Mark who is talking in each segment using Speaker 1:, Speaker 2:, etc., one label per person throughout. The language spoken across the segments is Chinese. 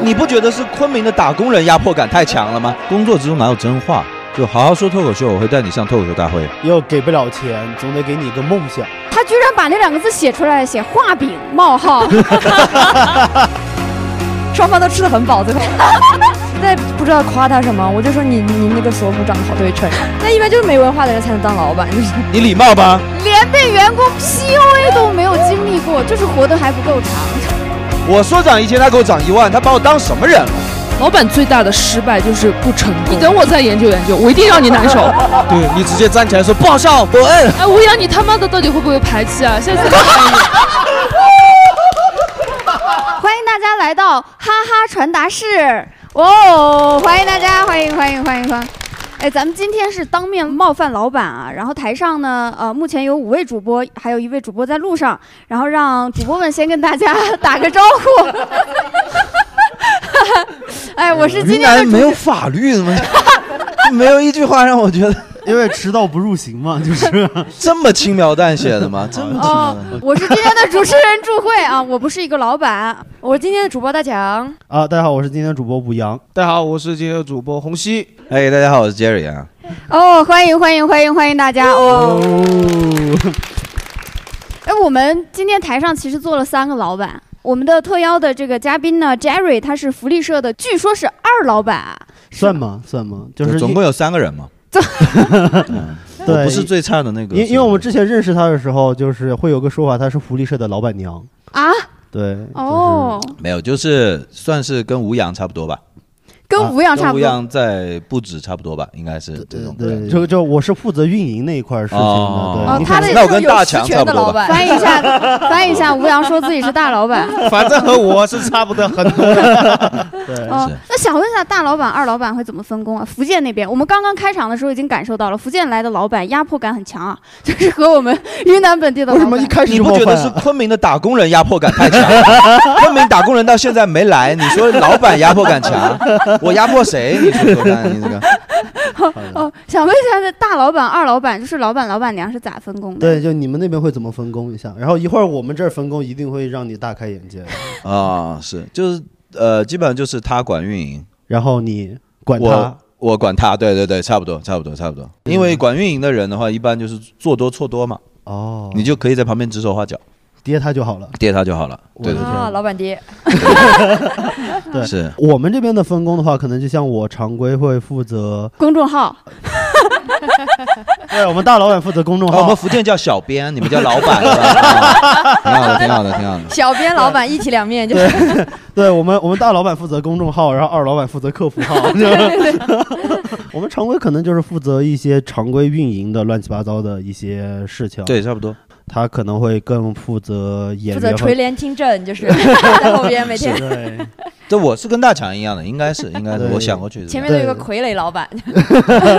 Speaker 1: 你不觉得是昆明的打工人压迫感太强了吗？
Speaker 2: 工作之中哪有真话？就好好说脱口秀，我会带你上脱口秀大会。
Speaker 3: 又给不了钱，总得给你个梦想。
Speaker 4: 他居然把那两个字写出来，写画饼冒 号，
Speaker 5: 双方都吃的很饱，最后。那不知道夸他什么，我就说你你那个锁骨长得好对称，那一般就是没文化的人才能当老板，就是。
Speaker 1: 你礼貌吧？
Speaker 4: 连被员工 PUA 都没有经历过，就是活得还不够长。
Speaker 1: 我说涨一千，他给我涨一万，他把我当什么人了？
Speaker 6: 老板最大的失败就是不成功。你等我再研究研究，我一定让你难 受。
Speaker 1: 对你直接站起来说不好笑，滚！
Speaker 6: 哎，吴阳，你他妈的到底会不会排气啊？下次你看你。
Speaker 4: 欢迎大家来到哈哈传达室，哦，欢迎大家，欢迎欢迎欢迎欢迎。哎，咱们今天是当面冒犯老板啊，然后台上呢，呃，目前有五位主播，还有一位主播在路上，然后让主播们先跟大家打个招呼。 哎，我是今
Speaker 2: 云
Speaker 4: 天的
Speaker 2: 南
Speaker 4: 主
Speaker 2: 没有法律吗？没有一句话让我觉得
Speaker 3: 因为迟到不入刑嘛，就是
Speaker 2: 这 么轻描淡写的 吗？这么
Speaker 4: 哦，我是今天的主持人祝慧啊，我不是一个老板，
Speaker 5: 我是今天的主播大强，
Speaker 3: 啊！大家好，我是今天的主播吴阳。
Speaker 7: 大家好，我是今天的主播红熙。
Speaker 2: 哎，大家好，我是 Jerry 啊。
Speaker 4: 哦，欢迎欢迎欢迎欢迎大家哦！哎，我们今天台上其实坐了三个老板，我们的特邀的这个嘉宾呢，Jerry，他是福利社的，据说是二老板啊。
Speaker 3: 算吗？算吗？就是
Speaker 2: 总共有三个人 嘛，我
Speaker 3: 对，
Speaker 2: 不是最差的那个。
Speaker 3: 因因为我们之前认识他的时候，就是会有个说法，他是福利社的老板娘。
Speaker 4: 啊
Speaker 3: 对，
Speaker 4: 哦，
Speaker 2: 没有，就是算是跟吴阳差不多吧，啊
Speaker 4: 跟吴阳
Speaker 2: 跟
Speaker 4: 差不
Speaker 2: 吴
Speaker 4: 多。
Speaker 3: 啊
Speaker 2: 阳在不止差不多吧，应该是
Speaker 3: 就
Speaker 2: 这
Speaker 3: 是
Speaker 2: 种。
Speaker 3: 对，就就我是负责运营那一块事情
Speaker 2: 哦
Speaker 3: 的。对，
Speaker 4: 哦
Speaker 3: 你
Speaker 4: 他
Speaker 3: 看
Speaker 4: 的
Speaker 2: 那我跟大强差不多吧。
Speaker 4: 翻译一 下，翻译一下，吴阳说自己是大老板。
Speaker 7: 反正和我是差不多很多。
Speaker 3: 对，
Speaker 4: 哦
Speaker 2: 是，
Speaker 4: 那想问一下，大老板、二老板会怎么分工啊？福建那边，我们刚刚开场的时候已经感受到了，福建来的老板压迫感很强啊，就是和我们云南本地的
Speaker 3: 为
Speaker 4: 老
Speaker 3: 什
Speaker 4: 板。
Speaker 3: 么一开始
Speaker 1: 你
Speaker 3: 就
Speaker 1: 不
Speaker 3: 冒
Speaker 1: 觉得
Speaker 3: 犯
Speaker 1: 是
Speaker 3: 啊
Speaker 1: 昆明的打工人压迫感 太强了？昆明打工人到现在没来，你说老板压迫感强，我压迫谁？你说说看，你这个
Speaker 4: 哦，想问一下，那大老板、二老板，就是老板、老板娘是咋分工 的？
Speaker 3: 对，就你们那边会怎么分工一下？然后一会儿我们这儿分工一定会让你大开眼界。
Speaker 2: 啊，是就是呃，基本上就是他管运营，
Speaker 3: 然后你管他嗯
Speaker 2: 我，我管他，对对对，差不多差不多差不多。因为管运营的人的话，一般就是做多错多嘛，
Speaker 3: 哦，
Speaker 2: 你就可以在旁边指手画脚，
Speaker 3: 跌他就好了。哦
Speaker 2: 跌他就好了。对对
Speaker 5: 啊，老板爹，嗯
Speaker 3: 对
Speaker 2: 是
Speaker 3: 我们这边的分工的话，可能就像我常规会负 责，
Speaker 4: 公众号
Speaker 3: 对我们大老板负责公众
Speaker 2: 啊我
Speaker 3: 号
Speaker 2: 们，福建叫小编，哎你们叫老板，是吧挺好的，挺好的，挺 好的。
Speaker 5: 小编老板一体两面，就是
Speaker 3: 对我们我们大老板负责公众号，然后二老板负责客服号。对 我们常规可能就是负责一些常规运营的乱七八糟的一些事情，，
Speaker 2: 对，差不多。
Speaker 3: 他可能会更负责演
Speaker 5: 负 责
Speaker 3: 员
Speaker 5: 垂
Speaker 3: 和。
Speaker 5: 帘听政，就是在后边每天
Speaker 3: 对，
Speaker 2: 这我是跟大强一样的，应该是，应该是，
Speaker 3: 对
Speaker 2: 我想过去是这
Speaker 5: 前
Speaker 2: 样。
Speaker 5: 面都有一个傀儡老板，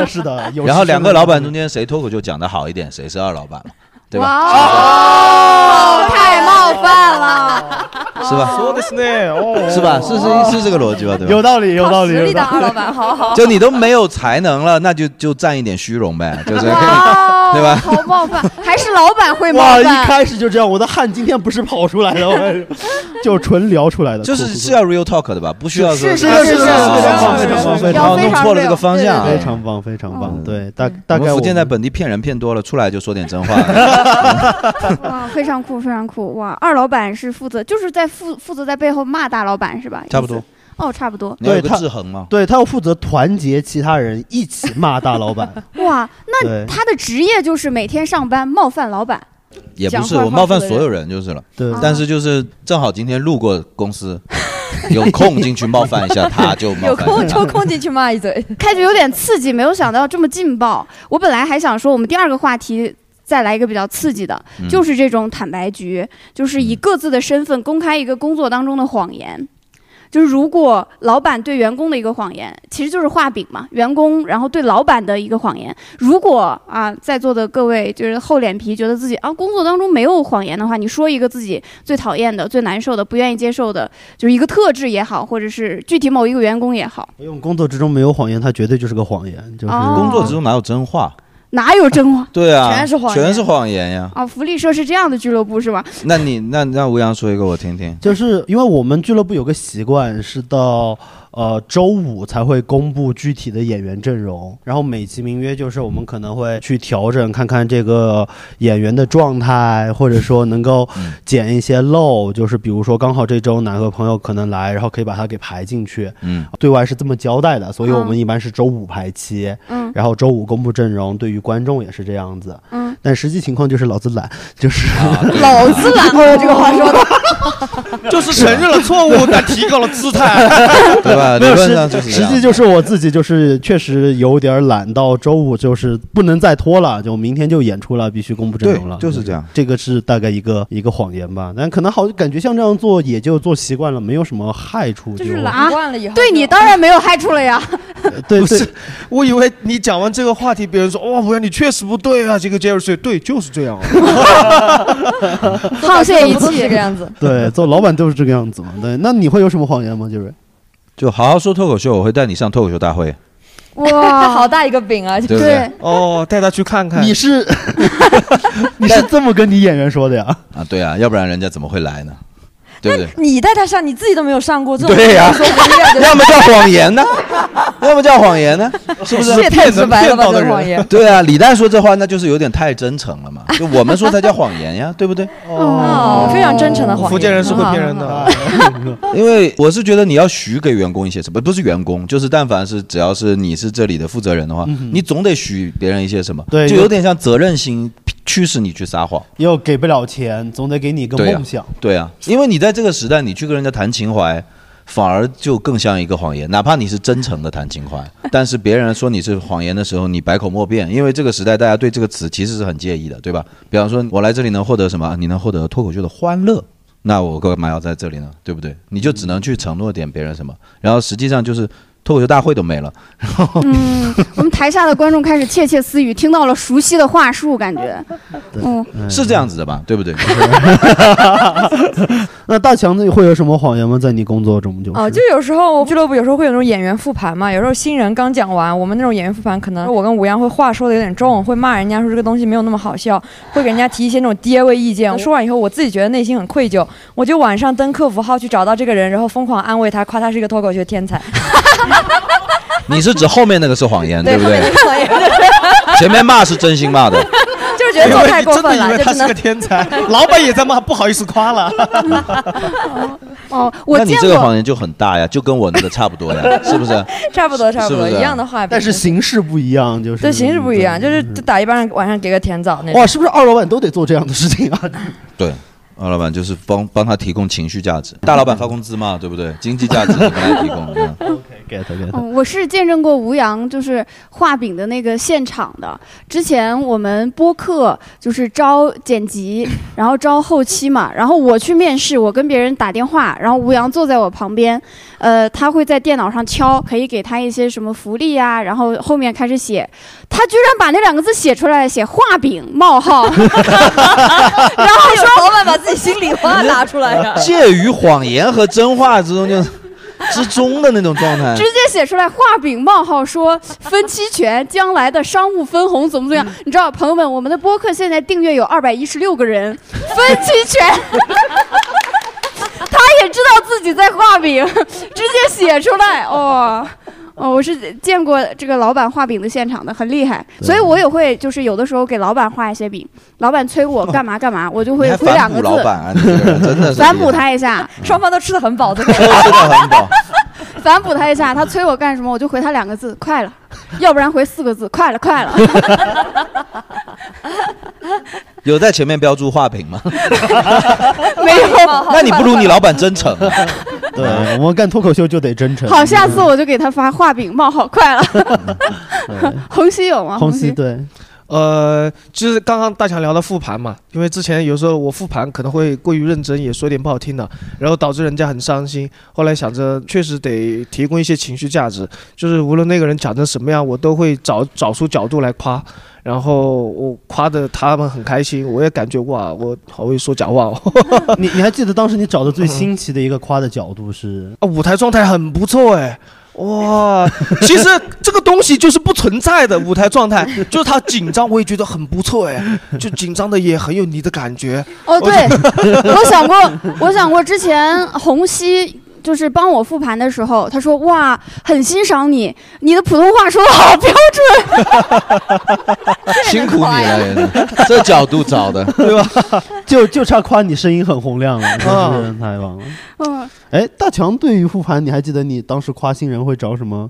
Speaker 3: 是 的。有
Speaker 2: 然后
Speaker 3: 事情
Speaker 2: 两个老板中
Speaker 3: 的
Speaker 2: 间谁脱口秀讲的好一点，谁是二老 板嘛，对吧？
Speaker 4: 哇哦，太冒犯了！
Speaker 2: 是吧？
Speaker 7: 说的是呢，哦，
Speaker 2: 是吧？是是是这个逻辑吧？对
Speaker 3: 有
Speaker 2: 吧？
Speaker 3: 道理，有道
Speaker 5: 靠
Speaker 3: 理，
Speaker 5: 实
Speaker 3: 有
Speaker 5: 力当
Speaker 3: 道
Speaker 5: 二老板，好好。
Speaker 2: 就你都没有才能了，那就就占一点虚荣 呗，就是可以。
Speaker 4: 哇 哦，
Speaker 2: 对吧
Speaker 4: 好冒犯，还是老板会
Speaker 3: 理。
Speaker 4: 冒
Speaker 3: 哇，一
Speaker 4: 犯。
Speaker 3: 开始就这样，我的汗今天不是跑出来的，我就纯聊出来的，
Speaker 2: 就是
Speaker 3: 吐
Speaker 2: 是要 real talk 的吧？不需要说
Speaker 3: 是是
Speaker 2: 啊
Speaker 3: 是是是是
Speaker 2: 啊
Speaker 3: 是是是是
Speaker 2: 然后弄错了这个方向
Speaker 3: 吐
Speaker 2: 啊
Speaker 3: 非。常棒，非常棒。对，大
Speaker 5: 嗯
Speaker 3: 大
Speaker 2: 我
Speaker 3: 概
Speaker 2: 们福建在
Speaker 3: 们
Speaker 2: 本地骗人骗多了，出来就说点 真话。
Speaker 4: 哇，哦非常酷，非常酷！哇，二老板是负责，就是在负负责在背后骂大老板是吧？
Speaker 2: 差不多
Speaker 4: 意思。哦，差不多。
Speaker 2: 你要有
Speaker 3: 对
Speaker 2: 个
Speaker 3: 他
Speaker 2: 制衡嘛。
Speaker 3: 对他要负责团结其他人一起骂大老 板。
Speaker 4: 哇，那
Speaker 3: 对
Speaker 4: 他的职业就是每天上班冒犯老板。
Speaker 2: 也不是，
Speaker 5: 讲坏话
Speaker 2: 我冒犯所有人就是了。
Speaker 3: 对
Speaker 4: 啊
Speaker 2: 但是就是正好今天路过公 司，有空进去冒犯一下他，就冒
Speaker 5: 有
Speaker 2: 犯一
Speaker 5: 空
Speaker 2: 下
Speaker 5: 抽空进去骂一嘴，
Speaker 4: 开局有点刺激，没有想到这么劲爆。我本来还想说，我们第二个话题再来一个比较刺激的，
Speaker 2: 嗯
Speaker 4: 就是这种坦白局，就是以各自的身份公开一个工作当中的谎言。就是如果老板对员工的一个谎言，其实就是画饼嘛，员工然后对老板的一个谎言。如果啊，在座的各位就是厚脸皮，觉得自己啊工作当中没有谎言的话，你说一个自己最讨厌的、最难受的、不愿意接受的，就是一个特质也好，或者是具体某一个员工也好。
Speaker 3: 因为我们工作之中没有谎言，他绝对就是个谎言，就是
Speaker 4: 哦
Speaker 2: 工作之中哪有真话？
Speaker 4: 哪有真话？
Speaker 2: 对啊，
Speaker 4: 全是谎言
Speaker 2: 全是谎言呀。
Speaker 4: 哦，福利社是这样的俱乐部是吗？
Speaker 2: 那你那让吴洋说一个我听听。
Speaker 3: 就是因为我们俱乐部有个习惯，是到呃周五才会公布具体的演员阵容，然后美其名曰就是我们可能会去调整，看看这个演员的状态，或者说能够
Speaker 2: 嗯
Speaker 3: 捡一些漏，就是比如说刚好这周哪个朋友可能来，然后可以把他给排进去。
Speaker 2: 嗯，
Speaker 3: 对外是这么交代的，所以我们
Speaker 4: 嗯
Speaker 3: 一般是周五排期，
Speaker 4: 嗯
Speaker 3: 然后周五公布阵容，对于观众也是这样子。
Speaker 4: 嗯，
Speaker 3: 但实际情况就是老子懒，就是、
Speaker 2: 啊
Speaker 5: 老子懒，我有这个话说的。
Speaker 7: 就是承认了错误，但提高了姿态。
Speaker 2: 对吧？理
Speaker 3: 没有
Speaker 2: 论上就
Speaker 3: 实
Speaker 2: 是这
Speaker 3: 实
Speaker 2: 样
Speaker 3: 际就是我自己就是确实有点懒，到周五就是不能再拖了，就明天就演出了，必须公布阵容了。
Speaker 2: 对就是这样，
Speaker 3: 这个是大概一个一个谎言吧。但可能好感觉像这样做也就做习惯了，没有什么害处。
Speaker 5: 就
Speaker 3: 就是
Speaker 5: 懒
Speaker 4: 懒
Speaker 5: 嗯惯了以后，
Speaker 4: 啊对你当然没有害处了呀。
Speaker 3: 对
Speaker 7: 不
Speaker 3: 对
Speaker 7: 是，我以为你讲完这个话题，别人说哇，吴阳你确实不对啊，这个杰瑞逊对，就是这样啊。
Speaker 4: 沆瀣一
Speaker 5: 不都是这个
Speaker 4: 气，
Speaker 5: 样子。
Speaker 3: 对，做老板都是这个样子嘛。对，那你会有什么谎言吗？就是
Speaker 2: 就好好说脱口秀，我会带你上脱口秀大会。
Speaker 5: 哇， 好
Speaker 4: 哇，
Speaker 5: 大一个饼啊！就
Speaker 2: 对不
Speaker 4: 对，
Speaker 7: 哦，带他去看看。
Speaker 3: 你是你是这么跟你演员说的呀？
Speaker 2: 啊，对啊，要不然人家怎么会来 呢？对不对？
Speaker 5: 你带他上，你自己都没有上过，这种
Speaker 2: 对呀
Speaker 5: 说不定 就
Speaker 2: 要么叫谎言呢，要么叫谎言呢，是不是？
Speaker 5: 这也太直白了吧，
Speaker 7: 骗到
Speaker 5: 这
Speaker 7: 的人
Speaker 5: 谎言。
Speaker 2: 对啊，李诞说这话，那就是有点太真诚了嘛。就我们说它叫谎言呀，对不对？
Speaker 5: 哦，非常真诚的谎言。啊
Speaker 7: 福建人是会骗人
Speaker 5: 很好。很好
Speaker 7: 的，
Speaker 2: 因为我是觉得你要许给员工一些什么，不是员工，就是但凡是只要是你是这里的负责人的话，你总得许别人一些什么，
Speaker 3: 对
Speaker 2: 就有点像责任心驱使你去撒谎。
Speaker 3: 又给不了钱，总得给你一个
Speaker 2: 对呀
Speaker 3: 梦想。
Speaker 2: 对啊，因为你在这个时代，你去跟人家谈情怀，反而就更像一个谎言。哪怕你是真诚的谈情 怀，但是别人说你是谎言的时候，你百口莫辩，因为这个时代大家对这个词其实是很介意的，对吧？比方说，我来这里能获得什么？你能获得脱口秀的欢乐。那我干嘛要在这里呢？对不对？你就只能去承诺点别人什么，然后实际上就是脱口秀大会都没了。
Speaker 4: 嗯，我们台下的观众开始窃窃私语，听到了熟悉的话术，感觉，嗯，
Speaker 2: 是这样子的吧？对 不对？
Speaker 3: 那大强子会有什么谎言吗？在你工作中就是
Speaker 5: 哦，就有时候俱乐部有时候会有那种演员复盘嘛，有时候新人刚讲完，我们那种演员复盘，可能我跟吴阳会话说的有点重，会骂人家说这个东西没有那么好笑，会给人家提一些那种爹味意见。说完以后，我自己觉得内心很愧疚， 我就晚上登客服号去找到这个人，然后疯狂安慰他，夸他是一个脱口秀天才。
Speaker 2: 你是指后面那个是谎言，对不
Speaker 5: 后面
Speaker 2: 对
Speaker 5: 那？个朋友
Speaker 2: 前面骂是真心骂的，
Speaker 5: 就是觉得做太过分
Speaker 7: 因
Speaker 5: 了，
Speaker 7: 为你真的以为
Speaker 5: 就
Speaker 7: 他
Speaker 5: 只
Speaker 7: 是
Speaker 5: 能
Speaker 7: 个天才， 老板也在骂，不好意思夸了。
Speaker 4: 哦，我
Speaker 2: 那你
Speaker 4: 见
Speaker 2: 这个
Speaker 4: 过，
Speaker 2: 谎言就很大呀，就跟我那个差不多呀，是不是？
Speaker 5: 差不多差不
Speaker 2: 是不啊
Speaker 5: 多
Speaker 2: 是
Speaker 5: 一样的话柄。
Speaker 3: 但是形式不一样，就是
Speaker 5: 对形式不一样，就是
Speaker 3: 嗯
Speaker 5: 就打一巴掌，晚上给个甜枣那种。
Speaker 3: 哇，是不是二老板都得做这样的事情 啊？
Speaker 2: 对，二老板就是帮帮他提供情绪价值，大老板发工资嘛，对不对？经济价值你给他提 供，嗯
Speaker 3: get get，
Speaker 4: 嗯，我是见证过吴阳就是画饼的那个现场的。之前我们播客就是招剪辑，然后招后期嘛，然后我去面试，我跟别人打电话，然后吴阳坐在我旁边，呃，他会在电脑上敲，可以给他一些什么福利啊，然后后面开始写，他居然把那两个字写出来，写画饼冒号，
Speaker 5: 然后说老板把自己心里话打出来了。
Speaker 2: 介于谎言和真话之中就之中的那种状态
Speaker 4: 直。接写出来画饼冒号说分期权将来的商务分红怎么
Speaker 2: 嗯
Speaker 4: 怎么样？你知道，朋友们，我们的播客现在订阅有二百一十六个人，分期权。 他也知道自己在画饼，直接写出来哦。哦，我是见过这个老板画饼的现场的，很厉害，
Speaker 3: 对
Speaker 4: 所以我也会就是有的时候给老板画一些饼，老板催我干嘛干嘛，我就
Speaker 2: 你
Speaker 4: 会
Speaker 2: 还
Speaker 4: 回两
Speaker 2: 反哺
Speaker 4: 个
Speaker 2: 老
Speaker 4: 字，
Speaker 2: 板啊，你这个 人真的是
Speaker 4: 反哺他一下，
Speaker 5: 双方都吃的很饱，对吧？
Speaker 2: 厉害，真的嗯很饱。
Speaker 4: 反哺他一下，他催我干什么，我就回他两个字，快了，要不然回四个字，快 了，快了。
Speaker 2: 有在前面标注画饼吗？
Speaker 5: 没有，
Speaker 2: 那你不如你老板真诚啊。
Speaker 3: 对，我们干脱口秀就得真诚。
Speaker 4: 好，下次我就给他发画饼冒号，快了。
Speaker 2: 嗯
Speaker 4: 红熙有吗？
Speaker 3: 红熙
Speaker 4: 熙，
Speaker 3: 对，
Speaker 7: 呃， 就是刚刚大强聊到复盘嘛，因为之前有时候我复盘可能会过于认真，也说点不好听的，然后导致人家很伤心。后来想着确实得提供一些情绪价值，就是无论那个人讲成什么样，我都会找找出角度来夸，然后我夸的他们很开心，我也感觉哇，我好会说假话哦，
Speaker 3: 你你还记得当时你找的最新奇的一个夸的角度是？
Speaker 7: 啊舞台状态很不错哎，哇，其实这个东西就是不存在的舞台状态，就是他紧张，我也觉得很不错哎，就紧张的也很有你的感觉。
Speaker 4: 哦，对，我想过，我想过之前红熙。就是帮我复盘的时候，他说：“哇，很欣赏你，你的普通话说的好标准。
Speaker 2: 辛苦你了，这角度找的，
Speaker 3: 对吧？ 就就差夸你声音很洪亮
Speaker 2: 嗯
Speaker 3: 了，真
Speaker 7: 啊
Speaker 3: 是太棒了。”
Speaker 4: 嗯，
Speaker 3: 哎，大强对于复盘，你还记得你当时夸新人会找什么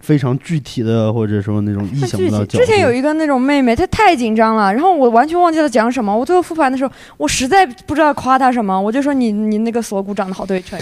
Speaker 3: 非常具体的，或者说那种意
Speaker 5: 很
Speaker 3: 想不
Speaker 5: 具
Speaker 3: 到
Speaker 5: 体。
Speaker 3: 的角
Speaker 5: 之前有
Speaker 3: 度？
Speaker 5: 一个那种妹妹，她太紧张了，然后我完全忘记了讲什么。我最后复盘的时候，我实在不知道夸她什么，我就说你你那个锁骨长得好对 称。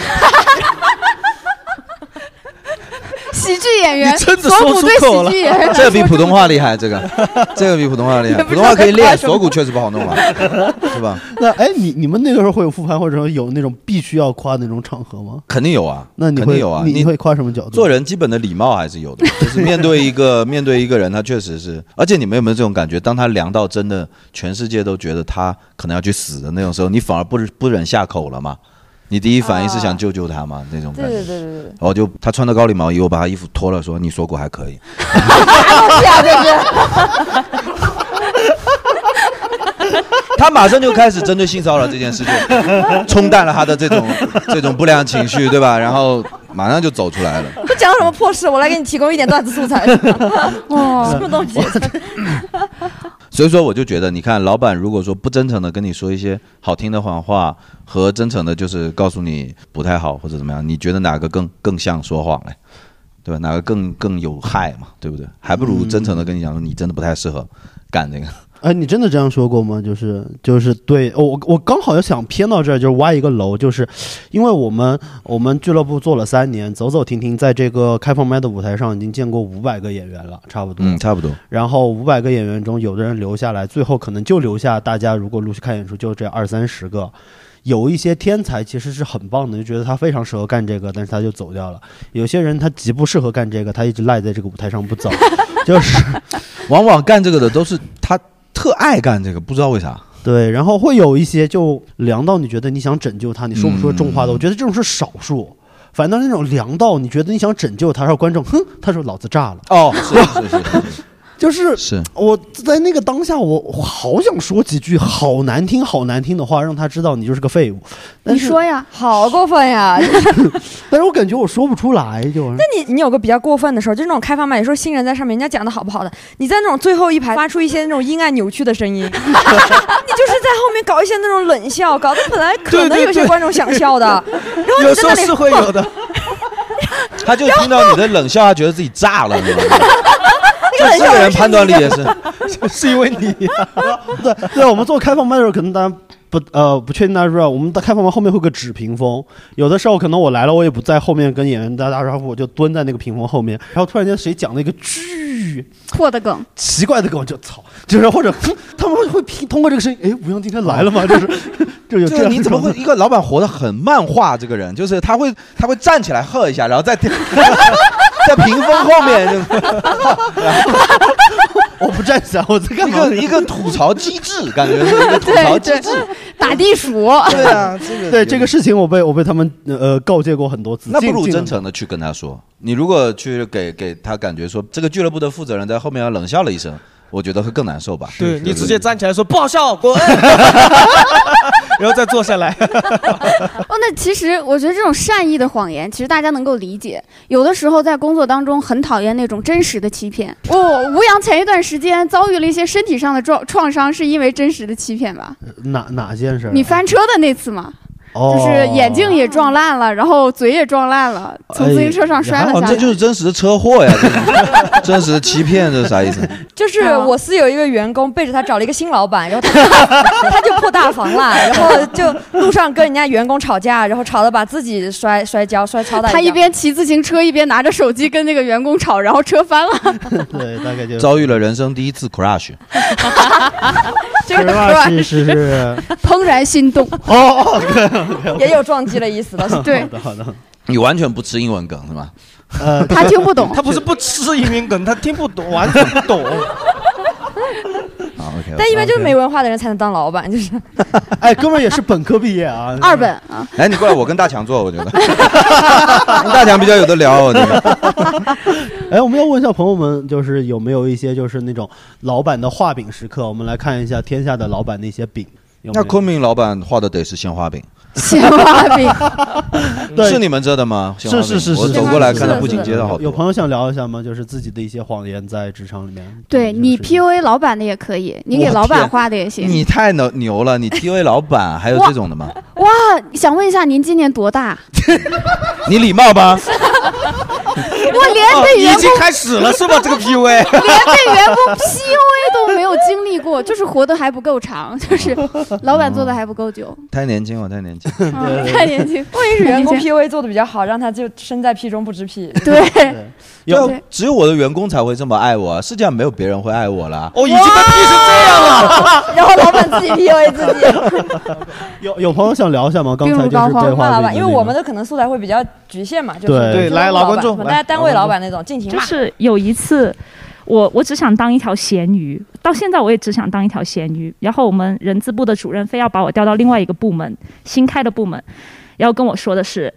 Speaker 4: 喜剧演员，
Speaker 7: 你真的
Speaker 4: 锁骨
Speaker 7: 说出
Speaker 4: 对
Speaker 7: 口
Speaker 4: 喜剧演员来
Speaker 2: 这个
Speaker 4: 说
Speaker 2: 比普
Speaker 4: 真
Speaker 2: 通话厉害，这个，这个比普通话厉害，普通话可以练，锁骨确实不好弄了， 是吧？
Speaker 3: 那哎，你你们那个时候会有复盘，或者说有那种必须要夸的那种场合吗？
Speaker 2: 肯定有啊，
Speaker 3: 那你
Speaker 2: 肯
Speaker 3: 会
Speaker 2: 定有啊，
Speaker 3: 你你会夸什么角度？
Speaker 2: 做人基本的礼貌还是有的，就是面对一个面对一个人，他确实是。而且你们有没有这种感觉？当他凉到真的全世界都觉得他可能要去死的那种时候，你反而不不忍下口了吗？你第一反应是想救救他吗？那种
Speaker 5: 对
Speaker 2: 感觉。
Speaker 5: 对对对对，
Speaker 2: 然后就他穿的高领毛衣，我把他衣服脱了，说你锁骨还可以。
Speaker 7: 啊
Speaker 2: 他马上就开始针对性骚扰这件事 情，冲淡了他的这种这种不良情绪，对吧？然后马上就走出来了。
Speaker 5: 不讲什么破事，我来给你提供一点段子素 材。
Speaker 4: 哦
Speaker 5: 什么东西？
Speaker 2: 所以说，我就觉得，你看，老板如果说不真诚的跟你说一些好听的谎话，和真诚的，就是告诉你不太好或者怎么样，你觉得哪个更更像说谎嘞？对吧？哪个更更有害嘛？对不对？还不如真诚的跟你讲说，你真的不太适合干这个。
Speaker 3: 哎，你真的这样说过吗？就是就是对，哦、我我刚好又想偏到这儿，就是挖一个楼，就是因为我们我们俱乐部做了三年，走走停停，在这个开放麦的舞台上已经见过五百个演员了，差不多。
Speaker 2: 嗯，差不多。
Speaker 3: 然后五百个演员中，有的人留下来，最后可能就留下大家如果陆续看演出就这二三十个。有一些天才其实是很棒的，就觉得他非常适合干这个，但是他就走掉了。有些人他极不适合干这个，他一直赖在这个舞台上不走， 就是
Speaker 2: 往往干这个的都是他特爱干这个，不知道为啥。
Speaker 3: 对，然后会有一些就凉到你觉得你想拯救他，你说不出重话
Speaker 2: 嗯
Speaker 3: 的，我觉得这种是少数。反倒是那种凉到你觉得你想拯救他，让观众哼，他说老子炸了，
Speaker 2: 哦，是是是
Speaker 3: 就是
Speaker 2: 是，
Speaker 3: 我在那个当下，我我好想说几句好难听、好难听的话，让他知道你就是个废物。但
Speaker 4: 你
Speaker 3: 是，
Speaker 4: 说呀，
Speaker 5: 好过分呀！ 那
Speaker 3: 但是我感觉我说不出来，
Speaker 7: 嗯
Speaker 3: 就是
Speaker 5: 你你有个比较过分的时候，就是那种开放麦，有时候新人在上面，人家讲的好不好的，你在那种最后一排发出一些那种阴暗扭曲的声 音，你就是在后面搞一些那种冷笑，搞得本来可能有些观众想笑的，然后
Speaker 7: 有
Speaker 5: 你
Speaker 7: 时
Speaker 5: 在
Speaker 7: 候
Speaker 5: 那里
Speaker 7: 是会有的，
Speaker 2: 他就听到你的冷笑，他觉得自己炸了，你知道吗？就这个人判断力也是，
Speaker 7: 是因为你
Speaker 3: 对对，我们做开放麦的时候，可能大家不呃不确定大家知不知道，我们的开放麦后面会有个纸屏风，有的时候可能我来了，我也不在后面跟演员打打招呼，我就蹲在那个屏风后面，然后突然间谁讲了一个巨
Speaker 4: 破的梗，
Speaker 3: 奇怪的梗，我就操，就是或者哼他们会会听通过这个声音，哎，吴阳今天来了吗？就是就有 这
Speaker 2: 就是
Speaker 3: 样
Speaker 2: 你
Speaker 3: 一
Speaker 2: 怎么
Speaker 3: 种
Speaker 2: 会一个老板活得很漫画？这个人就是他会他会站起来喝一下，然后在 在屏风后面
Speaker 3: 我不站起来，我在
Speaker 2: 就
Speaker 3: 干
Speaker 2: 一
Speaker 3: 嘛？
Speaker 2: 个一个吐槽机制， 感觉是一个吐槽机制。
Speaker 4: 打地鼠，
Speaker 2: 对 啊，这个
Speaker 3: 对这个事情，我被我被他们呃告诫过很多次。
Speaker 2: 那不如
Speaker 3: 尽
Speaker 2: 真。诚的去跟他说。你如果去给给他感觉说这个俱乐部的负责人在后面要冷笑了一声，我觉得会更难受吧。
Speaker 7: 对你直接站起来说不好笑，哎滚，然后再坐下来。
Speaker 4: 哦，那其实我觉得这种善意的谎言，其实大家能够理解。有的时候在工作当中很讨厌那种真实的欺骗。哦我、吴阳前一段时间遭遇了一些身体上的创创伤，是因为真实的欺骗吧？
Speaker 3: 哪哪件事儿啊？
Speaker 4: 你翻车的那次嘛，
Speaker 3: 哦
Speaker 4: 就是眼镜也撞烂了，然后嘴也撞烂了，从自行车上摔了
Speaker 2: 哦，
Speaker 4: 下
Speaker 2: 哎这
Speaker 4: 来。
Speaker 2: 就是真实的车祸呀！这种真实的欺骗，这是啥意思？
Speaker 5: 就是
Speaker 7: 嗯
Speaker 4: 啊
Speaker 5: 我司有一个员工背着他找了一个新老板，然后他他就破大防了，然后就 路上跟人家员工吵架，然后吵得把自己摔摔跤，摔超大
Speaker 4: 他一
Speaker 5: 跤。
Speaker 4: 边骑自行车，一边拿着手机跟那个员工吵，然后车翻了。
Speaker 3: 对，大概就
Speaker 2: 遭遇了人生第一次 crush，
Speaker 4: 这个
Speaker 3: 是是是，
Speaker 4: 怦然心动，
Speaker 3: 哦哦，
Speaker 5: 也有撞击了一死的。
Speaker 4: 对
Speaker 3: 好的好的，
Speaker 2: 你完全不吃英文梗是吗？
Speaker 3: 呃，
Speaker 4: 他听不懂
Speaker 7: 他。不是不吃移民梗，他听不懂，完全不懂。
Speaker 2: 啊，OK，
Speaker 5: 但一般就是没
Speaker 3: OK
Speaker 5: 文化的人才能当老板，就是
Speaker 3: 哎，哥们儿也是本科毕业啊，
Speaker 4: 二本啊，
Speaker 2: 哎，你过来，我跟大强做，我觉 得， 大强比较有的聊，啊我觉得。
Speaker 3: 哎，我们要问一下朋友们，就是有没有一些就是那种老板的画饼时刻？我们来看一下天下的老板的一些饼。有没
Speaker 2: 那
Speaker 3: 有
Speaker 2: 昆明老板画的得是鲜花饼，
Speaker 4: 鲜花饼，
Speaker 3: 对
Speaker 2: 是你们这的吗？鲜花饼
Speaker 3: 是是是
Speaker 2: 我
Speaker 3: 是
Speaker 2: 走
Speaker 4: 是
Speaker 2: 过来
Speaker 4: 是
Speaker 2: 看到
Speaker 4: 是
Speaker 2: 步
Speaker 4: 是
Speaker 2: 景街道好
Speaker 3: 有
Speaker 2: 多。
Speaker 3: 朋友想聊一下吗？就是自己的一些谎言在职场里面。
Speaker 4: 对你
Speaker 3: 就是
Speaker 4: PUA 老板的也可以，你给
Speaker 2: 我
Speaker 4: 老板
Speaker 2: 天
Speaker 4: 画的也行。
Speaker 2: 你太牛牛了，你 T V 老板还有这种的吗？
Speaker 4: 哇，想问一下您今年多 大？
Speaker 2: 你礼貌吧？哦
Speaker 4: 我连被员
Speaker 7: 已
Speaker 4: 工
Speaker 7: 经开始了是吧？这个 PUA
Speaker 4: 连被员工 PUA 都没有经历过， 就是活得还不够长， 就是老板做的还不 够久，
Speaker 2: 太年轻，我太年轻。
Speaker 4: 嗯太年轻。
Speaker 5: 我也是员工
Speaker 4: 理解
Speaker 5: PUA 做的比较好，让他就身在 P 中不知 P。
Speaker 4: 对，
Speaker 2: 对啊
Speaker 4: 对，
Speaker 2: 只有我的员工才会这么爱我，世界上没有别人会爱我了。
Speaker 7: 哦，已经被 P 成这样啊了。
Speaker 5: 然后老板自己 PUA 自己，
Speaker 3: 有有朋友想聊一下吗？刚
Speaker 5: 病
Speaker 3: 才
Speaker 5: 入
Speaker 3: 就
Speaker 5: 膏
Speaker 3: 是
Speaker 5: 肓
Speaker 3: 对
Speaker 5: 骂
Speaker 3: 话
Speaker 5: 老
Speaker 3: 饼
Speaker 5: 板，因为
Speaker 3: 那
Speaker 5: 我们
Speaker 3: 个
Speaker 5: 的可能素材会比较局限嘛，就是
Speaker 3: 对
Speaker 7: 对来老观
Speaker 5: 板
Speaker 7: 众
Speaker 5: 什么
Speaker 7: 来
Speaker 5: 大家单
Speaker 7: 老
Speaker 5: 位
Speaker 7: 观
Speaker 5: 老
Speaker 7: 众
Speaker 5: 板那种尽情
Speaker 8: 就
Speaker 5: 骂。
Speaker 8: 是有一次，我我只想当一条咸鱼，到现在我也只想当一条咸鱼。然后我们人资部的主任非要把我调到另外一个部门，新开的部门，然后跟我说的是。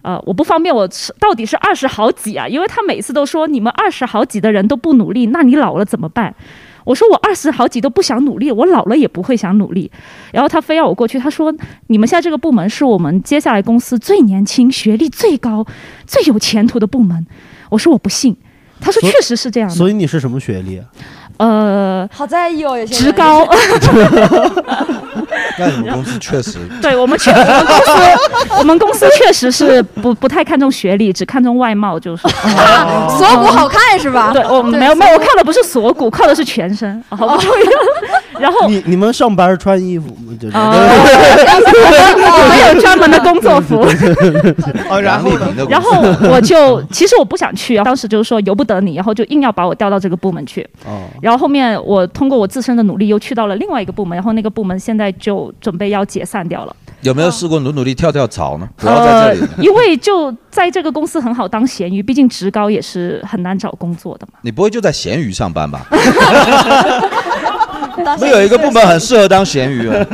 Speaker 8: 呃，我不方便，我是到底是二十好几啊？因为他每次都说你们二十好几的人都不努力，那你老了怎么办？我说我二十好几都不想努力，我老了也不会想努力。然后他非要我过去，他说你们现在这个部门是我们接下来公司最年轻、学历最高、最有前途的部门。我说我不信，他说
Speaker 3: 所以
Speaker 8: 确实是这样的。
Speaker 3: 所以你是什么学历啊？
Speaker 8: 呃，
Speaker 5: 好在意哦，有些人
Speaker 8: 职高，
Speaker 2: 那你们公司嗯确实，
Speaker 8: 对我们确我们公司，我们公司确实是不不太看重学历，只看重外貌，就是。
Speaker 4: 哦
Speaker 8: 哦
Speaker 4: 锁骨好看是吧？
Speaker 8: 对，我
Speaker 4: 对哦
Speaker 8: 没有没有，
Speaker 4: 所以
Speaker 8: 我靠的不是锁骨，靠的是全身，好 不重要。 然后
Speaker 3: 你你们上班穿衣服吗？就是
Speaker 8: 呃， 我们有专门的工作服。
Speaker 7: 啊，然后呢？
Speaker 2: 你的公司
Speaker 8: 然后我就其实我不想去，当时就是说由不得你，然后就硬要把我调到这个部门去。
Speaker 3: 哦，
Speaker 8: 然后后面我通过我自身的努力又去到了另外一个部门，然后那个部门现在就准备要解散掉了。
Speaker 2: 有
Speaker 9: 嗯
Speaker 2: 没有试过努努力跳跳槽呢？不要在这里，
Speaker 8: 呃
Speaker 9: 呃
Speaker 8: 因为就在这个公司很好当咸鱼，毕竟职高也是很难找工作的嘛。
Speaker 2: 你不会就在闲鱼上 班吧？
Speaker 9: 啊
Speaker 5: 当
Speaker 2: 没
Speaker 5: 时
Speaker 2: 有一个部门很适合当咸鱼、 啊，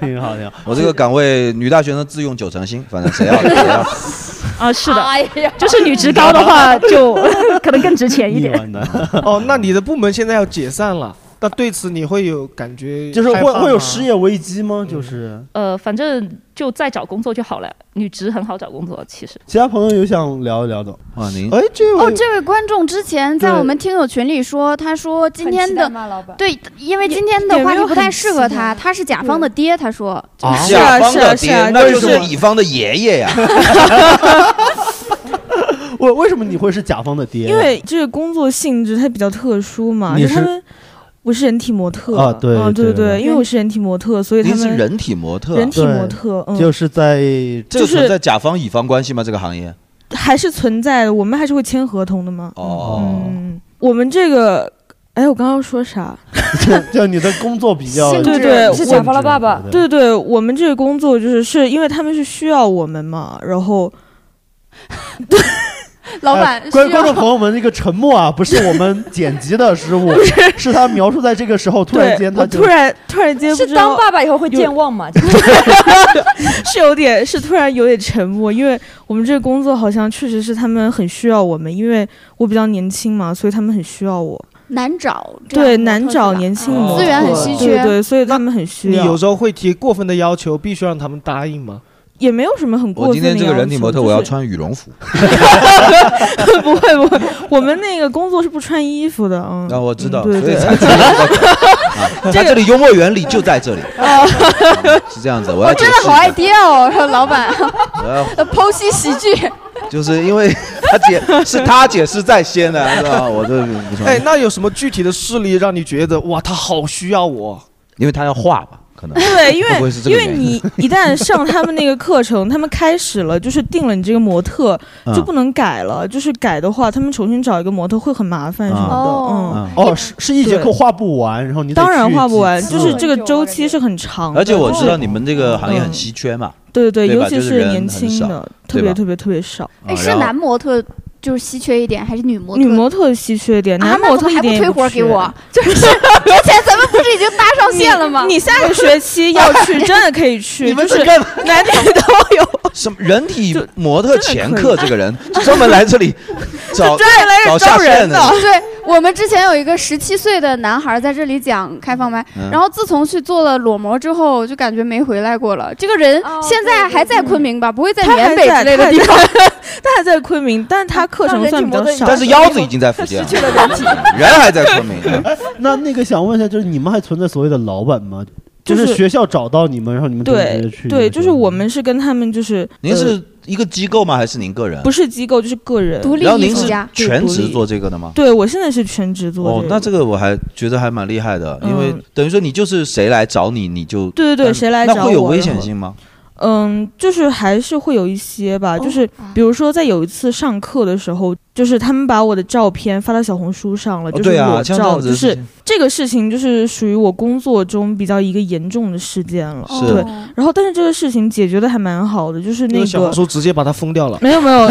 Speaker 3: 挺好挺好。
Speaker 2: 我这个岗位女大学生自用九成新，反正谁要谁 要。
Speaker 8: 啊、 是的，
Speaker 5: 哎呀，
Speaker 8: 就是女职高的话就可能更值钱一
Speaker 3: 腻
Speaker 8: 点。
Speaker 3: 歪的，
Speaker 7: 哦，那你的部门现在要解散了，那对此你会有感觉？
Speaker 3: 就是
Speaker 7: 害
Speaker 3: 会
Speaker 7: 怕
Speaker 3: 会有
Speaker 7: 吗
Speaker 3: 失业危机吗？就是
Speaker 8: 呃，反正就再找工作就好了，女职很好找工作，其实。
Speaker 3: 其他朋友有想聊一聊的吗？
Speaker 2: 哇，您
Speaker 3: 哎，这位
Speaker 4: 哦，这位观众之前在
Speaker 3: 对
Speaker 4: 我们听友群里说，
Speaker 5: 嗯
Speaker 4: 他说今天的
Speaker 5: 骂老板，
Speaker 4: 对，因为
Speaker 5: 也
Speaker 4: 今天的
Speaker 5: 也
Speaker 4: 话
Speaker 5: 没
Speaker 4: 题
Speaker 5: 有
Speaker 4: 不太
Speaker 5: 很
Speaker 4: 适
Speaker 5: 期
Speaker 4: 合
Speaker 5: 待
Speaker 4: 他，他是甲方的爹，他说
Speaker 3: 啊
Speaker 6: 是
Speaker 2: 甲
Speaker 6: 啊
Speaker 2: 方的
Speaker 6: 是啊是
Speaker 2: 爹，
Speaker 6: 啊
Speaker 2: 那
Speaker 6: 为
Speaker 2: 就
Speaker 6: 什
Speaker 2: 是
Speaker 6: 么
Speaker 2: 乙方的爷爷呀。
Speaker 3: 我为什么你会是甲方的爹？
Speaker 9: 因为这个工作性质它比较特殊嘛，
Speaker 3: 你
Speaker 9: 就他
Speaker 3: 是
Speaker 9: 们我是人体模特
Speaker 3: 啊对
Speaker 9: 嗯对
Speaker 3: 对对
Speaker 9: 对，因为我是人体模特，所以他
Speaker 2: 您是
Speaker 9: 们
Speaker 2: 人体模特啊，
Speaker 9: 人体模
Speaker 3: 对
Speaker 9: 特，嗯，
Speaker 3: 就是在
Speaker 2: 这个
Speaker 9: 就是
Speaker 2: 存在甲方乙方关系吗？这个行业？
Speaker 9: 还是存在的，我们还是会签合同的嘛。
Speaker 2: 哦，
Speaker 9: 嗯，我们这个，哎，我刚刚说啥？
Speaker 3: 就 就呃你的工作比较哎
Speaker 5: 性质
Speaker 9: 对对
Speaker 5: 你是甲方的爸爸，
Speaker 9: 对对，我们这个工作就是是因为他们是需要我们嘛，然 后
Speaker 4: 老板
Speaker 3: 哎
Speaker 4: 需
Speaker 3: 观观
Speaker 4: 要
Speaker 3: 众朋友们，这个沉默啊，不是我们剪辑的失误，是他描述在这个时候突然
Speaker 9: 对
Speaker 3: 间，他
Speaker 9: 我
Speaker 3: 就
Speaker 9: 突然 突然间不
Speaker 5: 是
Speaker 9: 知
Speaker 5: 当
Speaker 9: 道
Speaker 5: 爸爸以后会健忘嘛？就是
Speaker 9: 是有点是突然有点沉默，因为我们这个工作好像确实是他们很需要我们，因为我比较年轻嘛，所以他们很需要我。
Speaker 4: 难找，这样
Speaker 9: 对，
Speaker 4: 的模
Speaker 9: 难
Speaker 4: 特是
Speaker 9: 找
Speaker 4: 吧
Speaker 9: 年
Speaker 2: 嗯
Speaker 9: 轻
Speaker 7: 哦
Speaker 9: 模
Speaker 4: 资源很
Speaker 9: 特
Speaker 4: 稀
Speaker 9: 对
Speaker 4: 缺
Speaker 9: 对，所以他们很需
Speaker 7: 你有
Speaker 9: 要。
Speaker 7: 时候会提过分的要求，必须让他们答应吗？
Speaker 9: 也没有什么很过
Speaker 2: 我今
Speaker 9: 分的要
Speaker 2: 天
Speaker 9: 求。
Speaker 2: 这个人体模特，
Speaker 9: 就是嗯
Speaker 2: 我要穿羽绒服。
Speaker 9: 不会不会，我们那个工作是不穿衣服的， 嗯。
Speaker 2: 那我知道，
Speaker 9: 嗯对
Speaker 2: 所以
Speaker 9: 对
Speaker 2: 才知道 啊在这里幽默原理就在这里，
Speaker 4: 哦
Speaker 2: 嗯是这样子。我要
Speaker 4: 我
Speaker 2: 解
Speaker 4: 真
Speaker 2: 释
Speaker 4: 的好爱
Speaker 2: 一下，
Speaker 4: 爹哦， 老 板
Speaker 2: 我要
Speaker 4: 呃剖析喜剧，
Speaker 2: 就是因为 他解是他解释在先的，是 吧？我这不错，
Speaker 7: 哎，那有什么具体的事例让你觉得哇，他好需要我？
Speaker 2: 因为他要画吧，可能
Speaker 9: 对，因
Speaker 2: 会不会
Speaker 9: 为
Speaker 2: 是这
Speaker 9: 因
Speaker 2: 个
Speaker 9: 为
Speaker 2: 原因
Speaker 9: 你一旦上他们那个课程，他们开始了，就是定了你这个模特
Speaker 2: 嗯
Speaker 9: 就不能改了，就是改的话，他们重新找一个模特会很麻烦什么的，
Speaker 4: 哦
Speaker 9: 嗯。
Speaker 2: 嗯。
Speaker 3: 哦，是是一节
Speaker 9: 对
Speaker 3: 课画不完，然后你得
Speaker 9: 当然
Speaker 3: 去嗯
Speaker 9: 画不完，
Speaker 3: 几
Speaker 9: 就
Speaker 3: 次
Speaker 9: 是这个周期是很长的。
Speaker 2: 而且我
Speaker 9: 就是嗯
Speaker 2: 知道你们这个行业很稀缺嘛，
Speaker 9: 对对
Speaker 2: 对
Speaker 9: 对，
Speaker 2: 吧
Speaker 9: 尤其
Speaker 2: 就是人
Speaker 9: 年
Speaker 2: 很
Speaker 9: 轻
Speaker 2: 少
Speaker 9: 的，特
Speaker 2: 对吧
Speaker 9: 别特别特别少。
Speaker 2: 啊
Speaker 4: 哎，是
Speaker 2: 然后
Speaker 4: 男模特就是稀缺一点，还是女模特？
Speaker 9: 女模特稀缺点，
Speaker 4: 啊，
Speaker 9: 男
Speaker 4: 那
Speaker 9: 模
Speaker 4: 怎
Speaker 9: 特
Speaker 4: 么
Speaker 9: 一
Speaker 4: 还不
Speaker 9: 点也
Speaker 4: 推
Speaker 9: 不
Speaker 4: 活给
Speaker 9: 缺
Speaker 4: 我？就是之前咱们不是已经搭上
Speaker 5: 见了吗？
Speaker 9: 你下个学期要去，真的可 以去，就是男女都有。
Speaker 2: 哦什么人体模 特前
Speaker 9: 真的
Speaker 2: 客
Speaker 9: 可以
Speaker 2: 这个人，就专门来这里找
Speaker 9: 专门来这
Speaker 2: 找
Speaker 9: 招
Speaker 2: 下线
Speaker 9: 人的
Speaker 4: 对我们之前有一个十七岁的男孩在这里讲开放麦，
Speaker 2: 嗯
Speaker 4: 然后自从去做了裸模之后，就感觉没回来过了。这个人
Speaker 5: 哦
Speaker 4: 现在还在昆明吧？不会在
Speaker 9: 他
Speaker 4: 缅
Speaker 9: 还
Speaker 4: 北
Speaker 9: 在
Speaker 4: 之类的地方？
Speaker 9: 他还在他还在昆明，但他课程算比较 少。
Speaker 2: 但是腰子已经在啊福建了，人还在昆明。啊
Speaker 3: 那那个想问一下，就是你们还存在所谓的老板吗？就
Speaker 9: 就是
Speaker 3: 是学校找到你们，然后你们就直接
Speaker 9: 对
Speaker 3: 去。
Speaker 9: 对，就是我们是跟他们就是
Speaker 2: 您
Speaker 9: 呃
Speaker 2: 是一个机构吗？还是您个人？
Speaker 9: 不是机构就是个人？
Speaker 4: 独立
Speaker 2: 然后
Speaker 4: 艺
Speaker 2: 您
Speaker 4: 术
Speaker 2: 是
Speaker 4: 家，
Speaker 2: 全职做这个的吗？
Speaker 9: 对我现在是全职做
Speaker 2: 哦
Speaker 9: 这，个
Speaker 2: 那这个我还觉得还蛮厉害的，因为
Speaker 9: 嗯
Speaker 2: 等于说你就是谁来找你，你就
Speaker 9: 对对对，
Speaker 2: 但
Speaker 9: 谁来找我？
Speaker 2: 那会有危险性吗？
Speaker 9: 嗯，就是还是会有一些
Speaker 5: 哦
Speaker 9: 吧，就是比如说在有一次上课的时候，就是他们把我的照片发到小红书上了，
Speaker 2: 哦
Speaker 9: 就是
Speaker 2: 对啊
Speaker 9: 裸
Speaker 2: 像这样
Speaker 9: 照，
Speaker 2: 子
Speaker 9: 就
Speaker 2: 的事
Speaker 9: 是
Speaker 2: 情
Speaker 9: 这个事情就是属于我工作中比较一个严重的事件了。
Speaker 2: 是
Speaker 9: 对，
Speaker 5: 哦
Speaker 9: 然后但是这个事情解决的还蛮好的，就是那
Speaker 7: 因
Speaker 9: 个
Speaker 7: 为小红书直接把它封掉了。
Speaker 9: 没有没 有，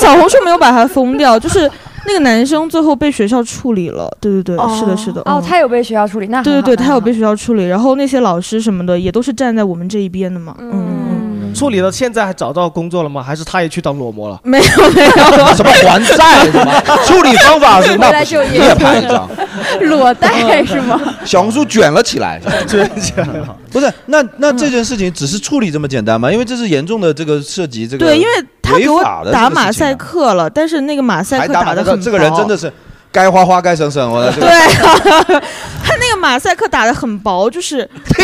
Speaker 9: 小红书没有把它封掉，就是那个男生最后被学校处理了。对对对，
Speaker 5: 哦
Speaker 9: 是的，是的。
Speaker 5: 哦，
Speaker 9: 嗯
Speaker 5: 他有被学校处理，那很
Speaker 9: 对对
Speaker 5: 好
Speaker 9: 对，他有被
Speaker 5: 那
Speaker 9: 学校处理，然后那些老师什么的也都是站在我们这一边的嘛。嗯嗯嗯。
Speaker 5: 嗯，
Speaker 7: 处理了，现在还找到工作了吗？还是他也去当裸模了？
Speaker 9: 没有没有，
Speaker 2: 什么还债什 么处理方法是那
Speaker 5: 回来
Speaker 2: 不
Speaker 5: 就业
Speaker 2: 行，你也拍一张，
Speaker 4: 裸贷是吗？
Speaker 2: 小红书 卷了起来。不是，那那这件事情只是处理这么简单吗？因为这是严重的这个涉及这个
Speaker 9: 对，因为他给我
Speaker 2: 违法的这个
Speaker 9: 打
Speaker 2: 事情啊
Speaker 9: 马赛克了，但是那个马赛
Speaker 2: 还
Speaker 9: 克
Speaker 2: 打
Speaker 9: 的
Speaker 2: 这个
Speaker 9: 很
Speaker 2: 这个人
Speaker 9: 薄
Speaker 2: 真的是该花花该省省，我的这
Speaker 9: 对
Speaker 2: 个
Speaker 9: 啊， 他那个马赛克打的很薄，就是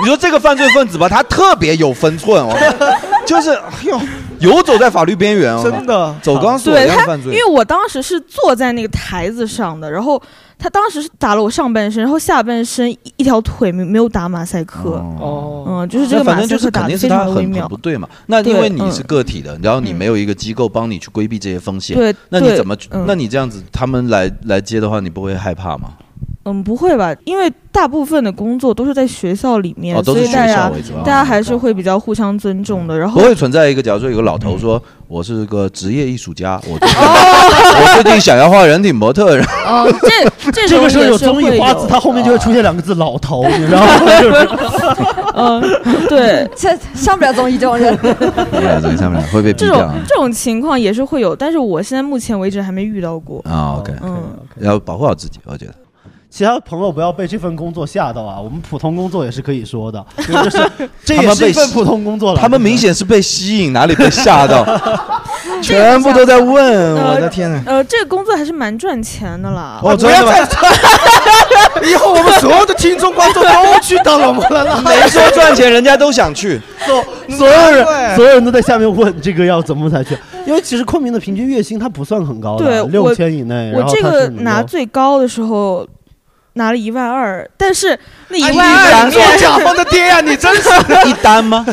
Speaker 2: 你说这个犯罪分子吧，他特别有分寸 哦， 就是哎呦，游走在法律边缘哦，
Speaker 7: 真的，
Speaker 2: 走钢索一
Speaker 9: 对
Speaker 2: 样
Speaker 9: 他，
Speaker 2: 犯
Speaker 9: 因
Speaker 2: 罪。
Speaker 9: 为我当时是坐在那个台子上的，然后他当时是打了我上半身，然后下半身一一条腿没没有打马赛克，
Speaker 7: 哦，
Speaker 9: 嗯，就是这
Speaker 2: 那
Speaker 9: 个
Speaker 2: 反
Speaker 9: 马
Speaker 2: 正
Speaker 9: 赛
Speaker 2: 就是
Speaker 9: 克
Speaker 2: 肯
Speaker 9: 打
Speaker 2: 定
Speaker 9: 的
Speaker 2: 是
Speaker 9: 非
Speaker 2: 他
Speaker 9: 常的
Speaker 2: 很
Speaker 9: 微
Speaker 2: 很
Speaker 9: 妙
Speaker 2: 不，对嘛。那因
Speaker 9: 对
Speaker 2: 为你是
Speaker 9: 嗯
Speaker 2: 个体的，然后你
Speaker 9: 嗯
Speaker 2: 没有一个机构帮你去规避这些风险，
Speaker 9: 对，
Speaker 2: 那你
Speaker 9: 对
Speaker 2: 怎么去？
Speaker 9: 嗯
Speaker 2: 那你这样子，他们来来接的话，你不会害怕吗？
Speaker 9: 嗯不会吧？因为大部分的工作都是在学校里面，
Speaker 2: 哦，都
Speaker 9: 所
Speaker 2: 是
Speaker 9: 以
Speaker 2: 学
Speaker 9: 大
Speaker 2: 校
Speaker 9: 家
Speaker 2: 为主啊，
Speaker 9: 大家还是会比较互相尊重的，然
Speaker 2: 嗯不
Speaker 9: 后。
Speaker 2: 会存在一个，假如说有个老头说我是个职业艺术家， 我最近我最近想要画人体模特，然后
Speaker 9: 哦，这这
Speaker 3: 这
Speaker 9: 种
Speaker 3: 个时候
Speaker 9: 也
Speaker 3: 有
Speaker 9: 是
Speaker 3: 综
Speaker 9: 会
Speaker 3: 艺花
Speaker 9: 有
Speaker 3: 子，它后面就会出现两个字“老 头”，你知道吗？就是
Speaker 9: 嗯，对，
Speaker 5: 这上不了综艺这种人，
Speaker 2: 哎呀这个上面会被
Speaker 9: 这
Speaker 2: 毙掉
Speaker 9: 种
Speaker 2: 啊
Speaker 9: 这种情况也是会有，但是我现在目前为止还没遇到过。
Speaker 2: 啊，OK，
Speaker 9: 嗯，
Speaker 2: 要保护好自己，我觉得。
Speaker 3: 其他朋友不要被这份工作吓到啊！我们普通工作也是可以说的，就是这
Speaker 2: 他
Speaker 3: 也
Speaker 2: 们
Speaker 3: 是一
Speaker 2: 被
Speaker 3: 份普通工作了。
Speaker 2: 他们明显是被吸引，哪里被吓 到，全部都在问，我的天啊哪！
Speaker 9: 呃，这个工作还是蛮赚钱的啦。
Speaker 2: 哦，真的吗？
Speaker 7: 以后 我们所有的听众观众都去当裸模了啦。
Speaker 2: 没说赚钱，人家都想去。
Speaker 3: 所所有人所有人都在下面问这个要怎么才去，因为其实昆明的平均月薪它不算很高
Speaker 9: 对
Speaker 3: 的，
Speaker 9: 我
Speaker 3: 六千以内。
Speaker 9: 我
Speaker 3: 然后
Speaker 9: 这
Speaker 3: 它
Speaker 9: 个
Speaker 3: 是能
Speaker 9: 拿
Speaker 3: 够
Speaker 9: 最高的时候拿了一万二，但是那一万
Speaker 2: 哎
Speaker 9: 二
Speaker 2: 你
Speaker 9: 里面
Speaker 2: 敢
Speaker 7: 甲方的爹呀，你真是
Speaker 2: 一单 吗？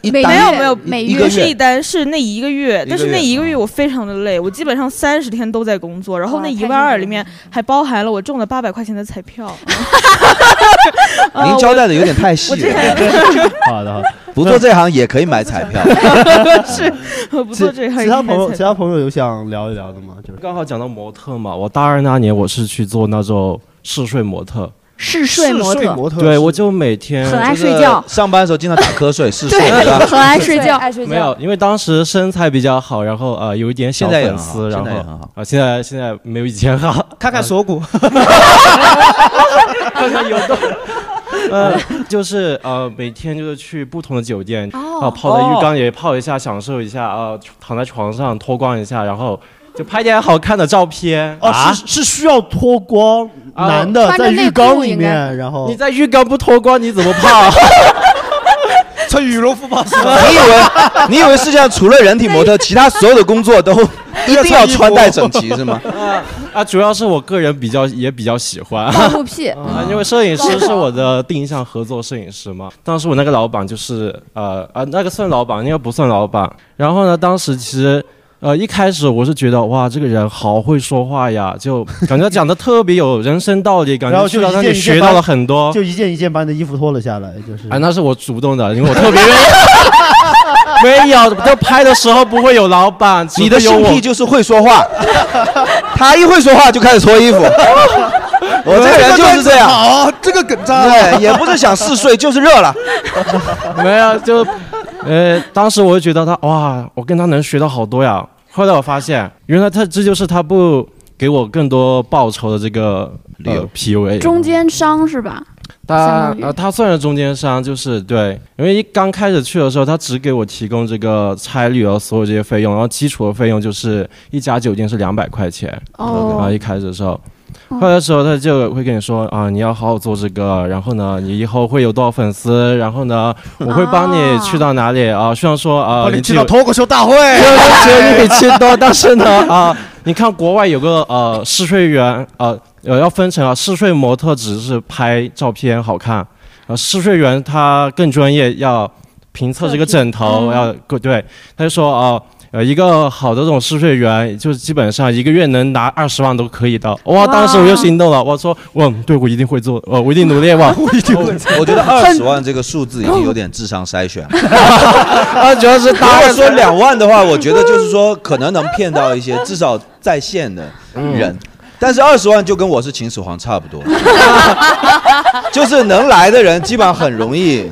Speaker 2: 一
Speaker 9: 没
Speaker 4: 每
Speaker 2: 单
Speaker 9: 有
Speaker 4: 月
Speaker 9: 没有
Speaker 4: 每
Speaker 2: 一
Speaker 4: 月
Speaker 2: 个
Speaker 9: 不
Speaker 2: 月
Speaker 9: 是一单，是那一个月，但是那一个月
Speaker 2: 啊
Speaker 9: 我非常的累，我基本上三十天都在工作，然后那
Speaker 5: 哇
Speaker 9: 一
Speaker 5: 太
Speaker 9: 万
Speaker 5: 辛苦
Speaker 9: 二
Speaker 5: 了
Speaker 9: 里面还包含了我中了八百块钱的彩票。呃
Speaker 2: 您交代的有点太细
Speaker 9: 我之
Speaker 2: 了，
Speaker 9: 前
Speaker 3: 好的好的。
Speaker 2: 不做这行也可以买彩票。
Speaker 9: 不
Speaker 3: 其
Speaker 9: 做这行，
Speaker 3: 其他朋友其他朋友有想聊一聊的吗？就是
Speaker 10: 刚好讲到模特嘛，我大二那年我是去做那种嗜睡模特，
Speaker 4: 嗜睡模特，
Speaker 7: 模特
Speaker 10: 对我就每天
Speaker 4: 很爱睡觉，
Speaker 2: 上班的时候经常打瞌睡， 是睡
Speaker 4: 对，
Speaker 2: 吧？
Speaker 4: 很爱睡觉。
Speaker 5: 爱睡觉，
Speaker 10: 没有，因为当时身材比较好，然后呃有一点小
Speaker 2: 现在也
Speaker 10: 粉丝，
Speaker 2: 很好，
Speaker 10: 然
Speaker 2: 现在也
Speaker 10: 后
Speaker 2: 很好。
Speaker 10: 啊现在现在没有以前好，
Speaker 7: 看看锁骨，
Speaker 10: 刚刚有动。 呃，就是呃，每天就是去不同的酒店，
Speaker 4: 哦
Speaker 10: 啊、泡在浴缸里泡一下，享受一下，啊、躺在床上脱光一下，然后就拍点好看的照片
Speaker 3: 哦，是是需要脱光，
Speaker 10: 啊
Speaker 3: 男的
Speaker 4: 穿着
Speaker 3: 在
Speaker 4: 内
Speaker 3: 浴
Speaker 4: 裤
Speaker 3: 缸里
Speaker 4: 应该
Speaker 3: 面，然后
Speaker 10: 你在浴缸不脱光，你怎么泡？
Speaker 7: 穿羽绒服吧。
Speaker 2: 你以为你以为世界上除了人体模特，其他所有的工作都 一定要穿戴整齐是吗？
Speaker 10: 啊，主要是我个人比较也比较喜欢。
Speaker 4: 暴露癖，
Speaker 10: 啊，因为摄影师是我的第一项合作摄影师嘛。当时我那个老板就是呃啊，那个算老板，应该不算老板。然后呢，当时其实呃一开始我是觉得哇，这个人好会说话呀，就感觉讲的特别有人生道理，感
Speaker 3: 然
Speaker 10: 觉
Speaker 3: 后
Speaker 10: 去
Speaker 3: 就
Speaker 10: 到那里
Speaker 3: 一件一件
Speaker 10: 学到
Speaker 3: 搬
Speaker 10: 了很多。
Speaker 3: 就一件一件把你的衣服脱了下来，就是
Speaker 10: 啊，那是我主动的，因为我特别愿意。没有，就拍的时候不会有老板，只
Speaker 2: 你的
Speaker 10: 会有
Speaker 2: 性
Speaker 10: 我
Speaker 2: 癖就是会说话，他一会说话就开始脱衣服，
Speaker 1: 我这个人就是这样，
Speaker 7: 好，这个梗渣，
Speaker 1: 对，也
Speaker 10: 哦
Speaker 1: 不是想试睡，就是热了。
Speaker 10: 没有，就，呃，当时我就觉得他哇，我跟他能学到好多呀。后来我发现，原来他这就是他不给我更多报酬的这个呃理由 PUA。
Speaker 4: 中间商是吧？
Speaker 10: 他呃，他算是中间商，就是对，因为一刚开始去的时候，他只给我提供这个差旅啊，所有这些费用，然后基础的费用就是一家酒店是两百块钱，
Speaker 4: 哦
Speaker 10: 啊，一开始的时候。后来的时候，他就会跟你说啊，你要好好做这个，然后呢，你以后会有多少粉丝，然后呢，我会帮你去到哪里啊？虽然说啊，
Speaker 7: 哦帮你去
Speaker 10: 只有
Speaker 7: 到脱口秀大会，
Speaker 10: 对，你可以去多，但是呢， 啊，你看国外有个呃试睡员，呃呃要分成啊，试睡模特只是拍照片好看，呃试睡员他更专业，要评测这个枕头，要对，他就说啊。呃呃，一个好的这种试睡员，就是基本上一个月能拿二十万都可以的。哇，当时我就心动了，我说，嗯，对我一定会做，呃，我一定努力哇，我一定会
Speaker 2: 我觉得二十万这个数字已经有点智商筛选了。
Speaker 1: 啊，主要是
Speaker 2: 如果说两万的话，我觉得就是说可能能骗到一些至少在线的人，但是二十万就跟我是秦始皇差不多， 就是能来的人基本上很容易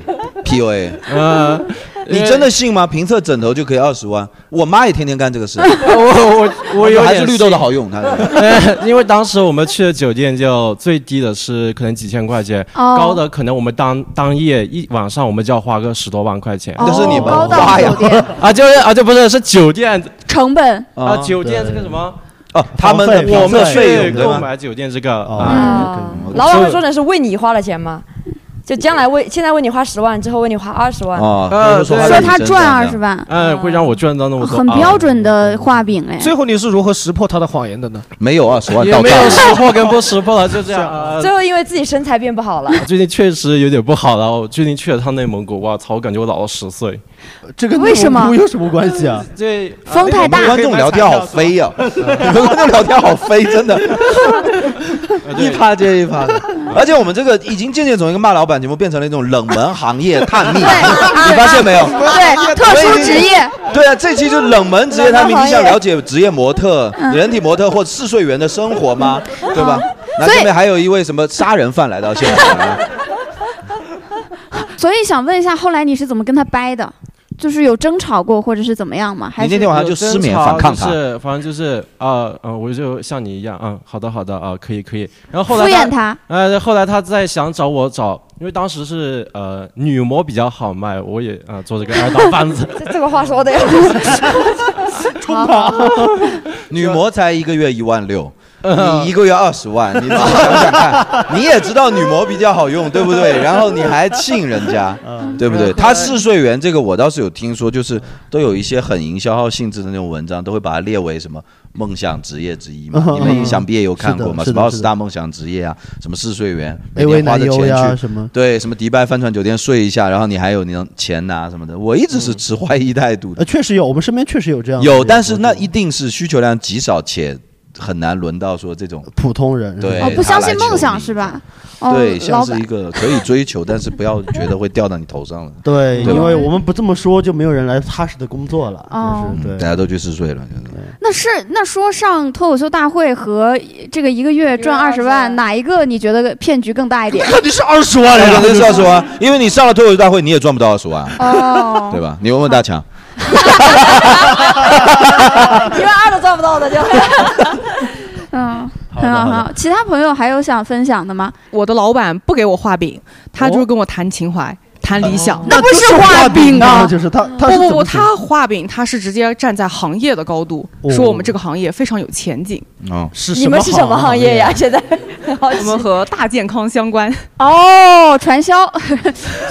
Speaker 2: PUA。
Speaker 10: 嗯，
Speaker 2: 你真的信吗？评测枕头就可以二十万？我妈也天天干这个 事。
Speaker 10: 我我 我有点
Speaker 2: 还是绿豆的
Speaker 10: 信
Speaker 2: 好 用，她
Speaker 10: 呃，因为当时我们去的酒店就最低的是可能几千块钱，
Speaker 4: 哦
Speaker 10: 高的可能我们当当夜一晚上我们就要花个十多万块钱。
Speaker 4: 哦高档酒店
Speaker 10: 啊，就是啊，就不是是酒店
Speaker 4: 成本
Speaker 10: 啊，酒店这个什么
Speaker 2: 哦，他们的
Speaker 10: 我们
Speaker 2: 评测费
Speaker 10: 去
Speaker 2: 用对哦
Speaker 10: 购
Speaker 2: 吗
Speaker 10: 买酒店这个
Speaker 4: 哦
Speaker 10: 啊，
Speaker 5: 啊，老板会说的是为你花了钱吗？就将来为现在为你花十万，之后为你花二十万。
Speaker 2: 哦
Speaker 9: 呃
Speaker 10: 他们说花在
Speaker 4: 说
Speaker 10: 你
Speaker 4: 他
Speaker 10: 身
Speaker 4: 赚
Speaker 10: 上
Speaker 4: 二十万，
Speaker 10: 呃哎，会让我赚到那么多，啊
Speaker 4: 很标准的画饼哎。
Speaker 7: 最后你是如何识破他的谎言的呢？
Speaker 2: 没有二十
Speaker 10: 啊，
Speaker 2: 万
Speaker 10: 也
Speaker 2: 到
Speaker 10: 没
Speaker 2: 账
Speaker 10: 有
Speaker 2: 了。
Speaker 10: 识破跟不识破了，就这 样。啊
Speaker 5: 最后因为自己身材变不 好了，
Speaker 10: 最近确实有点不好了，我最近去了趟内蒙古，哇操，我感觉我老了十岁。
Speaker 3: 这跟
Speaker 4: 为什么
Speaker 3: 有什么关系 啊？
Speaker 10: 这
Speaker 4: 风太大
Speaker 2: 你们呃 观众聊天好飞 呀、 你们观众聊天好飞，真的，
Speaker 11: 啊
Speaker 2: 一趴接一趴的。而且我们这个已经渐渐从一个骂老板节目变成了一种冷门行业探秘，你发现没有？
Speaker 4: 对，特殊职业，
Speaker 2: 对啊，这期就冷门职业，他明明想了解职业模特、
Speaker 4: 嗯
Speaker 2: 人体模特或试睡员的生活吗？对吧？那
Speaker 4: 所以
Speaker 2: 这边还有一位什么杀人犯来到现场啊，
Speaker 4: 所以想问一下，后来你是怎么跟他掰的？就是有争吵过，或者是怎么样吗？还
Speaker 2: 你那
Speaker 4: 是
Speaker 2: 天晚上就失眠
Speaker 10: 有争吵
Speaker 2: 反抗他
Speaker 10: 就。是反正就是啊，嗯、我就像你一样，嗯，好的好的啊、可以可以。然后
Speaker 4: 敷
Speaker 10: 后来
Speaker 4: 衍
Speaker 10: 他，
Speaker 4: 他？
Speaker 10: 呃，后来他再想找我找，因为当时是呃女模比较好卖，我也啊、呃做这个二道贩子，
Speaker 5: 这这个话说 的呀。好好好
Speaker 2: 女模才一个月一万六，
Speaker 3: 嗯
Speaker 2: 你一个月二十万，你自己想想 看，你也知道女模比较好用，对不
Speaker 3: 嗯
Speaker 2: 对？然后你还信人家，对不对？他试睡员这个我倒是有听说，就是都有一些很营销号性质的那种文章，都会把它列为什么梦想职业之一嘛。
Speaker 3: 嗯
Speaker 2: 你们想必也有看过嘛，
Speaker 3: 是的是
Speaker 2: 什
Speaker 3: 的
Speaker 2: 么二十大梦想职业啊，什么试睡员，每
Speaker 3: AV
Speaker 2: 年花
Speaker 3: 男
Speaker 2: 着
Speaker 3: 优呀
Speaker 2: 钱去。
Speaker 3: 什么？
Speaker 2: 对，什么迪拜帆船酒店睡一下，然后你还有你的钱拿、什么的，我一直
Speaker 3: 嗯
Speaker 2: 是持怀疑态度的。
Speaker 3: 呃，确实有，我们身边确实有这样的
Speaker 2: 有，
Speaker 3: 人
Speaker 2: 但是那一定是需求量极少，且很难轮到说这种
Speaker 3: 普通人是吧
Speaker 2: 对
Speaker 4: 哦，不相信
Speaker 2: 他来
Speaker 4: 梦想
Speaker 2: 求你
Speaker 4: 是吧？哦
Speaker 2: 对，，像
Speaker 4: 老
Speaker 2: 是
Speaker 4: 板
Speaker 2: 一，个可以追求，但是不要觉得会掉到你头上了。
Speaker 3: 对，
Speaker 2: 对吧
Speaker 3: 因为我们不这么说，就没有人来踏实的工作了。
Speaker 4: 哦
Speaker 3: 就是
Speaker 2: 嗯，大
Speaker 3: 对，
Speaker 2: 家都去试睡了，就是
Speaker 4: 那是那说上脱口秀大会和这个一个月赚二十万，
Speaker 5: 20
Speaker 4: 哪一个你觉得骗局更大 一点？
Speaker 3: 肯定是二十万
Speaker 2: 肯定是二十万，因为你上了脱口秀大会，你也赚不到二十万，
Speaker 4: 哦，
Speaker 2: 对吧？你问问大强，
Speaker 5: 一万二都赚不到的就。
Speaker 4: 嗯，
Speaker 3: 的
Speaker 4: 很好，很
Speaker 3: 好
Speaker 4: 好。其他朋友还有想分享的吗？
Speaker 12: 我的老板不给我画饼，他
Speaker 3: 哦
Speaker 12: 就是跟我谈情怀、谈理想。
Speaker 4: 那不
Speaker 3: 就是画
Speaker 4: 饼
Speaker 3: 啊，
Speaker 4: 啊！
Speaker 3: 就是他，哦他是
Speaker 12: 不不
Speaker 3: 怎
Speaker 12: 不，
Speaker 3: 么写
Speaker 12: 他画饼，他是直接站在行业的高度，
Speaker 3: 哦
Speaker 12: 说我们这个行业非常有前景，
Speaker 2: 哦，
Speaker 3: 是
Speaker 5: 你们是什么行业
Speaker 3: 啊
Speaker 5: 呀？？ 现在很好
Speaker 12: 我
Speaker 5: 奇
Speaker 12: 们和大健康相关。
Speaker 4: 哦，传销，是不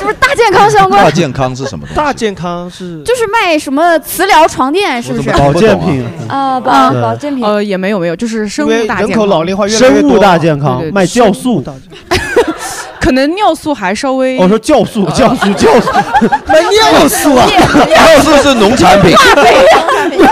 Speaker 4: 是大健康相
Speaker 2: 大
Speaker 4: 关？
Speaker 2: 健康是什么东
Speaker 7: 大
Speaker 2: 西？
Speaker 7: 健康是
Speaker 4: 就是卖什么磁疗床垫， 是不
Speaker 2: 我
Speaker 4: 是
Speaker 2: 怎？么
Speaker 3: 保
Speaker 2: 听不
Speaker 3: 健
Speaker 2: 懂啊
Speaker 3: 品，
Speaker 5: 啊，保
Speaker 4: 啊
Speaker 5: 保健品
Speaker 12: 呃，也没有没有，就是生
Speaker 7: 因
Speaker 12: 物
Speaker 7: 为
Speaker 12: 大健
Speaker 7: 人
Speaker 12: 康，
Speaker 7: 口老龄化越来越
Speaker 3: 生
Speaker 7: 多
Speaker 3: 物
Speaker 7: 嘛，
Speaker 3: 大健康
Speaker 12: 对对，对
Speaker 3: 卖酵素。
Speaker 12: 可能尿素还稍微
Speaker 3: 我哦说酵素，酵素，酵素，卖尿素啊！
Speaker 2: 还有是不是农产品？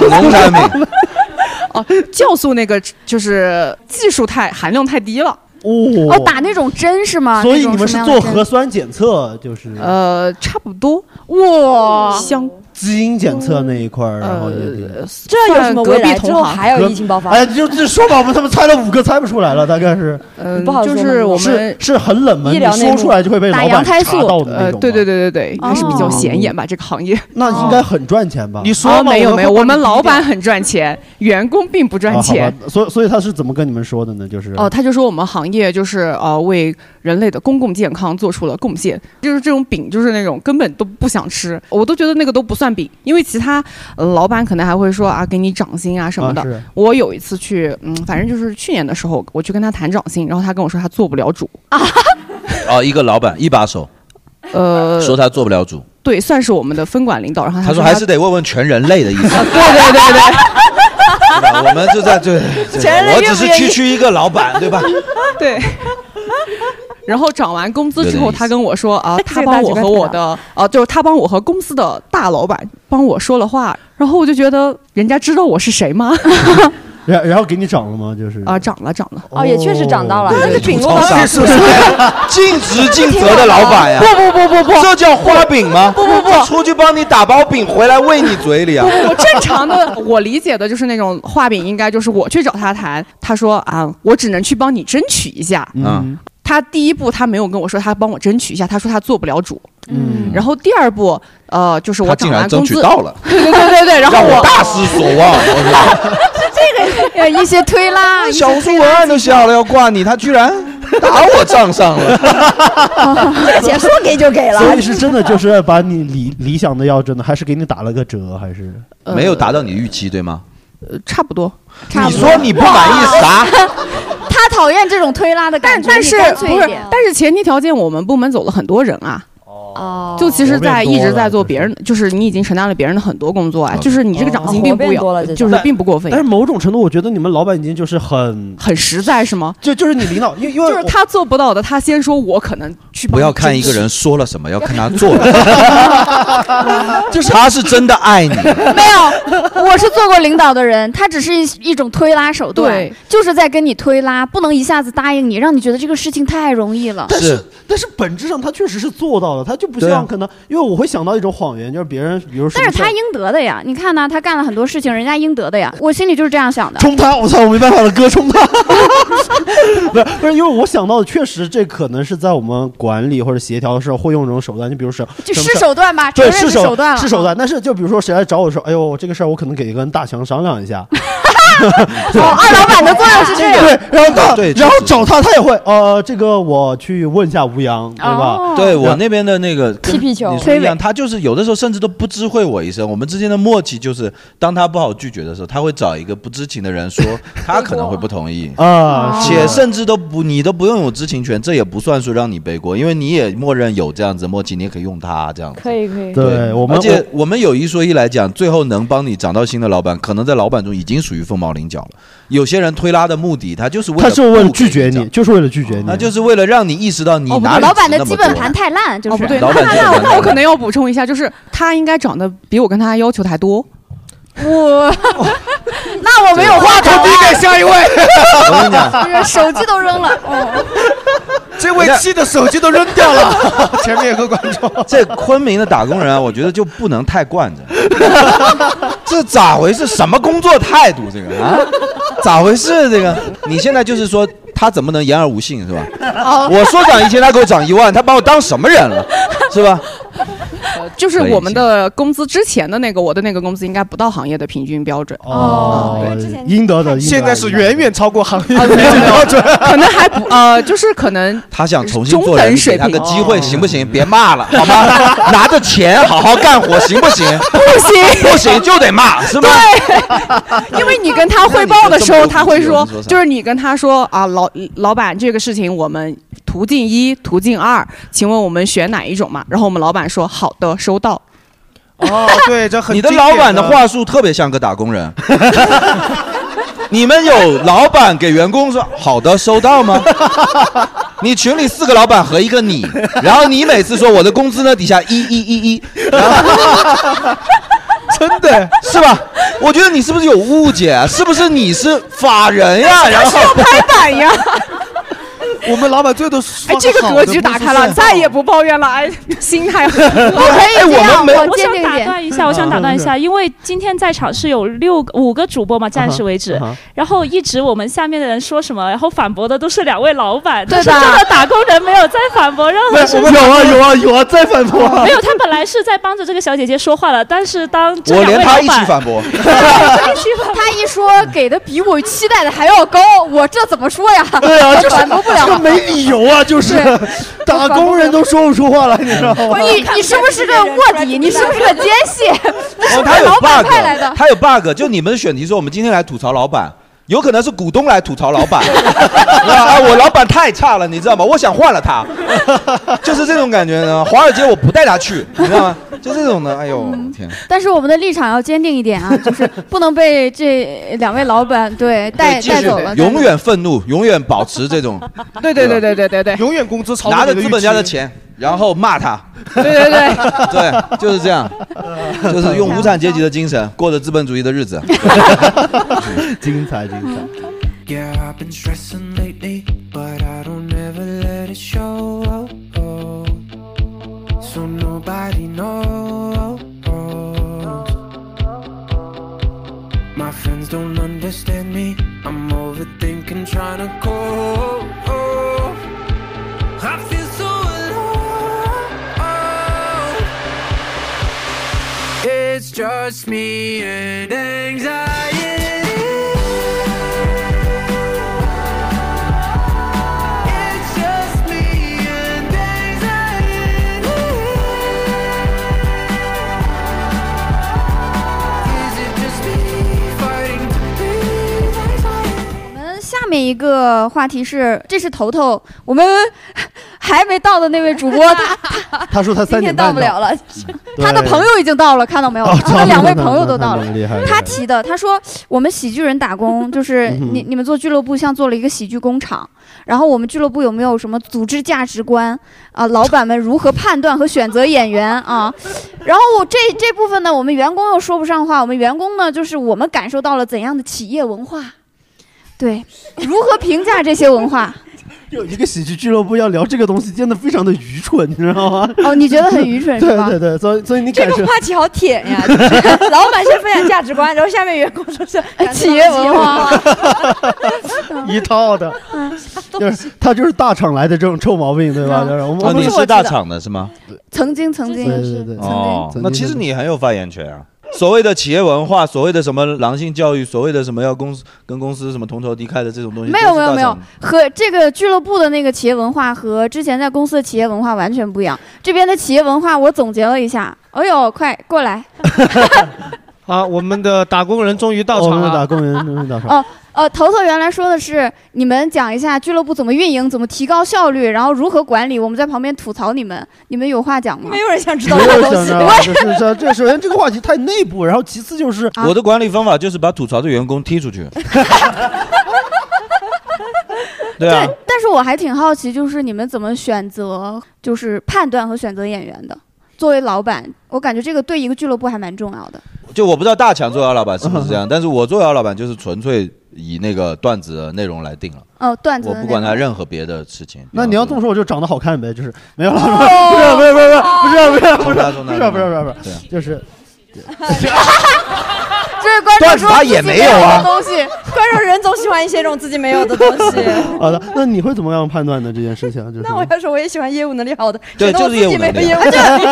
Speaker 2: 农产品，
Speaker 12: 哦，酵素那个就是技术太含量太低了，
Speaker 4: 哦，
Speaker 3: 哦，
Speaker 4: 打那种针是
Speaker 12: 啊
Speaker 4: 吗？
Speaker 3: 所以
Speaker 4: 那
Speaker 3: 你
Speaker 4: 种
Speaker 3: 们
Speaker 4: 什
Speaker 3: 是
Speaker 4: 么样
Speaker 3: 做
Speaker 4: 的
Speaker 3: 核酸检测，就是
Speaker 12: 呃，差不多
Speaker 4: 针哇，
Speaker 12: 相
Speaker 3: 基因检测那一块儿，然后
Speaker 12: 呃
Speaker 3: 也
Speaker 5: 这有什么
Speaker 9: 隔
Speaker 5: 未来
Speaker 9: 壁同
Speaker 5: 之后
Speaker 9: 行
Speaker 5: 还有疫情爆发？
Speaker 3: 哎，就就说吧，我们他们猜了五个，猜不出来了，大概是，
Speaker 9: 嗯
Speaker 12: 呃
Speaker 4: 哦
Speaker 9: 不好说就是我们
Speaker 3: 是是很冷门，
Speaker 9: 医
Speaker 3: 你
Speaker 9: 疗内
Speaker 3: 说
Speaker 9: 幕
Speaker 3: 出来就会被
Speaker 9: 打
Speaker 3: 老
Speaker 9: 羊
Speaker 3: 板
Speaker 9: 胎
Speaker 3: 查
Speaker 9: 素
Speaker 3: 到的那
Speaker 12: 呃，
Speaker 3: 种。
Speaker 12: 对对对对对，
Speaker 4: 哦
Speaker 12: 应该是比较显眼吧，这个行业。
Speaker 3: 那应该很赚钱吧？
Speaker 12: 你
Speaker 3: 说嘛
Speaker 12: 哦没有
Speaker 3: 我们会
Speaker 12: 没有，
Speaker 3: 帮
Speaker 12: 我
Speaker 3: 你
Speaker 12: 们
Speaker 3: 低
Speaker 12: 老板很赚钱，员工并不赚
Speaker 3: 啊
Speaker 12: 钱。
Speaker 3: 好吧所以所以他是怎么跟你们说的呢？就是
Speaker 12: 哦、他就说我们行业就是呃为人类的公共健康做出了贡献，就是这种饼就是那种根本都不想吃，我都觉得那个都不算饼，因为其他、呃老板可能还会说啊给你涨薪啊什么的。
Speaker 9: 啊是
Speaker 12: 我有一次去，嗯，反正就是去年的时候，我去跟他谈涨薪，然后他跟我说他做不了主，
Speaker 2: 哦，一个老板一把手，
Speaker 12: 呃，
Speaker 2: 说他做不了主，
Speaker 12: 对，算是我们的分管领导，然后
Speaker 2: 他
Speaker 12: 说
Speaker 2: 说还是得问问全人类的意思。
Speaker 12: 对对对对。
Speaker 2: 对吧我们就在这， 这
Speaker 12: 全人
Speaker 2: 我
Speaker 12: 愿
Speaker 2: 只
Speaker 12: 不
Speaker 2: 是
Speaker 12: 愿
Speaker 2: 区
Speaker 12: 意
Speaker 2: 区一个老 板，对吧？
Speaker 12: 对。然后涨完工资
Speaker 2: 有
Speaker 12: 之
Speaker 2: 点
Speaker 12: 后，
Speaker 2: 意思
Speaker 12: 他跟我说 啊，他
Speaker 9: 这个
Speaker 12: 帮
Speaker 9: 大
Speaker 12: 我
Speaker 9: 姐
Speaker 12: 和
Speaker 9: 怪
Speaker 12: 我
Speaker 9: 太
Speaker 12: 的啊，就是他帮我和公司的大老板帮我说了话，然后我就觉得人家知道我是谁 吗？
Speaker 3: 然然后给你涨了吗？就是
Speaker 12: 啊，涨了涨了，
Speaker 5: 哦也确实涨到了对对对
Speaker 2: 哦吐槽啥？是不是？ 尽职尽责的老板呀！
Speaker 12: 不不不不不
Speaker 2: 这叫花饼吗？
Speaker 12: 不不不
Speaker 2: 就出去帮你打包饼回来喂你嘴里啊！
Speaker 12: 不不不，正常的，我理解的就是那种画饼，应该就是我去找他谈，他说啊，我只能去帮你争取一下。
Speaker 2: 嗯，
Speaker 12: 他第一步他没有跟我说他帮我争取一下，他说他做不了主。嗯，然后第二步，呃，就是我
Speaker 2: 他竟
Speaker 12: 涨
Speaker 2: 然
Speaker 12: 完
Speaker 2: 争
Speaker 12: 工
Speaker 2: 取
Speaker 12: 资
Speaker 2: 到了
Speaker 12: 对对对对对，然后
Speaker 2: 让我大失所望。 我
Speaker 4: 这 个呃一些推
Speaker 2: 觉得
Speaker 4: 拉，一些
Speaker 2: 小
Speaker 4: 推
Speaker 2: 红书文案都写好了要挂你，他居然打我账上了。
Speaker 5: 这钱说给就给了。
Speaker 3: 所以是真的，就是把你理理想的要真的，还是给你打了个折，还是
Speaker 2: 没有达到你的预期，对吗？
Speaker 12: 呃差不多。
Speaker 2: 你说你不满意啊啥？
Speaker 4: 他讨厌这种推拉的感觉，
Speaker 12: 但是
Speaker 4: 你干脆
Speaker 12: 不
Speaker 4: 一
Speaker 12: 是
Speaker 4: 点？
Speaker 12: 但是前提条件，我们部门走了很多人啊。
Speaker 5: 哦
Speaker 12: 就其实，在
Speaker 4: 活变多
Speaker 12: 一直
Speaker 4: 了
Speaker 12: 在做别人，就是你已经承担了别人的很多工作啊，
Speaker 2: 嗯
Speaker 12: 就是你这个涨薪
Speaker 3: 哦
Speaker 12: 并
Speaker 3: 活
Speaker 12: 不
Speaker 3: 变多了
Speaker 12: 有，
Speaker 3: 这
Speaker 12: 就是
Speaker 3: 种
Speaker 12: 并不过分
Speaker 3: 但。是某种程度，我觉得你们老板已经就是很
Speaker 12: 很实在，是吗？
Speaker 3: 就 就是你领导，因为因为
Speaker 12: 就是他做不到的，他先说我可能去帮
Speaker 2: 不
Speaker 12: 你
Speaker 2: 要看
Speaker 12: 争
Speaker 2: 一个
Speaker 12: 取
Speaker 2: 人说了什么，要看他做了。 就是他是真的爱你，
Speaker 4: 没有，我是做过领导的人，他只是一一种推拉手段
Speaker 12: 对，
Speaker 4: 就是在跟你推拉，不能一下子答应你，让你觉得这个事情太容易了。
Speaker 3: 但是但是本质上他确实是做到了，他就不
Speaker 4: 对啊
Speaker 3: 像可能，因为我会想到一种谎言，就是别人比如说什
Speaker 4: 但
Speaker 3: 么
Speaker 4: 是
Speaker 3: 事儿，
Speaker 4: 他应得的呀，你看呢、他干了很多事情，人家应得的呀。我心里就是这样想的。
Speaker 3: 冲他，我操，我没办法了，哥 冲他！不是不是，因为我想到的确实这可能是在我们管理或者协调的时候会用这种手段，你比如说
Speaker 4: 就
Speaker 3: 什么
Speaker 4: 是
Speaker 3: 事儿
Speaker 4: 手段吧
Speaker 3: 对，
Speaker 4: 承认
Speaker 3: 是
Speaker 4: 是手段了
Speaker 3: 是手段。但是就比如说谁来找我说，哎呦，这个事儿我可能给跟大强商量一下。
Speaker 4: 哦，二老板的作用是 这样。
Speaker 3: 对，然后他，
Speaker 2: 啊对
Speaker 3: 然后找他，他也会，呃，这个我去问一下吴阳，对
Speaker 4: 哦
Speaker 12: 哦
Speaker 3: 吧？
Speaker 2: 对我那边的那个
Speaker 3: 踢皮球
Speaker 2: 你说一样，他就是有的时候甚至都不知会我一声。我们之间的默契就是，当他不好拒绝的时候，他会找一个不知情的人 说，他可能会不同意
Speaker 12: 哦
Speaker 3: 啊是
Speaker 2: 且甚至都不你都不用有知情权，这也不算是让你背锅，因为你也默认有这样子的默契，你也可以用它这样子。
Speaker 5: 可以可以。
Speaker 3: 对我们
Speaker 2: 而且我们有一说一来讲，最后能帮你涨到新的老板，可能在老板中已经属于凤毛麟角了。有些人推拉的目的，他就是为
Speaker 3: 他
Speaker 2: 了
Speaker 3: 是为了拒绝你，就是为了拒绝你
Speaker 2: 那。就是为了让你意识到你
Speaker 12: 哦不对
Speaker 2: 哪里
Speaker 12: 老板
Speaker 2: 值
Speaker 12: 的
Speaker 2: 那么
Speaker 12: 基
Speaker 2: 多
Speaker 12: 本
Speaker 4: 盘太烂，就是
Speaker 12: 哦，不对，
Speaker 2: 老
Speaker 12: 那
Speaker 2: 板
Speaker 12: 那
Speaker 2: 这个
Speaker 12: 那我
Speaker 2: 人
Speaker 12: 那我可能要补充一下，就是他应该长得比我跟他要求还多。
Speaker 4: 我，那我没有话
Speaker 12: 啊
Speaker 4: 筒 了。
Speaker 2: 我跟你 讲
Speaker 4: 不是手机都扔了。哦
Speaker 2: 这
Speaker 7: 位气
Speaker 2: 的手机都扔掉了。前面有个观众，这昆明的打工人啊，我觉得就不能太惯着。这咋回事？什么工作态度？这个啊，咋回事？这个你现在就是说他怎么能言而无信是吧？
Speaker 12: 哦
Speaker 2: 我 说涨一千，他给我涨一万，他把我当什么人了？是吧？
Speaker 12: 就是
Speaker 2: 可以
Speaker 12: 我们的工资之前的那个，我的那个工资应该不到行业的平均标准。
Speaker 3: 哦，应得的，
Speaker 7: 现在是远远超过行业
Speaker 12: 的
Speaker 7: 标准，
Speaker 12: 可能还不呃，就是可能
Speaker 2: 他想重新做
Speaker 12: 中
Speaker 2: 人，
Speaker 12: 等
Speaker 2: 给
Speaker 12: 水
Speaker 2: 他
Speaker 12: 平
Speaker 2: 个机会行不行？别骂了，好吗？拿着钱好好干活，行不行？
Speaker 12: 不行
Speaker 2: 不行就得骂，是吗？
Speaker 12: 因为你跟他汇报的时
Speaker 2: 那
Speaker 12: 候，
Speaker 2: 你就这么
Speaker 12: 他会
Speaker 2: 多
Speaker 12: 说
Speaker 2: 不及格你说，啥
Speaker 12: 就是你跟他说啊，老老板，这个事情我们途径一、途径二，请问我们选哪一种嘛？然后我们老板说好的，收到。
Speaker 7: 哦，对，这很
Speaker 2: 你的
Speaker 7: 经典
Speaker 2: 老板的话术特别像个打工人。 你们有老板给员工说好的收到吗？ 你群里四个老板和一个你，然后你每次说我的工资呢底下一一一一，然后 真的是吧？我觉得你是不是有哎误解啊？是不是你是法人呀、然后
Speaker 12: 是要拍板呀。
Speaker 7: 我们老板最后都是
Speaker 12: 哎，这个格局打开了，再也不抱怨了。哎，心态很
Speaker 8: 我
Speaker 12: 哎我们没
Speaker 8: 我想打断一
Speaker 2: 嗯
Speaker 8: 下，我想打断一
Speaker 2: 啊
Speaker 8: 下，因为今天在场是有六个五个主播嘛，暂时为止
Speaker 2: 嗯
Speaker 12: 啊 哈啊哈。
Speaker 8: 然后一直我们下面的人说什么，然后反驳的都是两位老板，
Speaker 6: 对
Speaker 8: 但
Speaker 6: 的
Speaker 8: 是真的打工人没有在反驳任何事情。
Speaker 3: 有啊有啊有啊，再反驳啊。
Speaker 8: 没有，他本来是在帮着这个小姐姐说话了，但是当这
Speaker 1: 我
Speaker 8: 两
Speaker 1: 连
Speaker 8: 位
Speaker 1: 他
Speaker 8: 老
Speaker 1: 一起
Speaker 8: 板，
Speaker 1: 反 驳，
Speaker 4: 他一说给的比我期待的还要高，我这怎么说呀？
Speaker 3: 对啊，就是
Speaker 4: 我反驳不了。
Speaker 3: 这没理由啊，就是 打工人都说不出话来，你知道吗？
Speaker 4: 你你是不是个卧底？你是不是个奸细？ 你是
Speaker 1: 哦，
Speaker 4: 不
Speaker 1: 他
Speaker 4: 是
Speaker 1: 有
Speaker 4: 老板
Speaker 1: bug，
Speaker 4: 派来的？
Speaker 1: 他有 bug，就你们的选题说我们今天来吐槽老板。有可能是股东来吐槽老板，啊，我老板太差了，你知道吗？我想换了他，就是这种感觉呢。华尔街我不带他去，你知道吗？就这种的，哎呦，天！
Speaker 4: 但是我们的立场要坚定一点啊，就是不能被这两位老板对带
Speaker 1: 继
Speaker 4: 带
Speaker 1: 续
Speaker 4: 走了。
Speaker 1: 永远愤怒，永远保持这种
Speaker 12: 对对对对对对对，
Speaker 7: 永远工资超
Speaker 1: 拿着资本家的钱，然后骂他。
Speaker 12: 对对对，
Speaker 1: 对，就是这样，就是用无产阶级的精神过着资本主义的日子。
Speaker 3: 精彩精彩。
Speaker 11: Yeah, I've been stressing lately, but I don't ever let it show. So nobody knows. My friends don't understand me. I'm overthinking, trying to go. I feel so alone. It's just me and anxiety. It's just me and anxiety. Is it just me fighting to breathe? Anxiety.
Speaker 4: 我们下面一个话题是，这是头头，我们 还没到的那位主播，他
Speaker 3: 他说他
Speaker 4: 今
Speaker 3: 三
Speaker 4: 天
Speaker 3: 点
Speaker 4: 到
Speaker 3: 半
Speaker 4: 不了了，
Speaker 3: 对
Speaker 4: 他的朋友已经到了，看到没有？
Speaker 3: 哦
Speaker 4: 他的两位朋友都
Speaker 3: 那
Speaker 4: 到了
Speaker 3: 那那厉害厉。害
Speaker 4: 他提的，他说我们喜剧人打工，就是
Speaker 3: 嗯哼
Speaker 4: 你你们做俱乐部像做了一个喜剧工厂，然后我们俱乐部有没有什么组织价值观啊？老板们如何判断和选择演员啊？然后我这这部分呢，我们员工又说不上话，我们员工呢，就是我们感受到了怎样的企业文化，对，如何评价这些文化？
Speaker 3: 有一个喜剧俱乐部要聊这个东西，真的非常的愚蠢，你知道吗？
Speaker 4: 哦你觉得很愚 蠢是
Speaker 3: 对
Speaker 4: 吧
Speaker 3: 对对，所以所以你
Speaker 5: 这
Speaker 3: 感受
Speaker 5: 个话题好舔呀！就是老板先分享价值观，然后下面员工说是
Speaker 4: 企业文化，
Speaker 3: 一套 的， 就是他就是大厂来的这种臭毛病，对
Speaker 4: 嗯
Speaker 3: 吧？嗯就是我们
Speaker 1: 哦
Speaker 2: 啊，你是大厂的是吗？
Speaker 4: 曾经曾经
Speaker 3: 对对对对
Speaker 2: 哦，那其实
Speaker 3: 曾经
Speaker 2: 你很有发言权啊。所谓的企业文化，所谓的什么狼性教育，所谓的什么要公司跟公司什么同仇敌忾的这种东西，
Speaker 4: 没有
Speaker 2: 都
Speaker 4: 没
Speaker 2: 是
Speaker 4: 有
Speaker 2: 大
Speaker 4: 没有
Speaker 2: 厂，
Speaker 4: 和这个俱乐部的那个企业文化和之前在公司的企业文化完全不一样。这边的企业文化我总结了一下，哎呦，快过来
Speaker 7: 啊，我们的打工人终于到
Speaker 3: 哦我
Speaker 7: 场
Speaker 3: 们
Speaker 7: 了，
Speaker 3: 的打工人终于到场。
Speaker 4: 哦。呃，头头原来说的是你们讲一下俱乐部怎么运营，怎么提高效率，然后如何管理。我们在旁边吐槽你们，你们有话讲吗？没
Speaker 5: 有人想知
Speaker 3: 没有想到，就是这这首先这个话题太内部，然后其次就是
Speaker 5: 啊
Speaker 2: 我的管理方法就是把吐槽的员工踢出去。对啊，
Speaker 4: 但是我还挺好奇，就是你们怎么选择，就是判断和选择演员的。作为老板，我感觉这个对一个俱乐部还蛮重要的。
Speaker 2: 就我不知道大强作为老板是不是这 样，但是我作为老板就是纯粹以那个段子的内容来定了。
Speaker 4: 哦，段子
Speaker 2: 我
Speaker 4: 的那
Speaker 2: 不
Speaker 4: 个
Speaker 2: 管他任何别的事情。
Speaker 3: 那你要这么说，我就长得好看呗，就是没有了，
Speaker 5: 哦
Speaker 3: 不是不是不是不是不是不是不是不是不是不是，就是
Speaker 4: 这位观
Speaker 3: 段子他也没有啊
Speaker 5: 东西，观众人总喜欢一些这种自己没有的东 西。
Speaker 3: 好的。那你会怎么样判断呢？这件事情就是
Speaker 5: 那我要说，我也喜欢业务能力好的，
Speaker 2: 对
Speaker 5: 显得我
Speaker 2: 就
Speaker 5: 自
Speaker 2: 是业务
Speaker 5: 己没有
Speaker 2: 能力
Speaker 5: 业务
Speaker 2: 好
Speaker 5: 能 力。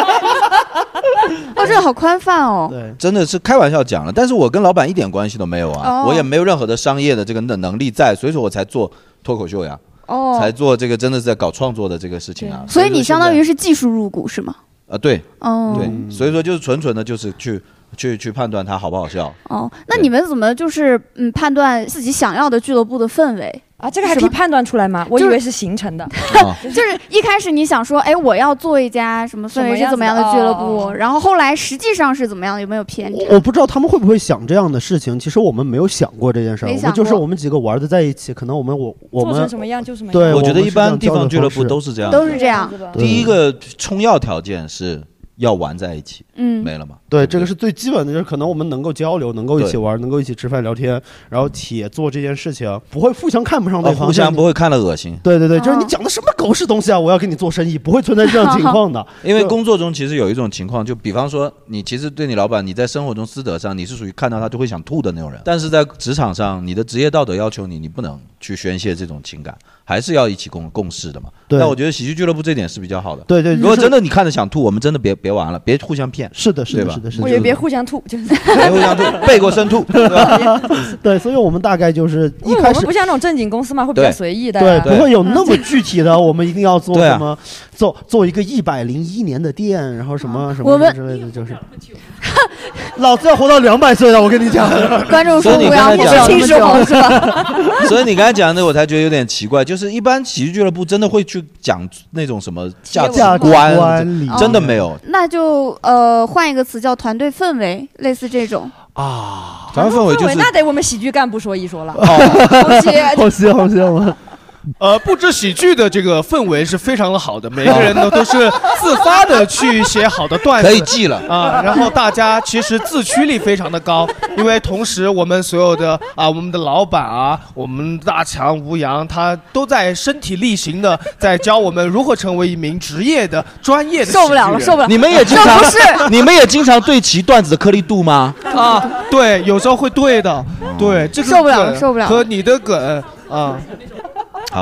Speaker 4: 哦，这个好宽泛哦。
Speaker 2: 真的是开玩笑讲了，但是我跟老板一点关系都没有啊，
Speaker 4: 哦
Speaker 2: 我也没有任何的商业的这个能能力在，所以说我才做脱口秀呀，
Speaker 4: 哦，
Speaker 2: 才做这个真的是在搞创作的这个事情啊。
Speaker 4: 所以你相当
Speaker 2: 于
Speaker 4: 于是技术入股是吗？
Speaker 2: 啊，对，
Speaker 4: 哦
Speaker 3: 嗯
Speaker 2: 对，所以说就是纯纯的，就是去去去判断它好不好笑。
Speaker 4: 哦，那你们怎么就是嗯判断自己想要的俱乐部的氛围
Speaker 5: 啊？这个还可以判断出来吗？我以为是形成的。
Speaker 4: 就是一开始你想说，哎，我要做一家什么氛围是怎么样的俱乐
Speaker 5: 哦
Speaker 4: 部，然后后来实际上是怎么样，有没有偏差？
Speaker 3: 我不知道他们会不会想这样的事情。其实我们没有想过这件事儿，
Speaker 4: 没
Speaker 3: 我
Speaker 4: 想
Speaker 3: 们就是
Speaker 4: 过
Speaker 3: 我们几个玩的在一起，可能我们我我
Speaker 5: 做
Speaker 3: 们
Speaker 5: 成什么样就什么样。
Speaker 3: 对，
Speaker 2: 我觉得
Speaker 3: 们
Speaker 2: 一
Speaker 3: 是这样
Speaker 2: 般地
Speaker 3: 交流
Speaker 2: 方俱
Speaker 3: 方
Speaker 2: 乐部
Speaker 3: 式
Speaker 2: 都是这样
Speaker 4: 都是这样。
Speaker 3: 对
Speaker 2: 第一个冲要条件是要玩在一起，
Speaker 4: 嗯
Speaker 2: 没了嘛。
Speaker 3: 对，这个是最基本的，就是可能我们能够交流，能够一起
Speaker 2: 对
Speaker 3: 玩，能够一起吃饭聊天，然后且做这件事情，不会互相看不上对
Speaker 2: 呃
Speaker 3: 方，
Speaker 2: 互相
Speaker 3: 就是
Speaker 2: 不会看了恶心。。
Speaker 3: 对对对，就是你讲的什么狗屎东西啊！我要跟你做生意，不会存在这样情况 的
Speaker 2: 因为工作中其实有一种情况，就比方说你其实对你老板，你在生活中私德上你是属于看到他就会想吐的那种人，但是在职场上，你的职业道德要求你，你不能去宣泄这种情感，还是要一起共共事的嘛。
Speaker 3: 对
Speaker 2: 那我觉得喜剧俱乐部这点是比较好的。
Speaker 3: 对对
Speaker 2: 如果
Speaker 3: 就是
Speaker 2: 真的你看着想吐，我们真的别别玩了，别互相骗。
Speaker 3: 是的，是
Speaker 2: 对
Speaker 3: 的，
Speaker 2: 吧
Speaker 3: 是的，是
Speaker 5: 我
Speaker 3: 的。
Speaker 5: 觉得别互相吐，就是
Speaker 2: 别互相吐，背过身吐。
Speaker 3: 对，所以我们大概就是一
Speaker 5: 因为我
Speaker 3: 开
Speaker 5: 们
Speaker 3: 始
Speaker 5: 不像那种正经公司嘛，会比较随意的
Speaker 3: 对
Speaker 5: 呀，，嗯
Speaker 3: 不会有那么具体的，我们一定要做
Speaker 2: 对啊
Speaker 3: 什么，做做一个一百零一年的店，然后什么什么什么
Speaker 4: 我们
Speaker 3: 之类的，就是。老子要活到两百岁了，我跟你讲。
Speaker 5: 观众
Speaker 2: 说所以你吴刚才阳讲不是 秦始皇
Speaker 5: 是吧？
Speaker 2: 所以你刚才讲的，我才觉得有点奇怪，就是一般喜剧俱乐部真的会去讲那种什么价值
Speaker 3: 价值
Speaker 2: 观，
Speaker 3: 观哦理
Speaker 2: 真的没有。
Speaker 4: 那就呃换一个词叫团队氛围，类似这种。
Speaker 2: 团队氛围就
Speaker 5: 对，
Speaker 2: 是
Speaker 5: 那得我们喜剧干部说一说了。
Speaker 3: 哦
Speaker 7: 好
Speaker 5: 谢
Speaker 3: 好谢好谢我。
Speaker 7: 呃，布置喜剧的这个氛围是非常的好的，每个人呢都是自发的去写好的段子，
Speaker 2: 可以记了
Speaker 7: 啊。然后大家其实自驱力非常的高，因为同时我们所有的啊，我们的老板啊，我们大强、吴阳，他都在身体力行的在教我们如何成为一名职业的专业的喜剧人
Speaker 2: 你们也经常， 你们也经常对齐段子的颗粒度 吗？
Speaker 7: 啊，对，有时候会对的，对，这个
Speaker 4: 受不了了
Speaker 7: 梗
Speaker 4: 受不了了
Speaker 7: 和你的梗啊。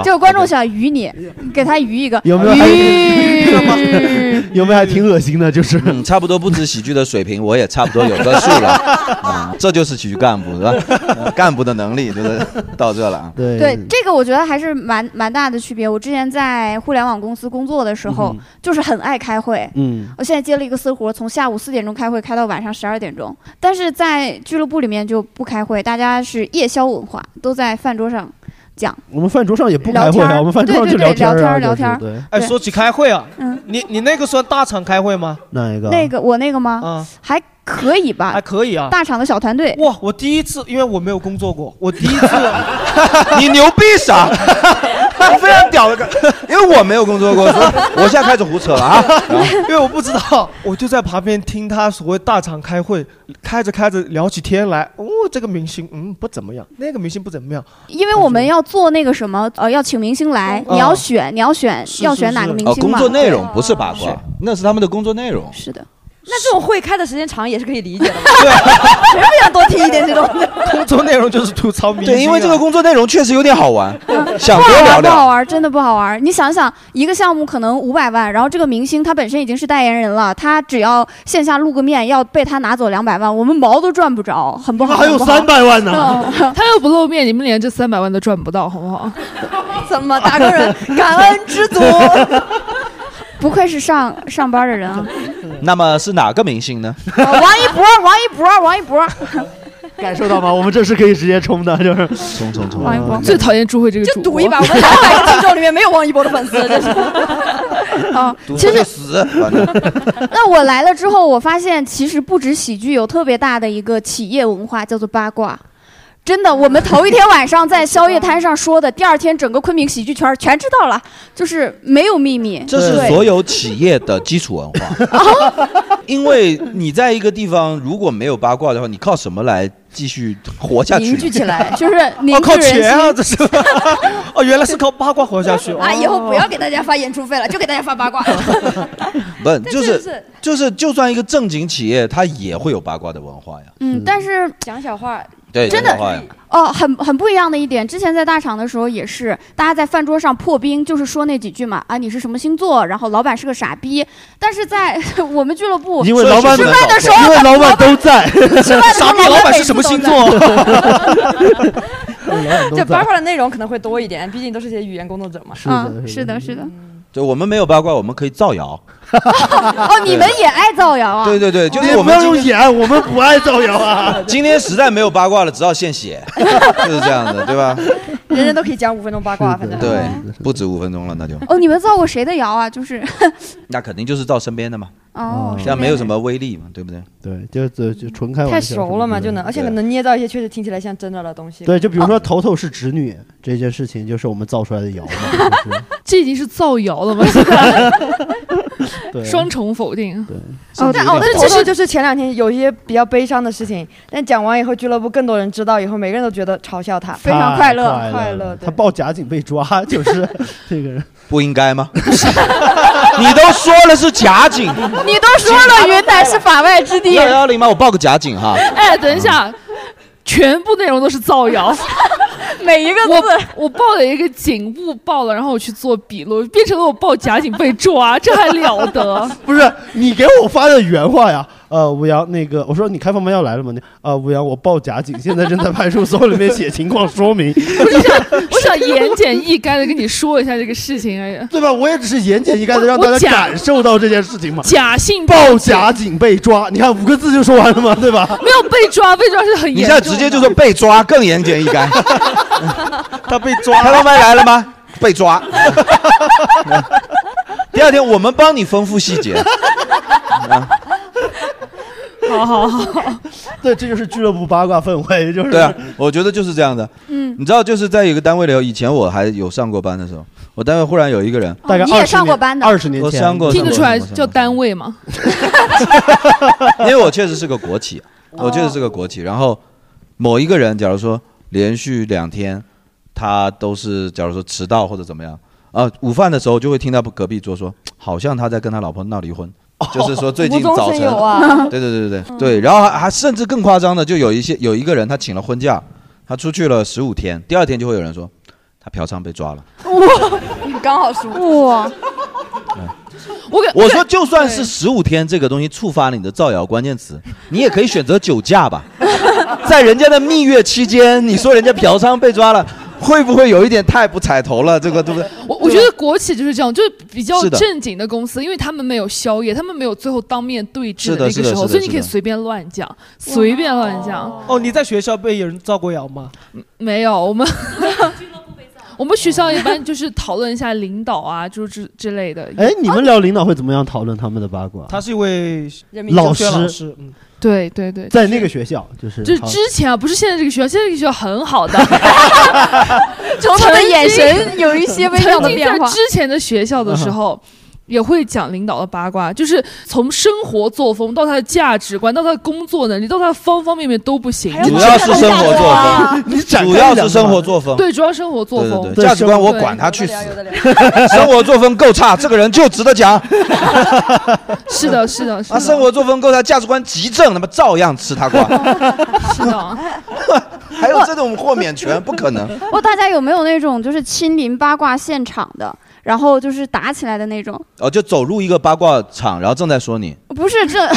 Speaker 4: 这个观众想鱼你，给他鱼一个。
Speaker 3: 有没有
Speaker 4: 鱼？
Speaker 3: 有没有还挺恶心的？就是、
Speaker 2: 嗯、差不多不止喜剧的水平，我也差不多有个数 了。嗯，这就是喜剧干部，是吧？呃干部的能力就是到这了啊。
Speaker 7: 嗯
Speaker 3: 对
Speaker 4: 对，这个我觉得还是蛮蛮大的区别。我之前在互联网公司工作的时候，
Speaker 3: 嗯哼
Speaker 4: 就是很爱开会。
Speaker 3: 嗯，
Speaker 4: 我现在接了一个私活，从下午四点钟开会开到晚上十二点钟。但是在俱乐部里面就不开会，大家是夜宵文化，都在饭桌上讲。
Speaker 3: 我们饭桌上也不开会
Speaker 4: 聊天
Speaker 3: 啊，
Speaker 4: 儿
Speaker 3: 我们饭桌上就
Speaker 4: 对对对
Speaker 3: 天儿啊，
Speaker 4: 聊天儿
Speaker 3: 就是
Speaker 4: 聊天儿
Speaker 7: 哎，
Speaker 4: 对
Speaker 7: 说起开会啊，
Speaker 4: 嗯
Speaker 7: 你你那个算大厂开会吗？
Speaker 3: 哪一个
Speaker 4: 那个我那个吗？还可以吧，还
Speaker 7: 啊可以啊
Speaker 4: 大厂的小团队。
Speaker 7: 哇，我第一次，因为我没有工作过，我第一 次，
Speaker 2: 你牛逼啥？非常屌的个，因为我没有工作过，所以我现在开始胡扯了啊。
Speaker 7: 因为我不知道，我就在旁边听他所谓大厂开会，开着开着聊起天来，哦，这个明星嗯不怎么样，那个明星不怎么样，
Speaker 4: 因为我们要做那个什么，呃，要请明星来，
Speaker 7: 嗯
Speaker 4: 你要选，你要选， 要选哪个明
Speaker 2: 哦，
Speaker 4: 星
Speaker 2: 工
Speaker 4: 嘛？
Speaker 2: 作内容不是八卦，那是他们的工作内容。
Speaker 4: 是的。
Speaker 5: 那这种会开的时间长也是可以理解的嘛， 谁不想多听一点 这种的？
Speaker 7: 工作内容就是吐槽明星啊、
Speaker 2: 对，因为这个工作内容确实有点好 玩，想
Speaker 4: 不
Speaker 2: 多
Speaker 4: 好
Speaker 2: 聊
Speaker 4: 玩，不好
Speaker 2: 聊。
Speaker 4: 玩，真的不好玩。你想想，一个项目可能五百万，然后这个明星他本身已经是代言人了，他只要线下露个面，要被他拿走两百万，我们毛都赚不着，很不好。
Speaker 3: 还有
Speaker 4: 很不好嗯
Speaker 3: 300万呢
Speaker 6: 他又不露面，你们连这三百万都赚不到，好不好？
Speaker 5: 怎么打 工人 感恩知足？
Speaker 4: 不愧是上上班的人啊！
Speaker 2: 那么是哪个明星呢？
Speaker 4: 呃王一博，王一博，王一博，
Speaker 3: 感受到 吗？我们这是可以直接冲呃的，就是
Speaker 2: 冲冲冲！
Speaker 6: 王一博最讨厌朱慧这个主播，就
Speaker 5: 赌一把，我们两百个听众里面没有王一博的粉丝， 真是。
Speaker 4: 啊，
Speaker 2: 赌
Speaker 4: 其
Speaker 2: 博就
Speaker 4: 实
Speaker 2: 死，反正
Speaker 4: 那我来了之后，我发现其实不止喜剧有特别大的一个企业文化，叫做八卦。真的，我们头一天晚上在宵夜摊上说的，第二天整个昆明喜剧圈儿全知道了，就是没有秘密。
Speaker 2: 这是
Speaker 4: 对哦
Speaker 2: 所有企业的基础文化，因为你在一个地方如果没有八卦的话，你靠什么来继续活下去？
Speaker 4: 凝聚起 来， 就是凝
Speaker 7: 哦
Speaker 4: 聚
Speaker 7: 靠
Speaker 4: 人心
Speaker 7: 钱啊，这是，哦原来是靠八卦活下去
Speaker 4: 哎
Speaker 5: 啊，
Speaker 2: 哦
Speaker 5: 以后不要给
Speaker 7: 家。
Speaker 5: 大家发演出费了，就给大家 发八卦。
Speaker 2: 不就是
Speaker 5: 是
Speaker 2: 就是，就算一个正经企业，它也会有八卦的文化呀。
Speaker 4: 嗯，但是
Speaker 5: 讲小话，
Speaker 2: 对，
Speaker 4: 真
Speaker 2: 有文 化呀
Speaker 4: 的哦，很很不一样的一点。之前在大厂的时候也是，大家在饭桌上破冰，就是说那几句嘛，啊，你是什么星座，然后老板是个傻逼。但是在 我们俱乐部，
Speaker 3: 因为老板
Speaker 4: 吃饭的时候，
Speaker 3: 因为老板都在，
Speaker 4: 吃饭的时候老板每次都在
Speaker 5: 这八卦的内容可能会多一点，毕竟都是些语言工作者嘛。
Speaker 4: 嗯，是的，是的。
Speaker 2: 就我们没有八卦，我们可以造谣。
Speaker 3: 啊
Speaker 4: 哦，你们也爱造谣啊？
Speaker 2: 对对对，就是我
Speaker 3: 不
Speaker 2: 们
Speaker 3: 要
Speaker 2: 今
Speaker 3: 用
Speaker 2: 天
Speaker 3: 演，我们不爱造谣啊。
Speaker 2: 今天实在没有八卦了，只好献 血，就是这样的，对吧？
Speaker 5: 人人都可以讲五分钟八卦，反正
Speaker 2: 对，
Speaker 6: 嗯
Speaker 2: 不止五分钟了，那就
Speaker 4: 哦，你们造过谁的谣啊？ 就是，
Speaker 2: 那肯定就是造身边的嘛，
Speaker 4: 哦，
Speaker 2: 这样没有什么威力嘛，对不对？
Speaker 3: 对，就 就就纯开玩笑。
Speaker 5: 太熟了嘛，就能，而且
Speaker 3: 对
Speaker 5: 能捏造一些确实听起来像真的的东西。
Speaker 3: 对，就比如说头头是侄女这件事情，就是我们造出来的谣嘛。
Speaker 6: 这已经是造谣了吗？
Speaker 3: 对
Speaker 6: 双重否定。
Speaker 5: 哦，
Speaker 6: 对
Speaker 5: 但哦，
Speaker 6: 对
Speaker 5: 但
Speaker 6: 其
Speaker 5: 其
Speaker 6: 实
Speaker 5: 实就是前两天有一些比较悲伤的事情，但讲完以后，俱乐部更多人知道以后，每个人都觉得嘲笑他，
Speaker 3: 太
Speaker 5: 乐，
Speaker 3: 快
Speaker 5: 快乐。
Speaker 3: 他报假警被抓，就是这个 人。
Speaker 2: 不应该吗？你都说了是假警，
Speaker 6: 你都说 了云南 是法外之
Speaker 2: 幺幺零吗？我报个假警哈。
Speaker 6: 哎，等一下，全部内容都是造 谣，
Speaker 4: 每一个
Speaker 6: 字我。我报了一个警误报了，然后我去做笔录，变成了我报假警被抓，这还了得？
Speaker 3: 不是你给我发的原话呀？呃，吴阳，那个我说你开放麦要来了吗？你呃，吴阳，我报假警，现在正在派出所里面写情况说明，
Speaker 6: 我想言简意赅的跟你说一下这个事情而已。
Speaker 3: 对吧？我也只是言简意赅的让
Speaker 6: 我
Speaker 3: 大家
Speaker 6: 假
Speaker 3: 感受到这件事情嘛。
Speaker 6: 假性
Speaker 3: 报假警被抓，你看五个字就说完了嘛，对 吧？
Speaker 6: 没有被抓，被抓是很
Speaker 2: 你
Speaker 6: 严
Speaker 2: 现在
Speaker 6: 重的。
Speaker 2: 直接就说被抓更言简意 赅。
Speaker 7: 他被抓
Speaker 2: 开放麦来了吗？被抓。 第二天我们帮你丰富细节。
Speaker 6: 好 好好，
Speaker 3: 对，这就是俱乐部八卦氛围，就是
Speaker 2: 对啊，我觉得就是这样的。
Speaker 4: 嗯
Speaker 2: 你知道，就是在一个单位里，以前我还有上过班的时候，我单位忽然有一个人，
Speaker 3: 大概
Speaker 6: 哦你也20上过年班的
Speaker 3: 二十年
Speaker 2: 我
Speaker 3: 前
Speaker 2: 上过，
Speaker 6: 听得
Speaker 2: 上过
Speaker 6: 出来
Speaker 2: 上过
Speaker 6: 叫单位吗？
Speaker 2: 因为我确实是个国企，
Speaker 5: 哦
Speaker 2: 我确实是个国企。然后某一个人，假如说连续两天他都是，假如说迟到或者怎么样，啊，午饭的时候就会听到隔壁桌说，好像他在跟他老婆闹离婚。就是说，最近
Speaker 5: 哦无中
Speaker 2: 早
Speaker 5: 生
Speaker 2: 晨，
Speaker 5: 有 啊
Speaker 2: 对对对对对对，然后还还甚至更夸张的，就有一些有一个人他请了婚假，他出去了十五天，第二天就会有人说他嫖娼被抓了。
Speaker 5: 哇，你刚好哎说哇，
Speaker 6: 我给
Speaker 2: 我说，就算是十五天这个东西触发了你的造谣关键词，你也可以选择酒驾吧。 在人家的蜜月期间，你说人家嫖娼被抓了，会不会有一点太不彩头了？这个对不对？
Speaker 6: 我我觉得国企就是这样，就是比较
Speaker 2: 是的
Speaker 6: 正经的公司，因为他们没有宵夜，他们没有最后当面对质
Speaker 2: 是的
Speaker 6: 那
Speaker 2: 是
Speaker 6: 个
Speaker 2: 的
Speaker 6: 时候，
Speaker 2: 是的
Speaker 6: 所以你
Speaker 2: 是
Speaker 6: 可以
Speaker 2: 的
Speaker 6: 随便乱讲，随便乱讲。
Speaker 7: 哦，你在学校被有人造过谣吗？
Speaker 6: 没有，我们我们学校
Speaker 2: 哦
Speaker 6: 一般就是讨论一下领导啊， 就是之之类的。哦
Speaker 3: 哎，你们聊领导会怎么样讨论他们的八卦？
Speaker 7: 他是一位
Speaker 6: 人民
Speaker 3: 老
Speaker 6: 中
Speaker 3: 师
Speaker 6: 学，老师
Speaker 7: 嗯，
Speaker 6: 对对对，
Speaker 3: 在那个学校就是
Speaker 6: 就是
Speaker 3: 好
Speaker 6: 之前啊，不是现在这个学校，现在这个学校很 好的，
Speaker 5: 从他的眼神有一些微妙的
Speaker 6: 曾经
Speaker 5: 变化
Speaker 6: 在之前的学校的时
Speaker 2: 嗯
Speaker 6: 候。也会讲领导的八卦，就是从生活作风到他的价值观，到他的工作能力，到他的方方面面都不行。
Speaker 2: 主要是生活作风，主要是生活作风。
Speaker 6: 啊对，主要生活作
Speaker 2: 对
Speaker 6: 风
Speaker 2: 对，对，价值观我管他去死， 生活作风够 差，这个人就值得 讲。
Speaker 6: 是的，是的，是
Speaker 2: 啊，
Speaker 6: 的，
Speaker 2: 生活作风够差，价值观极正，他妈照样吃他瓜。
Speaker 6: 是的。
Speaker 2: 还有这种豁免权，不可能。
Speaker 4: 不，大家有没有那种就是亲临八卦现场的，然后就是打起来的那种？
Speaker 2: 哦，就走入一个八卦场，然后正在说你，
Speaker 4: 不是这，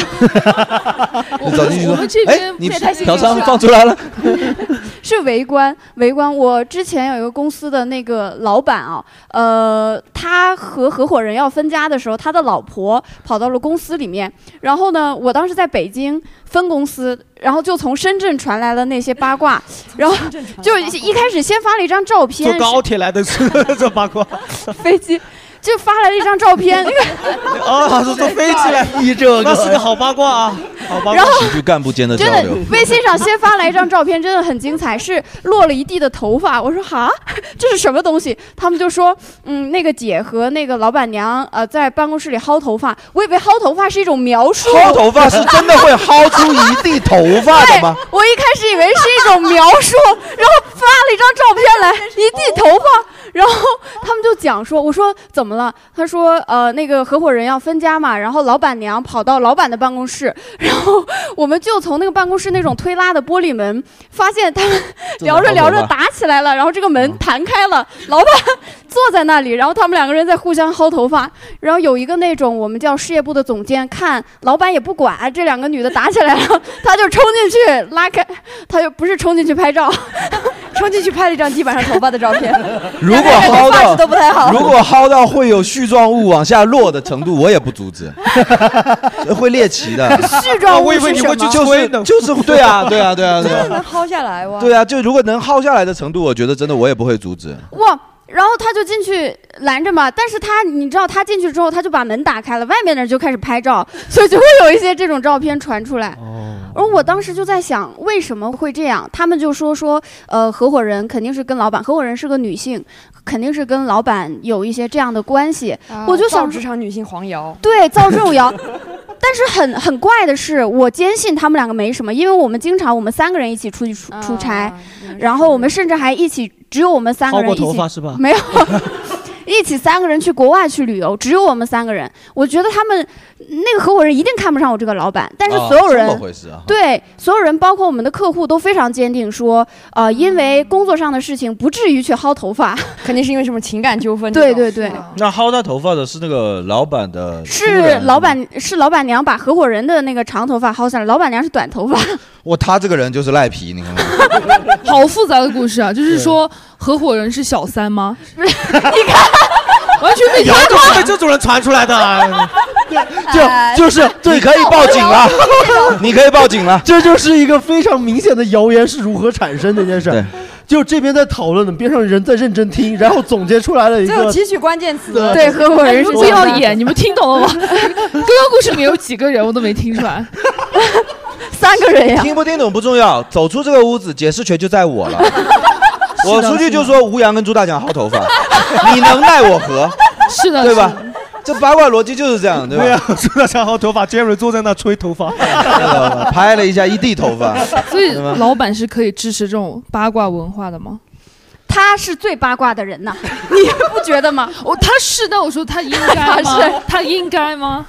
Speaker 2: 你走进去说
Speaker 4: 我们这，边
Speaker 2: 哎，你
Speaker 4: 变态性
Speaker 2: 嫖
Speaker 4: 人士
Speaker 2: 娼
Speaker 4: 啊
Speaker 2: 放出来了。
Speaker 4: 是围观，围观。我之前有一个公司的那个老板啊，呃，他和合伙人要分家的时候，他的老婆跑到了公司里面。然后呢，我当时在北京分公司，然后就从深圳传来了那些八卦，然后就一开始先发了一张照片，
Speaker 7: 坐高铁来的是 这八卦。
Speaker 4: 飞机。就发来了一张照 片，那个
Speaker 2: 哦
Speaker 7: 啊，是坐飞机来，
Speaker 2: 哎
Speaker 3: 你这个
Speaker 7: 那是个好八卦啊，好八卦。
Speaker 4: 然后
Speaker 2: 喜剧干部间的交
Speaker 4: 真的
Speaker 2: 流。，
Speaker 4: 微信上先发来一张照片，真的很精彩，是落了一地的头发。我说哈， 这是什么东西？他们就说，嗯，那个姐和那个老板娘呃在办公室里薅头发。我以为薅头发是一种描述，
Speaker 2: 薅头发是真的会薅出一地头发的 吗？
Speaker 4: 我一开始以为是一种描述，然后发了一张照片来，一地头发。然后他们就讲说，我说怎么了？他说呃，那个合伙人要分家嘛，然后老板娘跑到老板的办公室，然后我们就从那个办公室那种推拉的玻璃门，发现他们聊着聊着打起来了，然后这个门弹开了，老板坐在那里，然后他们两个人在互相薅头发，然后有一个那种我们叫事业部的总监看老板也不管，这两个女的打起来了， 他就冲进去拉开， 他就不是冲进去拍照，
Speaker 5: 冲进去拍了一张地板上头发的照片。
Speaker 2: 如果
Speaker 5: 两个人
Speaker 2: 薅
Speaker 5: 的发质都不太
Speaker 2: 到，
Speaker 5: 好，
Speaker 2: 如果薅到会有絮状物往下落的程度，我也不阻 止，会猎奇的。
Speaker 5: 絮状物是什么我以
Speaker 2: 啊
Speaker 5: 为你会去
Speaker 2: 就是
Speaker 5: 吹呢
Speaker 2: 就是对啊对啊对啊对
Speaker 5: 真的能
Speaker 2: 啊
Speaker 5: 薅下来哇！
Speaker 2: 对啊，就如果能薅下来的程度，我觉得真的我也不会阻止。
Speaker 4: 哇！然后他就进去拦着嘛，但是他你知道他进去之后，他就把门打开了，外面的人就开始拍照，所以就会有一些这种照片传出来。而我当时就在想，为什么会这样？他们就说说，呃，合伙人肯定是跟老板，合伙人是个女性，肯定是跟老板有一些这样的关系。我就
Speaker 5: 造
Speaker 4: 想
Speaker 5: 职场女性黄瑶，
Speaker 4: 对，造这种谣。 但是很很怪的是，我坚信他们两个没什么，因为我们经常我们三个人一起出去出
Speaker 5: 啊
Speaker 4: 出差，然后我们甚至还一起，只有我们三个
Speaker 13: 薅
Speaker 4: 人
Speaker 13: 过
Speaker 4: 一起，
Speaker 13: 头发是吧
Speaker 4: 没有， 一起三个人去国外去旅游，只有我们三个人。我觉得他们那个合伙人一定看不上我这个老板，但是所有人、
Speaker 2: 啊这么回事啊
Speaker 4: 对所有人，包括我们的客户都非常坚定说，呃，因为工作上的事情不至于去薅头发，
Speaker 5: 肯定是因为什么情感纠纷。
Speaker 4: 对对对，
Speaker 2: 那薅他头发的是那个老板的夫
Speaker 4: 是
Speaker 2: 人
Speaker 4: 老板是老板娘把合伙人的那个长头发薅下来，老板娘是短头发。
Speaker 2: 哇，他这个人就是赖皮，你看看。
Speaker 6: 好复杂的故事啊！就是说，合伙人是小三吗？你看，完
Speaker 2: 哎
Speaker 6: 全被
Speaker 7: 谣
Speaker 6: 他
Speaker 7: 都是被这种人传出来的啊，
Speaker 2: 就就是
Speaker 7: 对可以报警
Speaker 11: 啊
Speaker 7: 了
Speaker 2: 哎 你可以报警了。
Speaker 3: 这就是一个非常明显的谣言是如何产生的一件事儿。就这边在讨论的，边上人在认真听，然后总结出来了一
Speaker 5: 只有
Speaker 3: 个。
Speaker 5: 提取关键词。
Speaker 3: 对合伙人是
Speaker 6: 哎你们不要
Speaker 3: 小三
Speaker 6: 演，你们听懂 了吗？刚刚故事里面有几个人我都没听出来，
Speaker 4: 三个人呀
Speaker 2: 听不听懂不重要，走出这个屋子，解释权就在我 了。
Speaker 6: 是的
Speaker 2: 我出去就说吴阳跟朱大强薅头发，你能奈我何？
Speaker 6: 是的
Speaker 2: 对吧？这八卦逻辑就是这样，对吧？
Speaker 7: 对啊，梳到长好头发，Jerry 坐在那吹头发，
Speaker 2: 拍了一下一地头发，
Speaker 6: 所以
Speaker 2: 对吧
Speaker 6: 老板是可以支持这种八卦文化的吗？
Speaker 4: 他是最八卦 的人呐，你不觉得吗？
Speaker 6: 我哦他是，但我说 他应该吗？
Speaker 4: 是
Speaker 6: 他应该吗？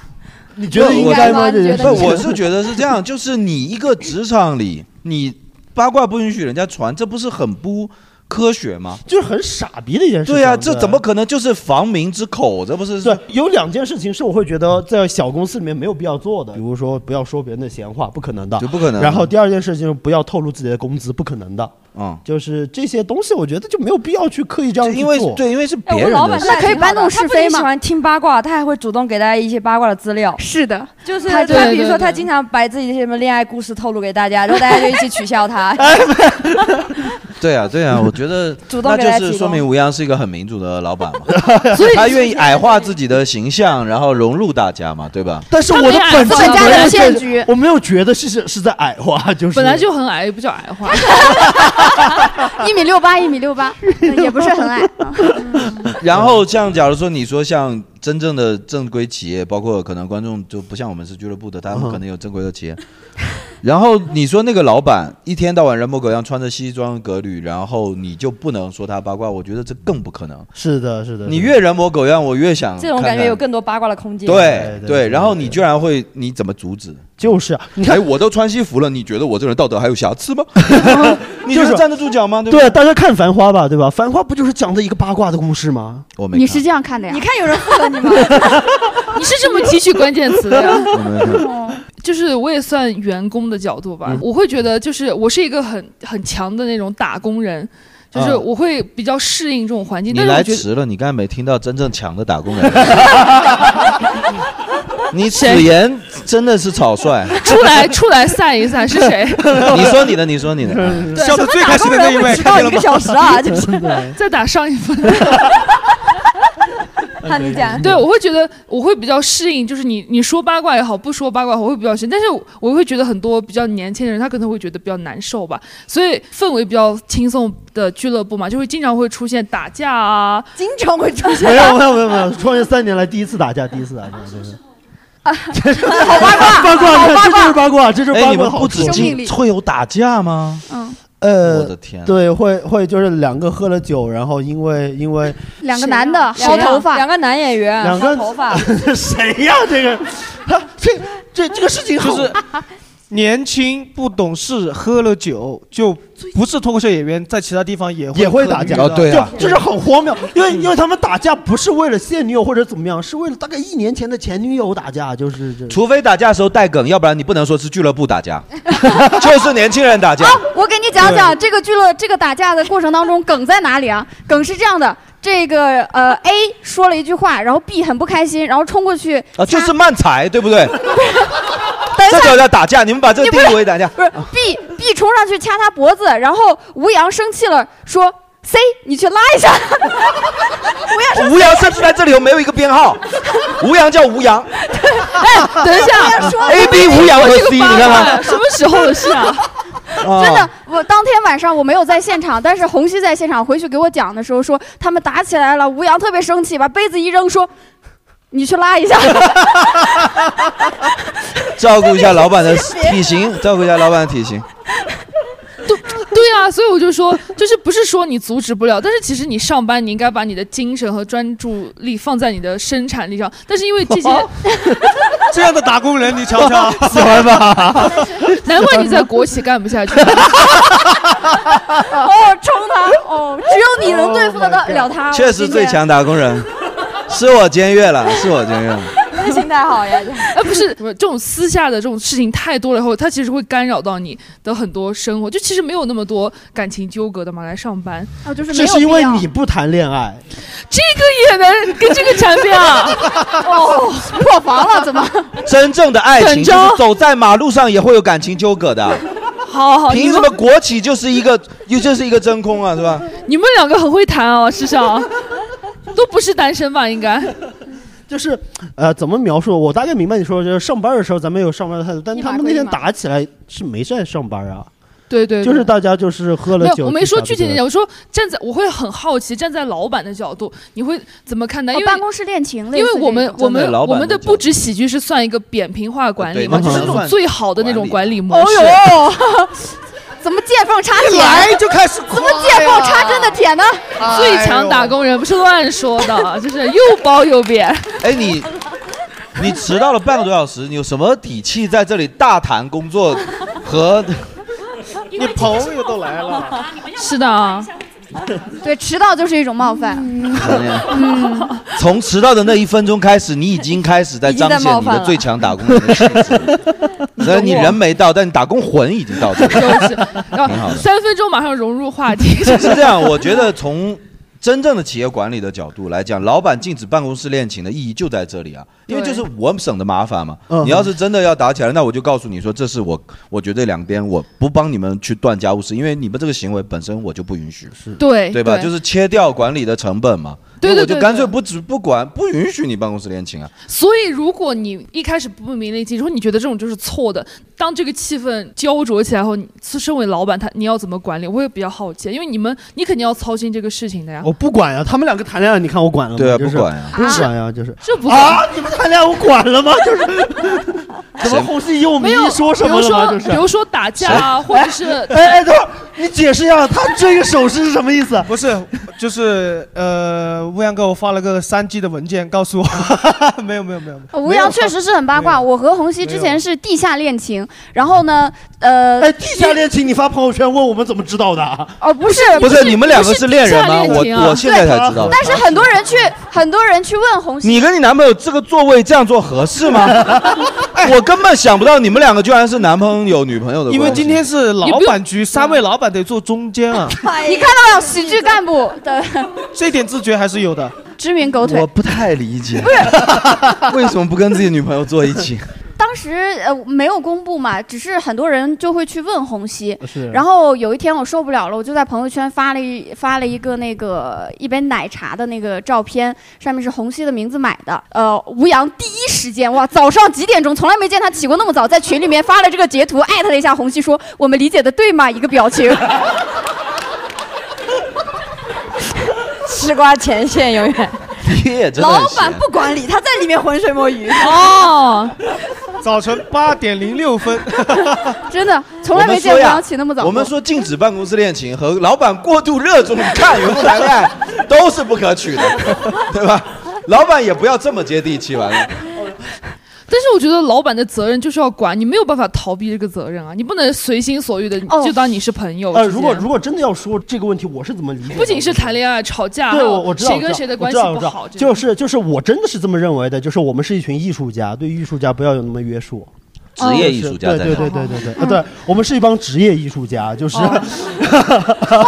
Speaker 3: 你
Speaker 6: 觉得应该吗
Speaker 2: 不
Speaker 6: 你觉得
Speaker 2: 不
Speaker 6: 应该
Speaker 2: 我是觉得是这样，就是你一个职场里，你八卦不允许人家传，这不是很不科学吗？
Speaker 3: 就是很傻逼的一件事情。
Speaker 2: 对呀、啊这怎么可能就是防民之口？这不是
Speaker 3: 对，有两件事情是我会觉得在小公司里面没有必要做的，比如说不要说别人的闲话，不可能的，
Speaker 2: 就不可能
Speaker 3: 然后第二件事情是不要透露自己的工资，不可能的。
Speaker 2: 嗯，
Speaker 3: 就是这些东西，我觉得就没有必要去刻意这样去
Speaker 2: 因为
Speaker 3: 做
Speaker 2: 对因为是
Speaker 5: 哎，我老板现在挺好的他不仅喜欢听八卦，他还会主动给大家一些八卦的资料。
Speaker 4: 是的，
Speaker 5: 就是
Speaker 4: 他
Speaker 5: 他，
Speaker 4: 对
Speaker 5: 比如
Speaker 4: 对对
Speaker 5: 说他经常把自己的什么恋爱故事透露给大家，然后大家就一起取笑他。
Speaker 2: 对啊，对啊，我觉得
Speaker 5: 主动
Speaker 2: 那
Speaker 5: 给大家
Speaker 2: 就
Speaker 5: 提供
Speaker 2: 是说明吴央是一个很民主的老板嘛，
Speaker 6: 所以
Speaker 2: 他愿意矮化自己的形象，然后融入大家嘛，对吧？
Speaker 3: 但是我的
Speaker 6: 哎
Speaker 3: 本质
Speaker 6: 他没
Speaker 3: 没
Speaker 6: 有
Speaker 3: 有在
Speaker 6: 矮骗局，
Speaker 3: 我没有觉得是是是在矮化，就是
Speaker 6: 本来就很矮，也不叫矮 化。
Speaker 4: 一米六八，一米六八， 也不是很矮。
Speaker 2: 然后像假如说你说像真正的正规企业，包括可能观众就不像我们是俱乐部的，他们可能有正规的 企业。然后你说那个老板一天到晚人模狗样，穿着西装革履，然后你就不能说他八卦，我觉得这更不可能。
Speaker 3: 是的，是的，
Speaker 2: 你越人模狗样，我越想
Speaker 5: 这种感
Speaker 2: 看看
Speaker 5: 觉有更多八卦的空间。
Speaker 2: 对对，然后你居然会，你怎么阻止？哎
Speaker 3: 就是啊，你
Speaker 2: 看我都穿西服了，你觉得我这人道德还有瑕疵吗？你觉得站得住脚吗？对不
Speaker 3: 对，啊大家看《繁花》吧，对吧？《繁花》不就是讲的一个八卦的故事吗？
Speaker 2: 我
Speaker 4: 你是这样看的呀？你
Speaker 5: 看有人附和你吗？
Speaker 6: 你是这么提取关键词的 呀？
Speaker 2: 哦
Speaker 6: 就是我也算员工的角度吧，
Speaker 2: 嗯
Speaker 6: 我会觉得就是我是一个很很强的那种打工人，就是
Speaker 2: 啊
Speaker 6: 我会比较适应这种环境。
Speaker 2: 你
Speaker 6: 但是我
Speaker 2: 来
Speaker 6: 觉得
Speaker 2: 迟了，你刚才没听到真正强的打工 人。你此言真的是草 率。？
Speaker 6: 出来出来散一散是谁
Speaker 2: 你说你的，你说你的，
Speaker 6: 对什么打工人会迟到一个小时 啊， 就是再打上一 分。
Speaker 5: 嗯汉子讲
Speaker 6: 对，我会觉得我会比较适应，就是你你说八卦也好，不说八卦也好我会比较适应。但是我我会觉得很多比较年轻的人，他可能会觉得比较难受吧，所以氛围比较轻松的俱乐部嘛，就会经常会出现打架 啊，
Speaker 5: 经常会出
Speaker 3: 没有没有没有没有，创业三年来第一次打架，第一次 打架，真是。
Speaker 5: 好八卦，
Speaker 3: 八卦，你看这
Speaker 5: 好
Speaker 3: 就是八卦，这就是八卦
Speaker 2: 哎，你们
Speaker 3: 的好
Speaker 2: 不
Speaker 3: 处
Speaker 2: 止进会有打架吗？
Speaker 4: 嗯，
Speaker 3: 呃，
Speaker 2: 我的天啊
Speaker 3: 对，会会就是两个喝了酒，然后因为因为
Speaker 4: 两个男的
Speaker 5: 谁呀
Speaker 4: 薅头发，
Speaker 5: 两个男演员
Speaker 3: 两个
Speaker 5: 薅头 发，
Speaker 3: 谁呀？这个，他这这这个事情就是
Speaker 7: 年轻不懂事，喝了酒就不是脱口秀演员，在其他地方也会哦
Speaker 3: 也会打架，
Speaker 7: 喝
Speaker 3: 就就是很荒谬，因为因为他们打架不是为了现女友或者怎么样，是为了大概一年前的前女友打架，就是这。
Speaker 2: 除非打架的时候带梗，要不然你不能说是俱乐部打 架，就是年轻人打
Speaker 6: 啊
Speaker 2: 架。
Speaker 4: 我给你讲讲这个俱乐这个打架的过程当中梗在哪里啊？梗是这样的，这个呃 A 说了一句话，然后 B 很不开心，然后冲过去，
Speaker 2: 啊，就是慢踩，对不对？
Speaker 4: 等一
Speaker 2: 这
Speaker 4: 下
Speaker 2: 就叫打架，你们把这个
Speaker 4: 你不
Speaker 2: 定
Speaker 4: 是
Speaker 2: 义为打架。
Speaker 4: 不是 B B 冲上去掐他脖子，然后吴阳生气了，说 C 你去拉一下。 吴阳说
Speaker 2: 啊吴阳甚至在这里头没有一个编 号，吴阳叫吴阳，
Speaker 6: 哎，等一下
Speaker 2: 说 A B 吴阳和 C，你看看
Speaker 6: 什么时候的事啊？
Speaker 4: 真的，我当天晚上我没有在现场，但是红熙在现场回去给我讲的时候说，他们打起来了，吴阳特别生气，把杯子一扔说。你去拉 一下，
Speaker 2: 照顾一下老板的体型，照顾一下老板的体型。
Speaker 6: 对啊，所以我就说，就是不是说你阻止不了，但是其实你上班你应该把你的精神和专注力放在你的生产力上。但是因为这些，
Speaker 7: 这样的打工人，你瞧 瞧，
Speaker 6: 喜欢 吧？ 难怪你在国企干不下 去。
Speaker 4: 哦，冲他！哦，只有你能对付得到了他。
Speaker 2: Oh 确实最强打工人，是我僭越了，是我僭越了。
Speaker 4: 今天，心态好呀！
Speaker 6: 哎，不是，不是这种私下的这种事情太多了以后，它其实会干扰到你的很多生活。就其实没有那么多感情纠葛的嘛，来上班
Speaker 4: 啊，就是
Speaker 3: 这是因为你不谈恋爱，
Speaker 6: 这个也能跟这个产品啊？
Speaker 4: 哦，破防了，怎么？
Speaker 2: 真正的爱情
Speaker 4: 等
Speaker 2: 就
Speaker 4: 着
Speaker 2: 是走在马路上也会有感情纠葛的。
Speaker 6: 好好，
Speaker 2: 凭什么国企就是一个又就是一个真空啊，是吧？
Speaker 6: 你们两个很会谈哦，世上都不是单身吧？应该
Speaker 3: 就是呃，怎么描述？我大概明白你说，就是上班的时候咱们有上班的态度，但他们那天打起来是没在上班啊，
Speaker 6: 对对，对
Speaker 3: 就是大家就是喝
Speaker 6: 没
Speaker 3: 了
Speaker 6: 有，
Speaker 3: 酒。
Speaker 6: 我没说具体
Speaker 3: 的
Speaker 6: 的点，我说站在我会很好奇，站在老板的角度，你会怎么看待？因为
Speaker 4: 哦办公室恋情，
Speaker 6: 因为我们我
Speaker 2: 站在
Speaker 6: 们
Speaker 2: 老板的
Speaker 6: 我们的不止喜剧是算一个扁平化管理嘛，
Speaker 2: 对
Speaker 6: 就是那种
Speaker 2: 算
Speaker 6: 最好的那种管理模
Speaker 4: 哦
Speaker 6: 式。
Speaker 4: 呦， 怎么见缝插
Speaker 6: 一
Speaker 4: 针？
Speaker 6: 来就开始
Speaker 4: 怎么见缝插针的舔呢？
Speaker 6: 最强打工人不是乱说的，就是又包又扁。
Speaker 2: 哎，你你迟到了半个多小时，你有什么底气在这里大谈工作和？
Speaker 7: 你朋友都来了，
Speaker 6: 是的啊，
Speaker 4: 对，迟到就是一种冒犯。嗯，
Speaker 2: 从迟到的那一分钟开始，你已经开始在彰
Speaker 4: 已经在
Speaker 2: 显
Speaker 4: 冒
Speaker 2: 你
Speaker 4: 犯
Speaker 2: 的
Speaker 4: 了
Speaker 2: 最强打工人的气质。虽然你人没到，但你打工魂已经到这里了，
Speaker 6: 然
Speaker 2: 挺好
Speaker 6: 后
Speaker 2: 的
Speaker 6: 三分钟马上融入 话题。
Speaker 2: 是这样，我觉得从真正的企业管理的角度来讲，老板禁止办公室恋情的意义就在这里啊，因为
Speaker 6: 对
Speaker 2: 就是我省的麻烦嘛。
Speaker 3: 嗯
Speaker 2: 你要是真的要打起来，那我就告诉你说，这是我，我觉得两边我不帮你们去断家务事，因为你们这个行为本身我就不允许。是
Speaker 6: 对
Speaker 2: 对吧？
Speaker 6: 对
Speaker 2: 就是切掉管理的成本嘛。
Speaker 6: 对对
Speaker 2: 那我就
Speaker 6: 对
Speaker 2: 干脆不只不管，不允许你办公室恋情啊。
Speaker 6: 所以，如果你一开始不明令禁止，或你觉得这种就是错的，当这个气氛焦灼起来后，你身为老板他你要怎么管理？我也比较好奇，因为你们你肯定要操心这个事情的呀。
Speaker 3: 我不管呀、他们两个谈恋爱，你看我管了吗？
Speaker 2: 对啊
Speaker 3: 就是
Speaker 2: 不管呀
Speaker 3: 不管呀、就是
Speaker 6: 这不
Speaker 3: 啊，你们谈恋爱我管了吗？就是怎么红信又
Speaker 6: 没
Speaker 3: 迷
Speaker 6: 有
Speaker 3: 说什么了吗？就是
Speaker 6: 比如说比如说打架啊，或者 是
Speaker 3: 哎哎，等会儿你解释一下，他这个手势是什么意思？
Speaker 7: 不是，就是呃，乌阳给我发了个三 G 的文件，告诉我， 没有没有没有，没有
Speaker 4: 吴阳确实是很八卦。我和红熙之前是地下恋情，然后呢，呃，
Speaker 3: 哎，地下恋情你发朋友圈问我们怎么知道的啊？
Speaker 4: 哦，不是，
Speaker 2: 不是你们两个是恋人吗？我
Speaker 5: 啊
Speaker 2: 我现在才知道。
Speaker 4: 但是很多人去，很多人去问红熙，
Speaker 2: 你跟你男朋友这个座位这样做合适 吗？哎我根本想不到你们两个居然是男朋友女朋友的关系。
Speaker 7: 因为今天是老板局，三位老板得坐中间 啊，
Speaker 4: 你看到了喜剧干部的
Speaker 7: 这点自觉还是有的。
Speaker 4: 知名狗腿
Speaker 2: 我。不太理解，为什么不跟自己女朋友坐一起？
Speaker 4: 当时呃没有公布嘛，只是很多人就会去问红熙。
Speaker 2: 是
Speaker 4: 然后有一天我受不了了，我就在朋友圈发了一发了一个那个一杯奶茶的那个照片，上面是红熙的名字买的。呃，吴阳第一时间哇，早上几点钟从来没见他起过那么早，在群里面发了这个截图，艾特了一下红熙说我们理解的对吗？一个表情。
Speaker 5: 吃瓜前线永远。
Speaker 2: 你也哎真的
Speaker 5: 老
Speaker 2: 很闲
Speaker 5: 板不管理，他在里面浑水摸鱼。
Speaker 6: 哦，
Speaker 7: 早晨八点零六分，
Speaker 4: 真的从
Speaker 2: 我
Speaker 4: 来
Speaker 2: 们
Speaker 4: 没见
Speaker 2: 说
Speaker 4: 吴
Speaker 2: 呀
Speaker 4: 阳起那么早过。
Speaker 2: 我们说禁止办公室恋情和老板过度热衷于看员工谈恋爱都是不可取的，对吧？老板也不要这么接地气， 完了。
Speaker 6: 但是我觉得老板的责任就是要管，你没有办法逃避这个责任啊，你不能随心所欲的就当你是朋友。
Speaker 3: 呃，
Speaker 6: 之间
Speaker 3: 如果如果真的要说这个问题，我是怎么理解的？
Speaker 6: 不仅是谈恋爱、吵架，还
Speaker 3: 对，
Speaker 6: 有
Speaker 3: 我我知道，
Speaker 6: 谁
Speaker 3: 我知
Speaker 6: 跟
Speaker 3: 道
Speaker 6: 谁的
Speaker 3: 我
Speaker 6: 关
Speaker 3: 知
Speaker 6: 系
Speaker 3: 道我
Speaker 6: 不
Speaker 3: 知道
Speaker 6: 好，这种
Speaker 3: 就是就是我真的是这么认为的，就是我们是一群艺术家，对艺术家不要有那么约束。
Speaker 2: 职业艺术家
Speaker 3: 对对
Speaker 2: 在
Speaker 3: 对对
Speaker 2: 哪
Speaker 3: 对对，啊对我们是一帮职业艺术家，就是
Speaker 6: 哦，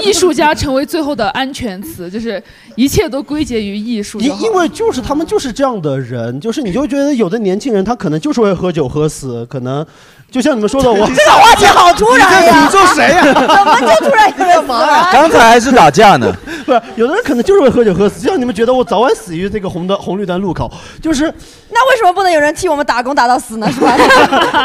Speaker 6: 艺术家成为最后的安全词，就是一切都归结于艺术就
Speaker 3: 因
Speaker 6: 好。
Speaker 3: 因为就是他们就是这样的人，就是你就觉得有的年轻人他可能就是会喝酒喝死，可能就像你们 说的，我
Speaker 5: 这个话题好突然呀！
Speaker 7: 你这诅咒谁啊 呀
Speaker 5: 怎么就突 然有人嘛
Speaker 2: 刚才还是打架呢，
Speaker 3: 不是有的人可能就是会喝酒喝死，就像你们觉得我早晚死于这个红灯红绿灯路口，就是
Speaker 5: 那为什么不能有人替我们打工打到死呢？是吧？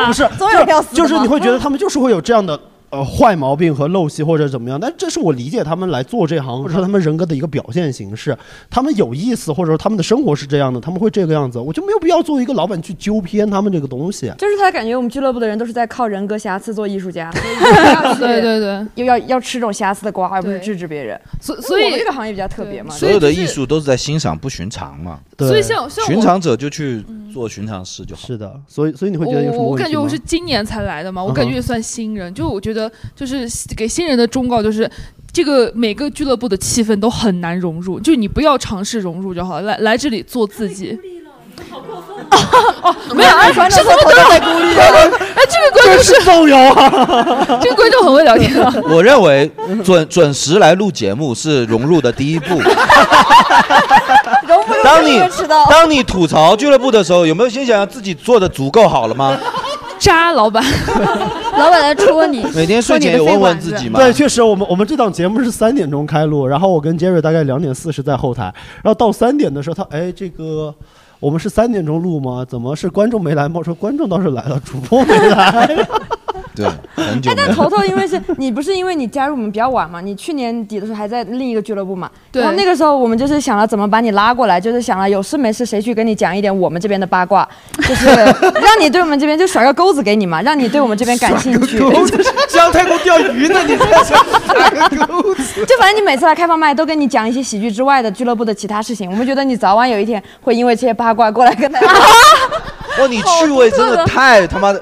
Speaker 3: 不是，
Speaker 5: 总有人要死的
Speaker 3: 就
Speaker 5: 嘛
Speaker 3: 是你会觉得他们就是会有这样的呃坏毛病和陋习或者怎么样，但这是我理解他们来做这行或者说他们人格的一个表现形式。他们有意思，或者说他们的生活是这样的，他们会这个样子，我就没有必要作为一个老板去纠偏他们这个东西。
Speaker 5: 就是他感觉我们俱乐部的人都是在靠人格瑕疵做艺术家，
Speaker 6: 对对对，
Speaker 5: 又要要吃这种瑕疵的瓜，而不是制止别人。
Speaker 6: 所
Speaker 5: 所以我们这个行业比较特别嘛，
Speaker 2: 所有的艺术都是在欣赏不寻常嘛。
Speaker 5: 对所以像像我
Speaker 2: 寻常者就去做寻常事就好。
Speaker 3: 是的，所以所以你
Speaker 2: 会
Speaker 6: 我我感觉我是今年才来的嘛，我感觉也算新人。就我觉得，就是给新人的忠告就是。这个每个俱乐部的气氛都很难融入，就你不要尝试融入就好，来来这里做自己。哦，没有，哎，是怎么都
Speaker 5: 太孤立了。
Speaker 6: 哎，这个观众是
Speaker 3: 造谣
Speaker 6: 啊！这个观众很会聊天啊。
Speaker 2: 我认为准 准时来录节目是融入的第一步。当你当你吐槽俱乐部的时候，有没有先想想自己做的足够好了吗？
Speaker 6: 渣 老板，
Speaker 5: 老板来戳你
Speaker 2: 每天睡前也问问自己嘛。
Speaker 3: 对，确实，我们我们这档节目是三点钟开录，然后我跟杰瑞大概两点四十在后台，然后到三点的时候，他哎，这个我们是三点钟录吗？怎么是观众没来吗？我说观众倒是来了，主播没来。
Speaker 2: 对，很久
Speaker 5: 哎，但头头因为是你不是因为你加入我们比较晚嘛？你去年底的时候还在另一个俱乐部嘛？
Speaker 6: 对
Speaker 5: 然后那个时候我们就是想了怎么把你拉过来，就是想了有事没事谁去跟你讲一点我们这边的八卦，就是让你对我们这边就甩个钩子给你嘛，让你对我们这边感兴 趣。
Speaker 7: 像太空钓鱼呢，你这是
Speaker 5: 就反正你每次来开放麦都跟你讲一些喜剧之外的俱乐部的其他事情，我们觉得你早晚有一天会因为这些八卦过来跟大家。
Speaker 2: 哇，你趣味真的太他妈的，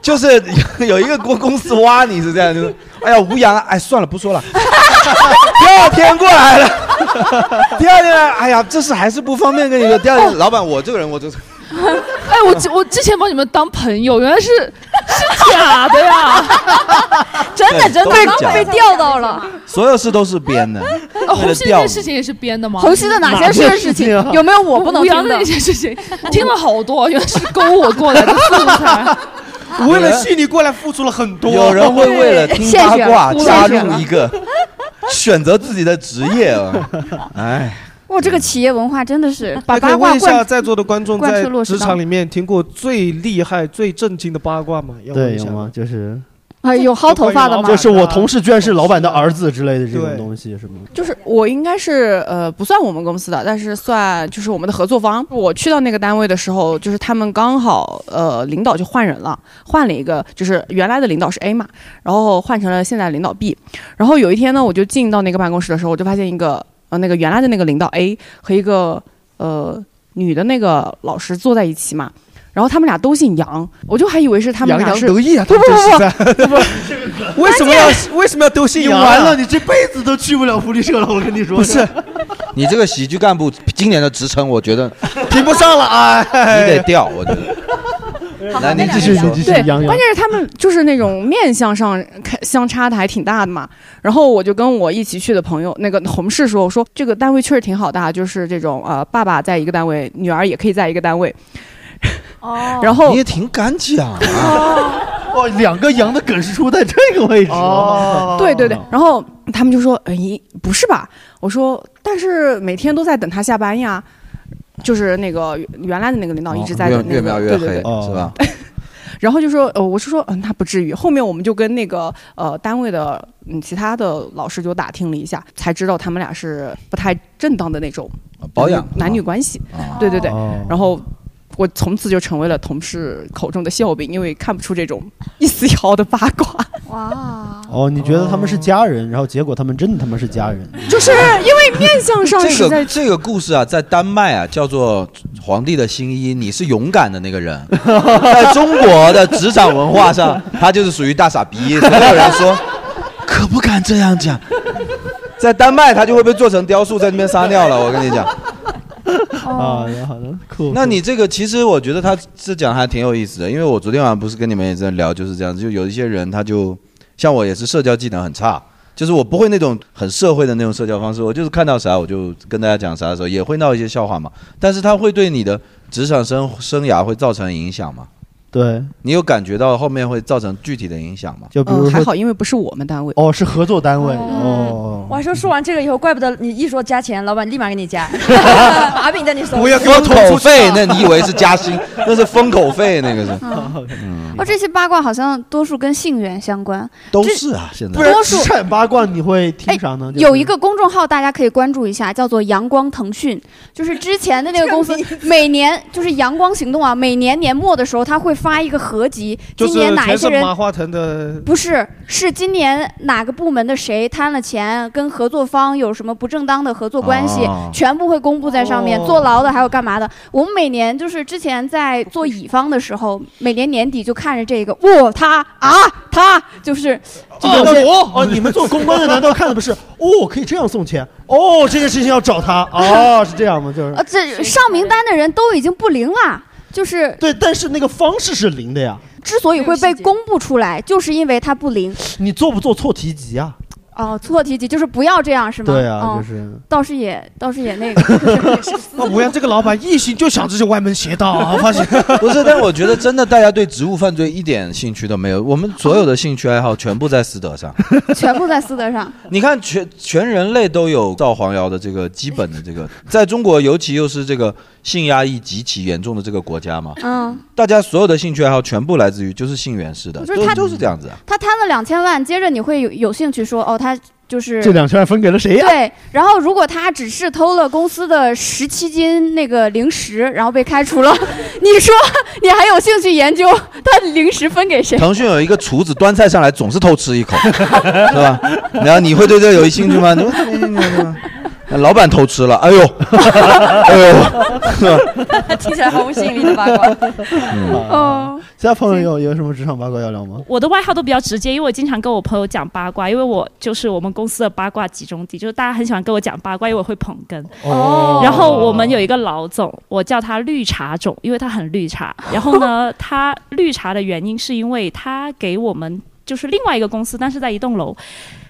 Speaker 2: 就是有有一个公公司挖你是这样，就是哎呀吴阳，哎算了不说了，第二天过来了，第二天来哎呀这事还是不方便跟你说，第二天老板我这个人我就是。
Speaker 6: 哎，我之我之前把你们当朋友，原来是是假的呀！
Speaker 5: 真
Speaker 2: 的对真的都是假的被
Speaker 5: 钓到了。
Speaker 2: 所有事都是编的，
Speaker 6: 哦，
Speaker 2: 为
Speaker 6: 红
Speaker 2: 了
Speaker 6: 熙那
Speaker 2: 钓
Speaker 6: 件
Speaker 2: 你
Speaker 6: 事情也是编的吗？
Speaker 5: 红熙的哪些是事情哪件 事情啊有没有我不能
Speaker 6: 吴阳
Speaker 5: 听的
Speaker 6: 那些事情？听了好多，原来是勾我过来的素材。
Speaker 4: 啊
Speaker 7: 我为了吸引你过来付出了很多。
Speaker 2: 有人会为了听八卦
Speaker 5: 对
Speaker 2: 加
Speaker 5: 谢谢
Speaker 2: 入一个选择自己的职业啊，哎。
Speaker 4: 哇，这个企业文化真的是 把
Speaker 7: 还可以
Speaker 4: 八卦
Speaker 7: 问一下
Speaker 4: 灌
Speaker 7: 在座的观众，
Speaker 4: 贯
Speaker 7: 在
Speaker 4: 彻落实
Speaker 7: 职
Speaker 4: 到
Speaker 7: 场里面听过最厉害、最震惊的八卦吗？要问
Speaker 3: 对，
Speaker 7: 一
Speaker 3: 有
Speaker 7: 下。
Speaker 3: 吗？就是
Speaker 4: 啊，有薅头发的吗？
Speaker 3: 就是我同事居然是老板的儿子之类的这种东西，是吗？
Speaker 12: 就是我应该是呃不算我们公司的，但是算就是我们的合作方。我去到那个单位的时候，就是他们刚好呃领导就换人了，换了一个就是原来的领导是 A 嘛，然后换成了现在领导 B。然后有一天呢，我就进到那个办公室的时候，我就发现一个呃那个原来的那个领导 A 和一个呃女的那个老师坐在一起嘛。然后他们俩都姓杨，我就还以为是他们
Speaker 7: 洋
Speaker 12: 俩
Speaker 7: 洋
Speaker 12: 是
Speaker 7: 得意啊！
Speaker 12: 不不
Speaker 7: 他们
Speaker 12: 不
Speaker 7: 真
Speaker 12: 不
Speaker 7: 是
Speaker 12: 不
Speaker 7: 在，为什么要为什么要丢信
Speaker 3: 你
Speaker 7: 仰啊？
Speaker 3: 完了，你这辈子都去不了福利社了，我跟你说。
Speaker 7: 不是，
Speaker 2: 你这个喜剧干部今年的职称，我觉 得
Speaker 7: 评不上了啊！
Speaker 12: 哎
Speaker 2: 你得调，我觉得。来，您继续说。
Speaker 12: 对，关键是他们就是那种面相上看相差的还挺大的嘛。然后我就跟我一起去的朋友那个同事说，我说这个单位确实挺好的啊，就是这种呃，爸爸在一个单位，女儿也可以在一个单位。
Speaker 5: 哦
Speaker 12: 然后
Speaker 2: 你也挺敢讲啊！
Speaker 3: 哦哇，两个羊的梗是出在这个位置哦
Speaker 12: 对对对，然后他们就说：“哎，不是吧？”我说：“但是每天都在等他下班呀。”就是那个原来的那个领导一直在
Speaker 2: 哦越
Speaker 12: 等那个
Speaker 2: 越描越
Speaker 12: 对
Speaker 2: 黑哦
Speaker 12: 对对
Speaker 2: 是吧？
Speaker 12: 然后就说，呃，我是说，嗯，那不至于。后面我们就跟那个呃单位的嗯其他的老师就打听了一下，才知道他们俩是不太正当的那种
Speaker 2: 呃
Speaker 12: 呃
Speaker 2: 保养啊
Speaker 12: 男女关系。对对对，然后。我从此就成为了同事口中的笑柄，因为看不出这种一丝一毫的八 卦。
Speaker 3: 哦，你觉得他们是家人，然后结果他们真的他妈是家人。
Speaker 12: 就是因为面相上
Speaker 2: 这
Speaker 12: 实在
Speaker 2: 个这个故事啊，在丹麦啊叫做《皇帝的新衣》，你是勇敢的那个 人。在中国的职场文化上，他就是属于大傻逼，所有人说可不敢这样 讲。在丹麦，他就会被做成雕塑在那边撒尿了。我跟你讲，
Speaker 7: 哦
Speaker 3: 啊，
Speaker 4: 哦
Speaker 3: 好的，酷。
Speaker 2: 那你这个其实我觉得他这讲还挺有意思的，因为我昨天晚上不是跟你们也在聊，就是这样，就有一些人他就像我也是社交技能很差，就是我不会那种很社会的那种社交方式，我就是看到啥我就跟大家讲啥的时候也会闹一些笑话嘛，但是他会对你的职场生生涯会造成影响嘛？
Speaker 3: 对，
Speaker 2: 你有感觉到后面会造成具体的影响吗？
Speaker 3: 就比如说
Speaker 12: 还好，因为不是我们单位。
Speaker 3: 哦，是合作单位哦。
Speaker 5: 我还说说完这个以后，怪不得你一说加钱，老板立马给你加， 把柄在你手里。
Speaker 2: 封口费，那你以为是加薪？那是封口费，那个是。
Speaker 4: 哦，这些八卦好像多数跟性缘相关，
Speaker 2: 都
Speaker 4: 这
Speaker 2: 是啊，现在
Speaker 3: 不然
Speaker 4: 多
Speaker 3: 职
Speaker 4: 数哎
Speaker 3: 场八卦你会听啥呢？就是
Speaker 4: 有一个公众号，大家可以关注一下，叫做“阳光腾讯”，就是之前的那个公 司，每年就是“阳光行动”啊，每年年末的时候，他会发一个合集，
Speaker 7: 就
Speaker 4: 今
Speaker 7: 是
Speaker 4: 年哪一
Speaker 7: 全
Speaker 4: 些
Speaker 7: 是
Speaker 4: 人
Speaker 7: 马化腾的
Speaker 4: 不是，是今年哪个部门的谁贪了钱，跟合作方有什么不正当的合作关系，
Speaker 13: 哦
Speaker 4: 全部会公布在上面。
Speaker 13: 哦
Speaker 4: 坐牢的还有干嘛的？我们每年就是之前在做乙方的时候，每年年底就看着这个，哇，他啊，他就是就有些
Speaker 3: 哦哦，你们做公关的难道看的不是哦？可以这样送钱哦？这件事情要找他 哦，是这样吗？就是
Speaker 4: 呃，这上名单的人都已经不灵了，就是
Speaker 3: 对，但是那个方式是零的呀。
Speaker 4: 之所以会被公布出来，就是因为他不灵。
Speaker 3: 你做不做错题集啊？
Speaker 4: 哦，错题集就是不要这样，是吗？
Speaker 3: 对啊，
Speaker 4: 嗯
Speaker 3: 就是
Speaker 4: 倒是也倒是也那个，
Speaker 7: 那吴啊阳这个老板一心就想这些歪门邪道啊，发现
Speaker 2: 不是，但我觉得真的，大家对职务犯罪一点兴趣都没有。我们所有的兴趣爱好全部在私德上。
Speaker 4: 全部在私德上。
Speaker 2: 你看全全人类都有造黄谣的这个基本的这个，在中国尤其又是这个性压抑极其严重的这个国家嘛，
Speaker 4: 嗯，
Speaker 2: 大家所有的兴趣爱好全部来自于就是性缘式的，
Speaker 4: 就是
Speaker 2: 都
Speaker 4: 他
Speaker 2: 都是这样子啊。
Speaker 4: 他贪了两千万，接着你会有有兴趣说，哦，他就是
Speaker 3: 这两千万分给了谁呀？
Speaker 4: 对，然后如果他只是偷了公司的十七斤那个零食，然后被开除了， 你说你还有兴趣研究他零食分给谁？
Speaker 2: 腾讯有一个厨子端菜上来总是偷吃一口，是吧？然后你会对这个有兴趣吗？你会老板偷吃了，哎呦，哎呦，
Speaker 5: 听起来毫无吸引力的八卦。
Speaker 3: 哦，其他朋友有有什么职场八卦要聊吗？
Speaker 8: 我的外号都比较直接，因为我经常跟我朋友讲八卦，因为我就是我们公司的八卦集中地，就是大家很喜欢跟我讲八卦，因为我会捧哏。
Speaker 13: 哦
Speaker 8: 然后我们有一个老总，我叫他绿茶总，因为他很绿茶。然后呢，他绿茶的原因是因为他给我们就是另外一个公司，但是在一栋楼。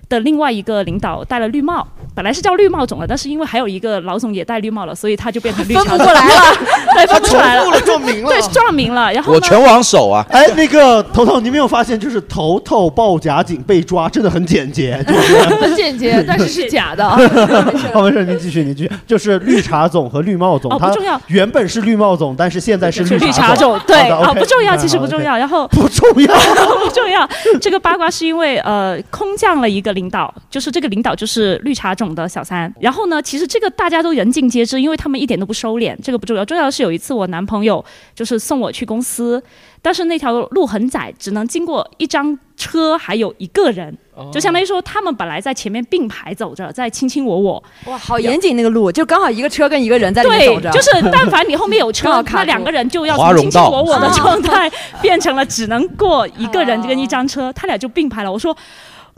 Speaker 8: 的另外一个领导戴了绿帽，本来是叫绿帽总了，但是因为还有一个老总也戴绿帽了，所以他就变成绿茶
Speaker 3: 分
Speaker 8: 总
Speaker 3: 不过来了
Speaker 8: 对，分不出来了，
Speaker 3: 他重复了撞名了
Speaker 8: 对，撞名了。然后呢
Speaker 2: 网手啊！
Speaker 3: 哎，那个头头，你没有发现就是头头报假警被抓，真的很简 洁，就是。
Speaker 6: 很简洁，但是是假
Speaker 8: 哦
Speaker 6: 的。
Speaker 3: 好，没事，您继续，您继续。就是绿茶总和绿帽总，
Speaker 8: 哦不
Speaker 3: 他
Speaker 8: 重要
Speaker 3: 原本是绿帽总，但是现在是
Speaker 8: 绿
Speaker 3: 茶
Speaker 8: 茶种，对，
Speaker 3: 好的
Speaker 8: 啊，
Speaker 3: ，OK，
Speaker 8: 不重要，
Speaker 3: 嗯
Speaker 8: 其实
Speaker 3: 好
Speaker 8: 不
Speaker 3: ，OK
Speaker 8: 重要。然后
Speaker 3: 不重要，
Speaker 8: 不重要。这个八卦是因为呃，空降了一个领导，就是这个领导就是绿茶种的小三。然后呢，其实这个大家都人尽皆知，因为他们一点都不收敛，这个不重要。重要的是有一次我男朋友就是送我去公司，但是那条路很窄，只能经过一张车，还有一个人。就相当于说，他们本来在前面并排走着，在卿卿我我。
Speaker 5: 哇，好严谨那个路，就刚好一个车跟一个人在里面
Speaker 8: 对
Speaker 5: 走着，，
Speaker 8: 就是但凡你后面有
Speaker 5: 刚
Speaker 8: 车
Speaker 5: 好，卡
Speaker 8: 那
Speaker 5: 住
Speaker 8: 两个人就要
Speaker 2: 华
Speaker 8: 从
Speaker 2: 容
Speaker 8: 卿卿
Speaker 2: 道
Speaker 8: 我我的
Speaker 2: 啊
Speaker 8: 状态变成了只能过一个人跟一张
Speaker 5: 啊
Speaker 8: 车，他俩就并排了。我说。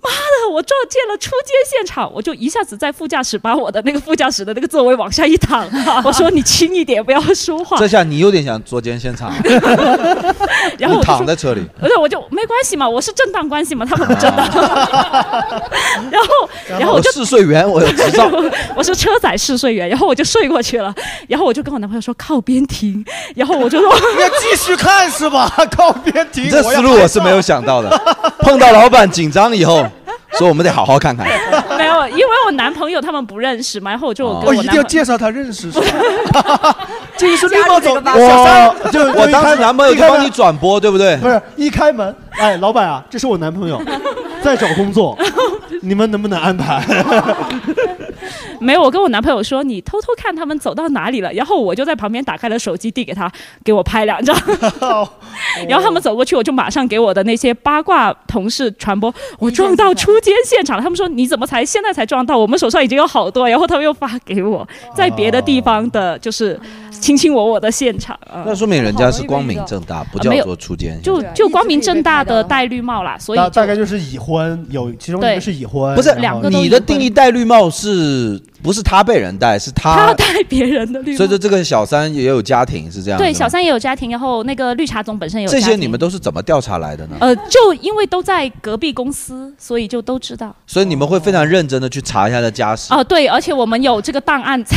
Speaker 8: 妈的！我撞见了出街现场，我就一下子在副驾驶把我的那个副驾驶的那个座位往下一躺， 我说你轻一点，不要说话。
Speaker 2: 这下你有点想捉奸现场，
Speaker 8: 然后我
Speaker 2: 你
Speaker 8: 就说
Speaker 2: 躺在车里，
Speaker 8: 而且我就没关系嘛，我是正当关系嘛，他们不 正当。然后，然后我
Speaker 2: 我
Speaker 8: 就
Speaker 2: 试睡员，我有执照。
Speaker 8: 我是车载试睡员，然后我就睡过去了。 然后我就跟我男朋友说靠边停， 然后我就 说
Speaker 7: 要继续看是吧？ 靠边停，
Speaker 2: 你这
Speaker 7: 我要
Speaker 2: 思路
Speaker 7: 拍
Speaker 2: 我是没有想到的。碰到老板紧张以后，说我们得好好看看。
Speaker 8: 没有，因为我男朋友他们不认识嘛，然后我就跟
Speaker 7: 哦，
Speaker 8: 我
Speaker 7: 一
Speaker 8: 男
Speaker 7: 定
Speaker 8: 朋
Speaker 7: 要
Speaker 8: 友。
Speaker 7: 介绍他认识，是吧？ 这个是绿帽总，小三
Speaker 3: 我就
Speaker 2: 我当时男朋友就帮你
Speaker 3: 一开门
Speaker 2: 转播，对不对？
Speaker 3: 不是一开门，哎，老板啊，这是我男朋 友，在找工作，你们能不能安排？
Speaker 8: 没有，我跟我男朋友说你偷偷看他们走到哪里了，然后我就在旁边打开了手机递给他，给我 拍两张。然后他们走过去，我就马上给我的那些八卦同事传播，我撞到出街现场了。他们说你怎么才现在才撞到？我们手上已经有好多，然后他们又发 给我，在别的地方的，就是卿卿我我的现场。嗯
Speaker 2: 那说明人家是光明正大，不叫
Speaker 8: 啊没有
Speaker 2: 做出奸。
Speaker 8: 就就光明正大的戴绿帽啦，所以
Speaker 3: 大
Speaker 8: 就
Speaker 3: 大概就是已婚，有其中一
Speaker 8: 对
Speaker 3: 个是已婚，
Speaker 2: 不是
Speaker 3: 然后
Speaker 2: 你的定义戴绿帽是不是他被人戴，是
Speaker 8: 他
Speaker 2: 他
Speaker 8: 要戴别人的绿帽
Speaker 2: 所以。说这个小三也有家庭是这样。
Speaker 8: 对，
Speaker 2: 是吗
Speaker 8: 小三也有家庭，然后那个绿茶总本身也有
Speaker 2: 这
Speaker 8: 家庭。
Speaker 2: 些你们都是怎么调查来的呢？
Speaker 8: 呃，就因为都在隔壁公司，所以就都知道。
Speaker 2: 所以你们会非常认真的去查一下他家世。
Speaker 8: 哦、对，而且我们有这个档案在，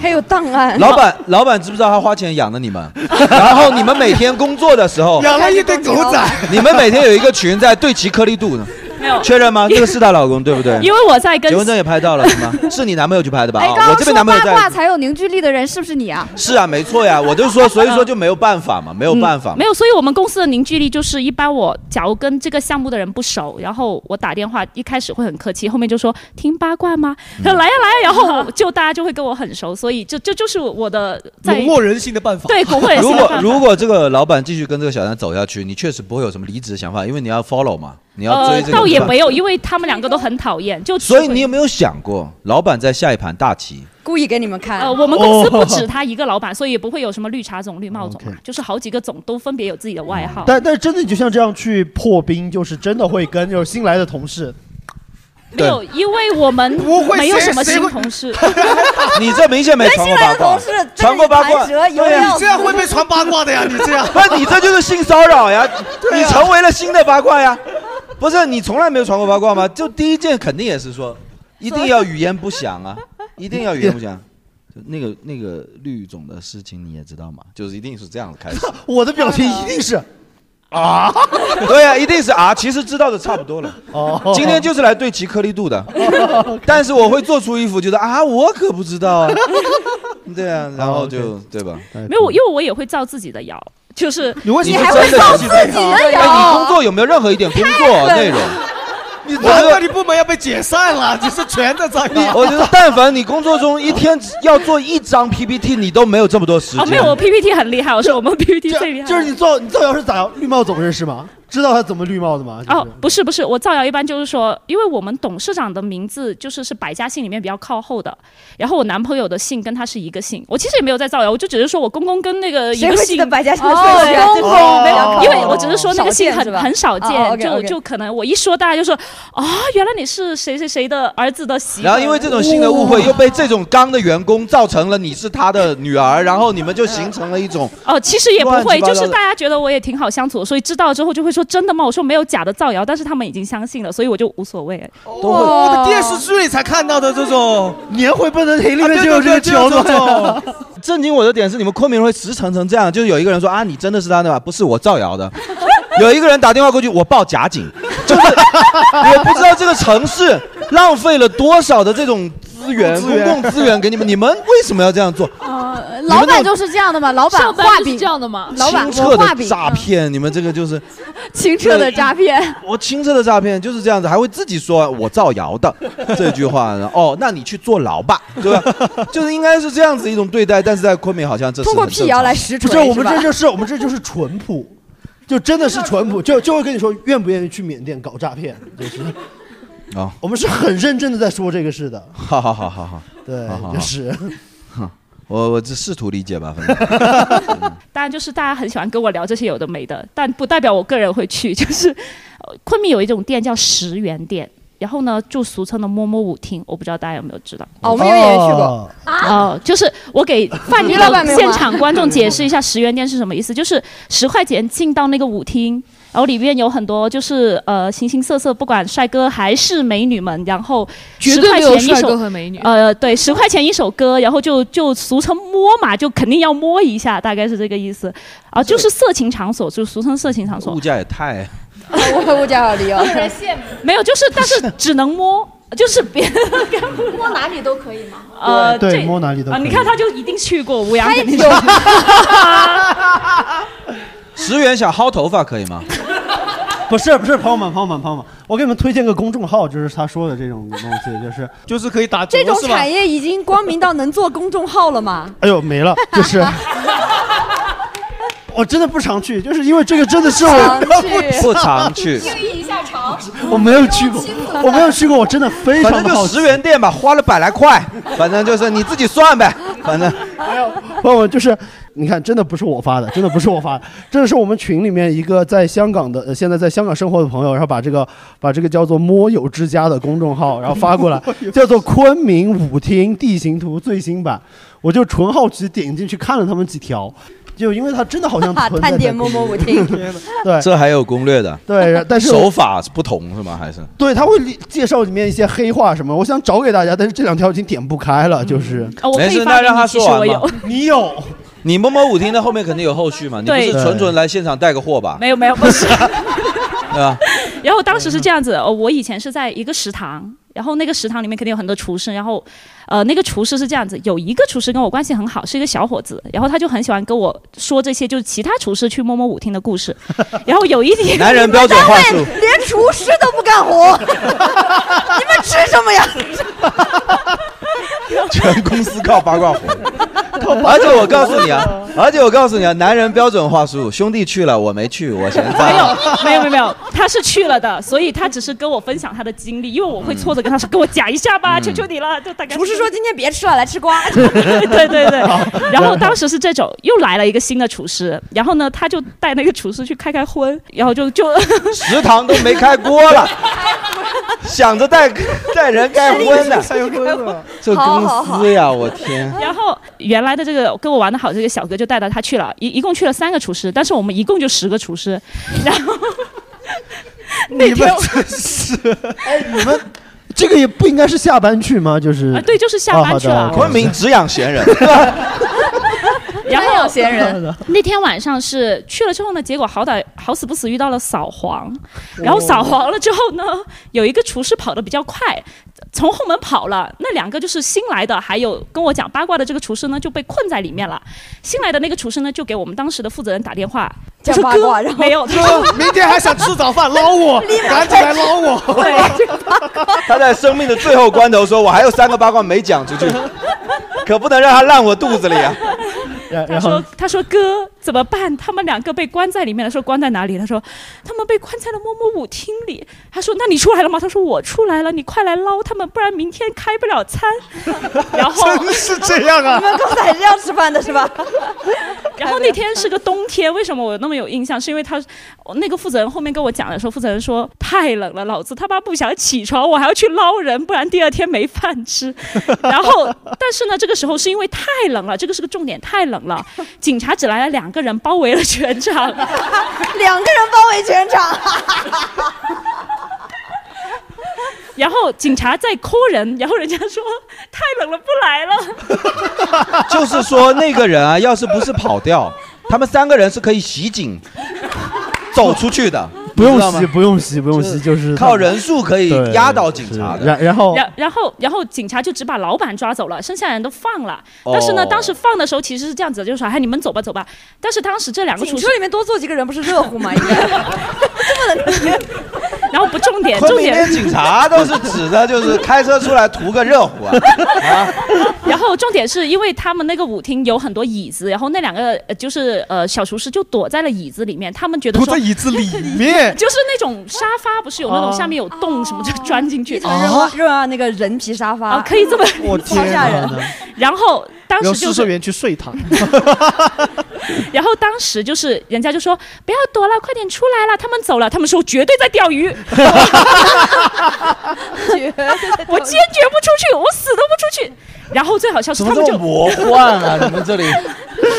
Speaker 5: 还有档案
Speaker 2: 嗯老板，老板知不知道他花钱养了你们？ 然后你们每天工作的时候
Speaker 8: 养了一堆狗仔
Speaker 2: 你们每天有一个群在对齐颗粒度 呢，
Speaker 8: 没有
Speaker 2: 确认吗？这个是她老公对不对？
Speaker 8: 因为我在跟
Speaker 2: 结婚证也拍到了是 吗？是你男朋友去拍的吧？
Speaker 4: 哎，
Speaker 2: 啊
Speaker 4: 刚
Speaker 2: 我
Speaker 4: 刚
Speaker 2: 这边
Speaker 4: 说
Speaker 2: 男朋友
Speaker 4: 八
Speaker 2: 在。
Speaker 4: 卦才有凝聚力的人是不是你啊？
Speaker 2: 是啊，没错呀，我就说，所以说就没有办法嘛，没有办法嘛。
Speaker 8: 嗯没有，所以我们公司的凝聚力就是，一般我假如跟这个项目的人不熟，然后我打电话，一开始会很客气，后面就说听八卦吗？
Speaker 2: 嗯
Speaker 8: 他说来呀、来呀、然后我就大家就会跟我很熟，所以这这就是我的在
Speaker 7: 笼络人心的办法。
Speaker 8: 对，不会
Speaker 2: 如果如果这个老板继续跟这个小三走下去，你确实不会有什么离职的想法，因为你要 follow 嘛，你要追
Speaker 8: 呃
Speaker 2: 这个。
Speaker 8: 倒也
Speaker 2: 对吧
Speaker 8: 没有，因为他们两个都很讨厌，就
Speaker 2: 所以你有没有想过，老板在下一盘大棋？
Speaker 5: 故意给你们看。
Speaker 8: 呃，我们
Speaker 3: 哦
Speaker 8: 公司不止他一个老板，所以也不会有什么绿茶总、绿帽总嘛，就是好几个总都分别有自己的外号。
Speaker 3: 嗯但但真的你就像这样去破冰，就是真的会跟就是新来的同事，
Speaker 8: 没有，因为我们
Speaker 3: 不会
Speaker 8: 没有
Speaker 3: 谁
Speaker 8: 什么
Speaker 3: 谁
Speaker 8: 新
Speaker 3: 会
Speaker 8: 同事。
Speaker 2: 你这明显没传过八卦，传播八卦，对呀
Speaker 7: 你这样会被传八卦的呀！你这
Speaker 2: ，
Speaker 7: 样
Speaker 2: 不是你这就是性骚扰 呀，你成为了新的八卦呀。不是你从来没有传过八卦吗？就第一件肯定也是说，一定要语言不详啊，一定要语言不详。就那个那个绿总的事情你也知道吗？就是一定是这样的 开始。
Speaker 3: 我的表情一定是
Speaker 2: 啊，对呀、一定是啊，其实知道的差不多了。
Speaker 3: 哦
Speaker 2: 今天就是来对齐颗粒度 的，但是我会做出一副觉得啊，我可不知道啊， 对啊，然
Speaker 7: 哦
Speaker 2: 后就对吧？
Speaker 8: 没有，因为我也会造自己的谣， 就是
Speaker 2: 你为什么
Speaker 8: 还
Speaker 2: 真的
Speaker 8: 造
Speaker 2: 是去对抗哎，你工作有没有任何一点工作
Speaker 3: 哎
Speaker 2: 内容？你
Speaker 7: 难怪你部门要被解散 了，你是全在这
Speaker 2: 你，我觉得但凡你工作中一天只要做一张 PPT，你都没有这么多时
Speaker 8: 哦，
Speaker 2: 间。
Speaker 8: 没有，我 PPT 很厉害，我说我们 PPT 最厉害。
Speaker 3: 就是你造你造谣是咋绿帽总认识吗？知道他怎么绿帽的吗？
Speaker 8: 哦，不是不是，我造谣一般就是说，因为我们董事长的名字就是是百家姓里面比较靠后的，然后我男朋友的姓跟他是一个姓，我其实也没有在造谣，我就只是说我公公跟那个一
Speaker 5: 谁
Speaker 8: 个
Speaker 5: 会记
Speaker 8: 姓
Speaker 5: 得百家姓的顺序啊
Speaker 8: 哦，
Speaker 5: 这
Speaker 8: 公
Speaker 5: 是
Speaker 8: 公没
Speaker 5: 比较靠
Speaker 8: 有，
Speaker 5: 后
Speaker 8: 因为我只是说那个
Speaker 5: 少见
Speaker 8: 姓
Speaker 5: 是
Speaker 8: 很
Speaker 5: 吧
Speaker 8: 很少
Speaker 5: 哦
Speaker 8: 见，就
Speaker 5: ，OK，OK
Speaker 8: 就可能我一说大家就说啊，原来你是谁谁谁的儿子的媳妇，
Speaker 2: 然后因为这种新的误会，又被这种刚的员工造成了你是他的女儿，然后你们就形成了一种
Speaker 8: 哦，其实也不
Speaker 2: 乱
Speaker 8: 会，
Speaker 2: 七八
Speaker 8: 就
Speaker 2: 糟的
Speaker 8: 是大家觉得我也挺好相处的，所以知道之后就会说真的吗？我说没有假的造谣，但是他们已经相信了，所以我就无所谓。
Speaker 7: 我我们电视剧里才看到的这种啊
Speaker 3: 年会不能停
Speaker 7: 里面就有 这个桥段
Speaker 2: 种。震惊我的点是，你们昆明人会实诚成这样，就是有一个人说啊，你真的是他的吧？不是我造谣的。有一个人打电话过去，我报假警，就是 我不知道这个城市浪费了多少的这种资源、
Speaker 4: 资源
Speaker 2: 公共资源给你们，你们为什么要这样做？
Speaker 4: 呃，老板就是这样的嘛，老板
Speaker 6: 上班
Speaker 4: 画
Speaker 6: 就是
Speaker 4: 饼
Speaker 6: 这样的嘛
Speaker 4: 老板
Speaker 2: 清
Speaker 4: 我
Speaker 2: 澈
Speaker 4: 画
Speaker 2: 的
Speaker 4: 饼，啊
Speaker 2: 诈骗，你们这个就是
Speaker 4: 清澈的诈骗。
Speaker 2: 我清澈的诈骗就是这样子，还会自己说我造谣的 这句话呢。哦，那你去坐牢吧，对吧？ 就是应该是这样子一种对待，但是在昆明好像这是很正常
Speaker 3: 不是我们这就是我们这就是淳朴，就真的是淳 朴，就就会跟你说愿不愿意去缅甸搞诈骗，就是
Speaker 2: 哦，
Speaker 3: 我们是很认真的在说这个事的，
Speaker 2: 好好好好好，
Speaker 3: 对
Speaker 2: 好好，好
Speaker 3: 就是。
Speaker 2: 我我这试图理解吧，反 正
Speaker 8: 当然就是大家很喜欢跟我聊这些有的没的，但不代表我个人会去。 就是呃昆明有一种店叫十元店，然后呢就俗称的摸摸舞厅，我不知道大家有没有知道。
Speaker 5: 哦我们有演员去过
Speaker 3: 哦
Speaker 8: 哦，就是我给饭店
Speaker 5: 于老板没
Speaker 8: 的
Speaker 5: 有吗
Speaker 8: 现场观众解释一下十元店是什么意思，就是十块钱进到那个舞厅。然后里面有很多就是呃形形色色，不管帅哥还是美女们，然后
Speaker 6: 绝
Speaker 8: 十
Speaker 6: 对
Speaker 8: 块
Speaker 6: 没有
Speaker 8: 钱一
Speaker 6: 帅
Speaker 8: 首
Speaker 6: 哥和美女
Speaker 8: 呃，对，十块钱一首歌，然后就就俗称摸嘛，就肯定要摸一下，大概是这个意思啊，就是色情场所，就俗称色情场所
Speaker 2: 物，价也太……
Speaker 5: 我会物价好低哦。
Speaker 8: 没有，就是但是只能摸，就是别
Speaker 4: 摸哪里都可以吗？
Speaker 8: 呃
Speaker 3: 对
Speaker 8: 这
Speaker 3: 摸哪里都
Speaker 8: 啊，
Speaker 3: 可
Speaker 8: 你
Speaker 3: 以
Speaker 8: 看他就一定去过吴阳，肯定
Speaker 4: 有
Speaker 2: 十元想薅头发可以吗？
Speaker 3: 不是不是，朋友们朋友们朋友们，我给你们推荐个公众号，就是他说的这种东西， 就是
Speaker 7: 就是可以打
Speaker 5: 这种产业已经光明到能做公众号了吗？
Speaker 3: 哎呦没了，就是。 我真的不常去，就是因为这个真的是我
Speaker 5: 常去
Speaker 2: 不常去
Speaker 5: 义一下潮。
Speaker 3: 我没有去过， 我没有去过，我真的非
Speaker 2: 反
Speaker 3: 常
Speaker 2: 正
Speaker 3: 的
Speaker 2: 就
Speaker 3: 好奇
Speaker 2: 十。元店吧，花了百来块，反正就是你自己算呗，反正
Speaker 3: 没有，朋友们，就是你看，真的不是我发的，真的不是我发的，真的是我们群里面一个在香港的，呃现在在香港生活的朋友，然后把这个把这个叫做“摸友之家”的公众号，然后发过来
Speaker 7: 摸友，
Speaker 3: 叫做《昆明舞厅地形图最新版》，我就纯好奇点进去看了他们几条，就因为它真的好 像存在
Speaker 5: 探
Speaker 3: 在
Speaker 5: 店
Speaker 3: 昆明
Speaker 5: 摸摸舞 厅，
Speaker 3: 对
Speaker 2: 这还有攻略的。
Speaker 3: 对但是我
Speaker 2: 手法是不同是吗？还是
Speaker 3: 对，他会里介绍里面一些黑话什么，我想找给大家，但是这两条已经点不开了，就是。
Speaker 5: 嗯
Speaker 8: 哦
Speaker 2: 没事，那让他说完吧。
Speaker 3: 你有，
Speaker 2: 你摸摸舞厅的后面肯定有后续嘛？你不
Speaker 8: 对
Speaker 2: 是纯纯来现场带个货吧？
Speaker 8: 没有没有不是。
Speaker 2: 对 吧？
Speaker 8: 然后当时是这样子，呃，我以前是在一个食堂，然后那个食堂里面肯定有很多厨师，然后，呃，那个厨师是这样子，有一个厨师跟我关系很好，是一个小伙子，然后他就很喜欢跟我说这些就是其他厨师去摸摸舞厅的故事，然后有一天，
Speaker 2: 男人标准话术
Speaker 5: 连厨师都不干活，你们吃什么呀？
Speaker 2: 全公司靠八卦活。
Speaker 3: 八卦
Speaker 2: 而且我告诉你 啊，而且我告诉你啊，男人标准话术，兄弟去了我没去，我嫌
Speaker 8: 没
Speaker 2: 脏。
Speaker 8: 有，没有，没有，没有，他是去了的，所以他只是跟我分享他的经历，因为我会错着跟他说，跟我讲一下吧，
Speaker 2: 嗯
Speaker 8: 求求你了，就大概。
Speaker 5: 厨师说今天别吃了，来吃 瓜。
Speaker 8: 对对对，然后当时是这种，又来了一个新的厨师，然后呢，他就带那个厨师去开开荤，然后就就
Speaker 2: 食堂都没开锅 了，想着带 带人盖荤呢，这公司呀，我天！
Speaker 8: 然后原来的这个跟我玩的好这个小哥就带到他去了，一一共去了三个厨师，但是我们一共就十个厨师， 然 后那天我
Speaker 3: 是，哎，你们 这个也不应该是下班去吗？就是
Speaker 8: 啊对就是下班去了昆明
Speaker 2: 只养闲人。
Speaker 8: 然
Speaker 5: 真
Speaker 8: 后
Speaker 5: 有闲人
Speaker 8: 那天晚上是去了之后呢，结果好歹好死不死遇到了扫黄，然后扫黄了之后呢，有一个厨师跑得比较快，从后门跑了。那两个就是新来的，还有跟我讲八卦的这个厨师呢，就被困在里面了。新来的那个厨师呢，就给我们当时的负责人打电话，就
Speaker 5: 讲
Speaker 8: 说
Speaker 5: 八
Speaker 8: 哥
Speaker 5: 卦然后
Speaker 8: 没有
Speaker 5: 哥明天还想吃
Speaker 3: 早饭，捞我
Speaker 5: 赶紧来捞
Speaker 3: 我
Speaker 8: 对，
Speaker 2: 他在生命的最后关头说：“我还有三个八卦没讲出去， 可不能让他烂我肚子里啊
Speaker 8: 他说：“他说哥怎么办？他们两个被关在里面了。说关在哪里？他说他们被关在了摸摸舞厅里。他说那你出来了吗？他说我出来了，你快来捞他们，不然明天开不了餐。然后
Speaker 3: 真是这样啊
Speaker 5: 你们公司还是要吃饭的是吧？
Speaker 8: 然后那天是个冬天，为什么我那么有印象？是因为他我那个负责人后面跟我讲的时候，负责人说太冷了，老子他妈不想起床，我还要去捞人，不然第二天没饭吃。然后，但是呢，这个时候是因为太冷了，这个是个重点，太冷了，警察只来了两个人，包围了全场，
Speaker 5: 两个人包围全场，
Speaker 8: 然后警察在抠人，然后人家说太冷了不来了。！”
Speaker 2: 就是说那个人啊，要是不是跑 掉，他们三个人是可以袭警走出去的，
Speaker 3: 不用
Speaker 2: 你知道吗
Speaker 3: 洗，不用洗，不用洗，就是
Speaker 2: 靠人数可以
Speaker 3: 对
Speaker 2: 压倒警察
Speaker 3: 是然然
Speaker 2: 哦
Speaker 3: 后
Speaker 8: 然然后然后警察就只把老板抓走了，剩下人都放了。
Speaker 5: 哦
Speaker 8: 但是呢，当时放的时候其实是这样子的，就是说，哎，你们走吧，走吧。但是当时这两个
Speaker 5: 警
Speaker 8: 厨师
Speaker 5: 车里面多坐几个人不是热乎吗？应该
Speaker 8: 然后不重点，
Speaker 2: 昆
Speaker 8: 重
Speaker 2: 明
Speaker 8: 点
Speaker 2: 的警察都是指的，就是开车出来图个热乎 啊！
Speaker 8: 然后重点是因为他们那个舞厅有很多椅子，然后那两个呃就是呃小厨师就躲在了椅子里面，他们觉得
Speaker 3: 躲
Speaker 8: 说
Speaker 3: 在椅子里面
Speaker 8: 就是那种沙发不是有那种
Speaker 3: 哦
Speaker 8: 下面有洞什么就钻进去，
Speaker 5: 热啊热啊，那个人皮沙发
Speaker 8: 啊可以这么
Speaker 7: 我
Speaker 5: 超
Speaker 7: 天
Speaker 5: 吓人。
Speaker 7: 哪！
Speaker 8: 然后当时
Speaker 7: 让
Speaker 8: 就
Speaker 7: 试射
Speaker 8: 是，
Speaker 7: 员去睡 他，
Speaker 8: 然后当时就是人家就说不要躲了，快点出来了，他们走了，他们说绝对在钓鱼， 我坚决不出去，我死都不出去。然后最好笑是
Speaker 2: 怎
Speaker 8: 他
Speaker 2: 么
Speaker 8: 们
Speaker 2: 这
Speaker 8: 就
Speaker 2: 么魔幻 啊？你们这里，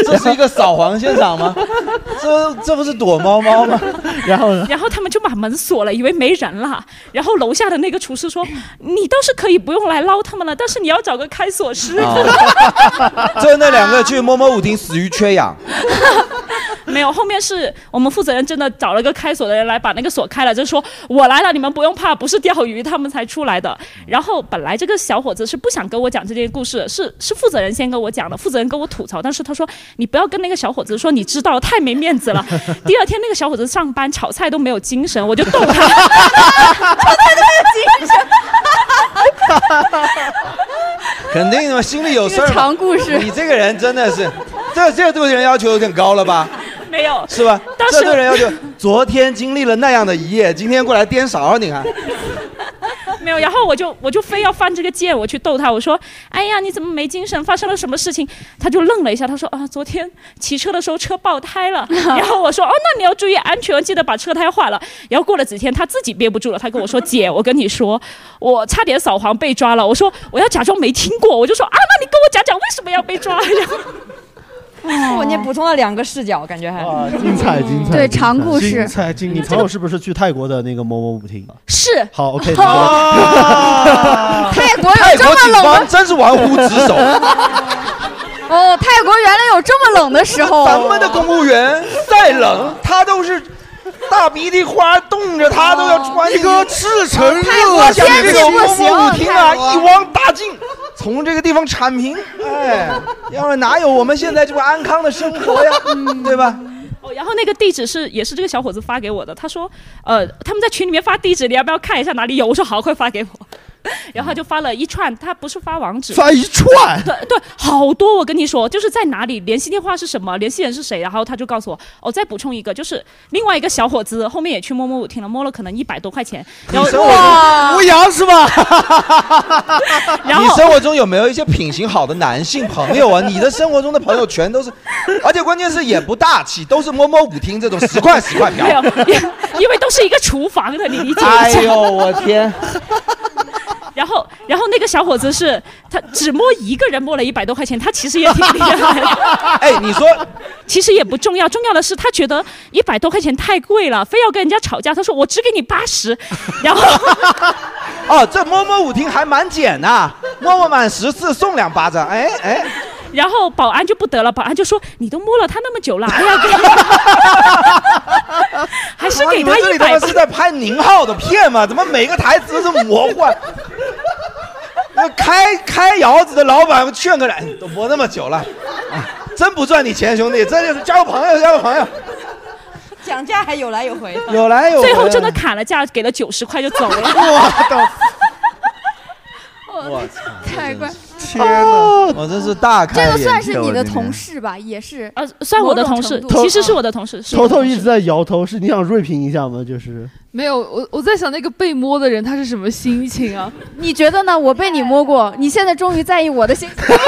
Speaker 2: 这是一个扫黄现场吗？ 这这不是躲猫猫吗？
Speaker 3: 然后呢？
Speaker 8: 然后他们就把门锁了，以为没人了。然后楼下的那个厨师说：“你倒是可以不用来捞他们了，但是你要找个开 锁师。
Speaker 2: 啊就那两个去摸摸舞厅，死于缺氧。
Speaker 8: 没有，后面是我们负责人真的找了个开锁的人来把那个锁开了，就说我来了，你们不用怕，不是钓鱼，他们才出来的。然后本来这个小伙子是不想跟我讲这件故事，是是负责人先跟我讲的，负责人跟我吐槽，但是他说你不要跟那个小伙子说，你知道太没面子了。第二天那个小伙子上班炒菜都没有精神，我就逗 他。
Speaker 2: 肯定的嘛，心里有事儿
Speaker 8: 一
Speaker 2: 嘛。
Speaker 8: 个长故事
Speaker 2: 你这个人真的是，这这对人要求有点高了吧？
Speaker 8: 没有，
Speaker 2: 是吧？
Speaker 8: 当时
Speaker 2: 这 对人要求，昨天经历了那样的一夜，今天过来颠勺，你看，
Speaker 8: 没有，然后我就我就非要犯这个贱，我去逗他，我说：“哎呀，你怎么没精神？发生了什么事情？”他就愣了一下，他说：“啊，昨天骑车的时候车爆胎了。”然后我说：“哦，那你要注意安全，记得把车胎换了。”然后过了几天，他自己憋不住了，他跟我说：“姐，我跟你说，我差点扫黄被抓了。”我说：“我要假装没听过。”我就说：“啊，那你跟我讲讲为什么要被抓？” 然后。
Speaker 5: 哎我今天补充了两个视角，感觉还
Speaker 3: 精彩精彩，
Speaker 5: 对
Speaker 3: 精彩
Speaker 5: 长故事
Speaker 3: 精彩精彩。你朋友是不是去泰国的那个某某舞厅？
Speaker 8: 是。
Speaker 3: 好，OK。
Speaker 5: 泰国
Speaker 2: 泰
Speaker 5: 有
Speaker 2: 国警
Speaker 5: 这么
Speaker 2: 方
Speaker 5: 冷吗？
Speaker 2: 啊 真是玩忽职 守，
Speaker 5: 哦，泰国原来有这么冷的时候。
Speaker 2: 咱们的公务员再冷，他都是大鼻涕花冻着，他都要穿
Speaker 7: 一
Speaker 2: 个
Speaker 7: 个
Speaker 2: 赤
Speaker 7: 诚热
Speaker 2: 像
Speaker 7: 天
Speaker 2: 这个
Speaker 7: 气不行
Speaker 2: 公务厅啊，
Speaker 7: 泰国
Speaker 2: 一汪大镜从这个地方铲平， 哎，要是哪有我们现在这个安康的生活呀，对吧？
Speaker 8: 哦，然后那个地址是也是这个小伙子发给我的，他说，呃，他们在群里面发地址，你要不要看一下哪里有？我说好，快发给我。 然后他就发了一串，他不是发网址，
Speaker 3: 发一串
Speaker 8: 对对，好多。我跟你说，就是在哪里，联系电话是什么，联系人是谁，然后他就告诉我。哦，再补充一个，就是另外一个小伙子后面也去摸摸舞厅了，摸了可能一百多块钱，然后
Speaker 2: 吴阳是 吧？
Speaker 8: 然后
Speaker 2: 你生活中有没有一些品行好的男性朋友啊？你的生活中的朋友全 都是，而且关键是也不大气，都是摸摸舞厅这种十块 十块
Speaker 8: 没有
Speaker 2: 票。，
Speaker 8: 因因为都是一个厨房的，你理解一下。
Speaker 2: 哎呦我天！
Speaker 8: 然后，然后那个小伙子是他只摸一个人，摸了一百多块钱，他其实也挺厉害的。
Speaker 2: 哎，你说，
Speaker 8: 其实也不重要，重要的是他觉得一百多块钱太贵了，非要跟人家吵架。他说我只给你八十，然后
Speaker 2: 哦，这摸摸舞厅还蛮捡呐、摸摸满十次送两巴掌。哎哎，
Speaker 8: 然后保安就不得了，保安就说你都摸了他那 么久了，哎呀，还是
Speaker 2: 啊
Speaker 8: 给
Speaker 2: 你们
Speaker 8: 他
Speaker 2: 这
Speaker 8: 一
Speaker 2: 里他
Speaker 8: 百
Speaker 2: 妈。是在拍哎宁浩的片吗？怎么每个台词都是魔幻？那开开窑子的老板劝个人，哎都磨那么久了，啊真不赚你钱，兄弟，这就是交个朋友，交个朋友。
Speaker 5: 讲价还有来有回的，
Speaker 2: 有来 有回
Speaker 8: 最后真的砍了价，给了九十块就走了。
Speaker 2: 我操！
Speaker 4: 哦
Speaker 11: 我操！
Speaker 5: 太怪。
Speaker 2: 天哪，哦我真是大开
Speaker 5: 这
Speaker 2: 眼
Speaker 5: 个
Speaker 2: 界。
Speaker 5: 算是你的
Speaker 2: 我今天
Speaker 5: 同事吧，也是
Speaker 8: 呃，算我的同事其实是我的同事
Speaker 3: 头头一直在摇头，是你想锐评一下吗？就是
Speaker 6: 没有，我我在想那个被摸的人他是什么心情啊？
Speaker 5: 你觉得呢？我被你摸过，你现在终于在意我 的心情。
Speaker 6: 怎么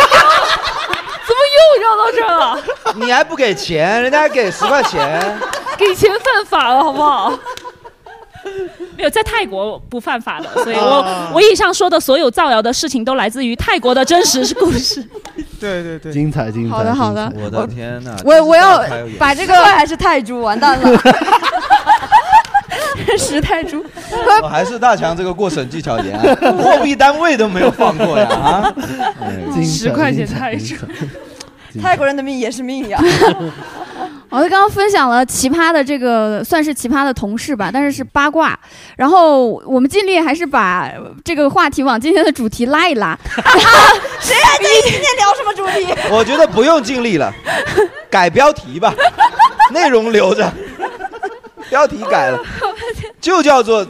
Speaker 6: 又绕到这儿了？
Speaker 2: 你还不给钱，人家还给十块钱。
Speaker 8: 给钱犯法了，好不好？没有，在泰国不犯法的，所以我
Speaker 2: 啊
Speaker 8: 我以上说的所有造谣的事情都来自于泰国的真实故事。
Speaker 14: 对对对，
Speaker 3: 精彩精彩。
Speaker 5: 好的好的
Speaker 3: 精彩
Speaker 11: 我的天哪！
Speaker 5: 我我要
Speaker 11: 还有眼
Speaker 5: 把这个还是泰铢，完蛋了。 石泰铢，
Speaker 11: 哦
Speaker 2: 我还是大强这个过审技巧严、啊，货币单位都没有放过呀啊！
Speaker 3: 嗯
Speaker 13: 嗯
Speaker 3: 精彩
Speaker 5: 10块钱
Speaker 3: 精彩
Speaker 5: 泰
Speaker 3: 精彩
Speaker 5: 泰国人的命也是命呀。
Speaker 4: 我刚刚分享了奇葩的这个，算是奇葩的同事吧，但是是八卦。然后我们尽力还是把这个话题往今天的主题拉一拉。
Speaker 5: 谁还在意今天聊什么主题？
Speaker 2: 我觉得不用尽力了，改标题吧，内容留着，标题改了，就叫做《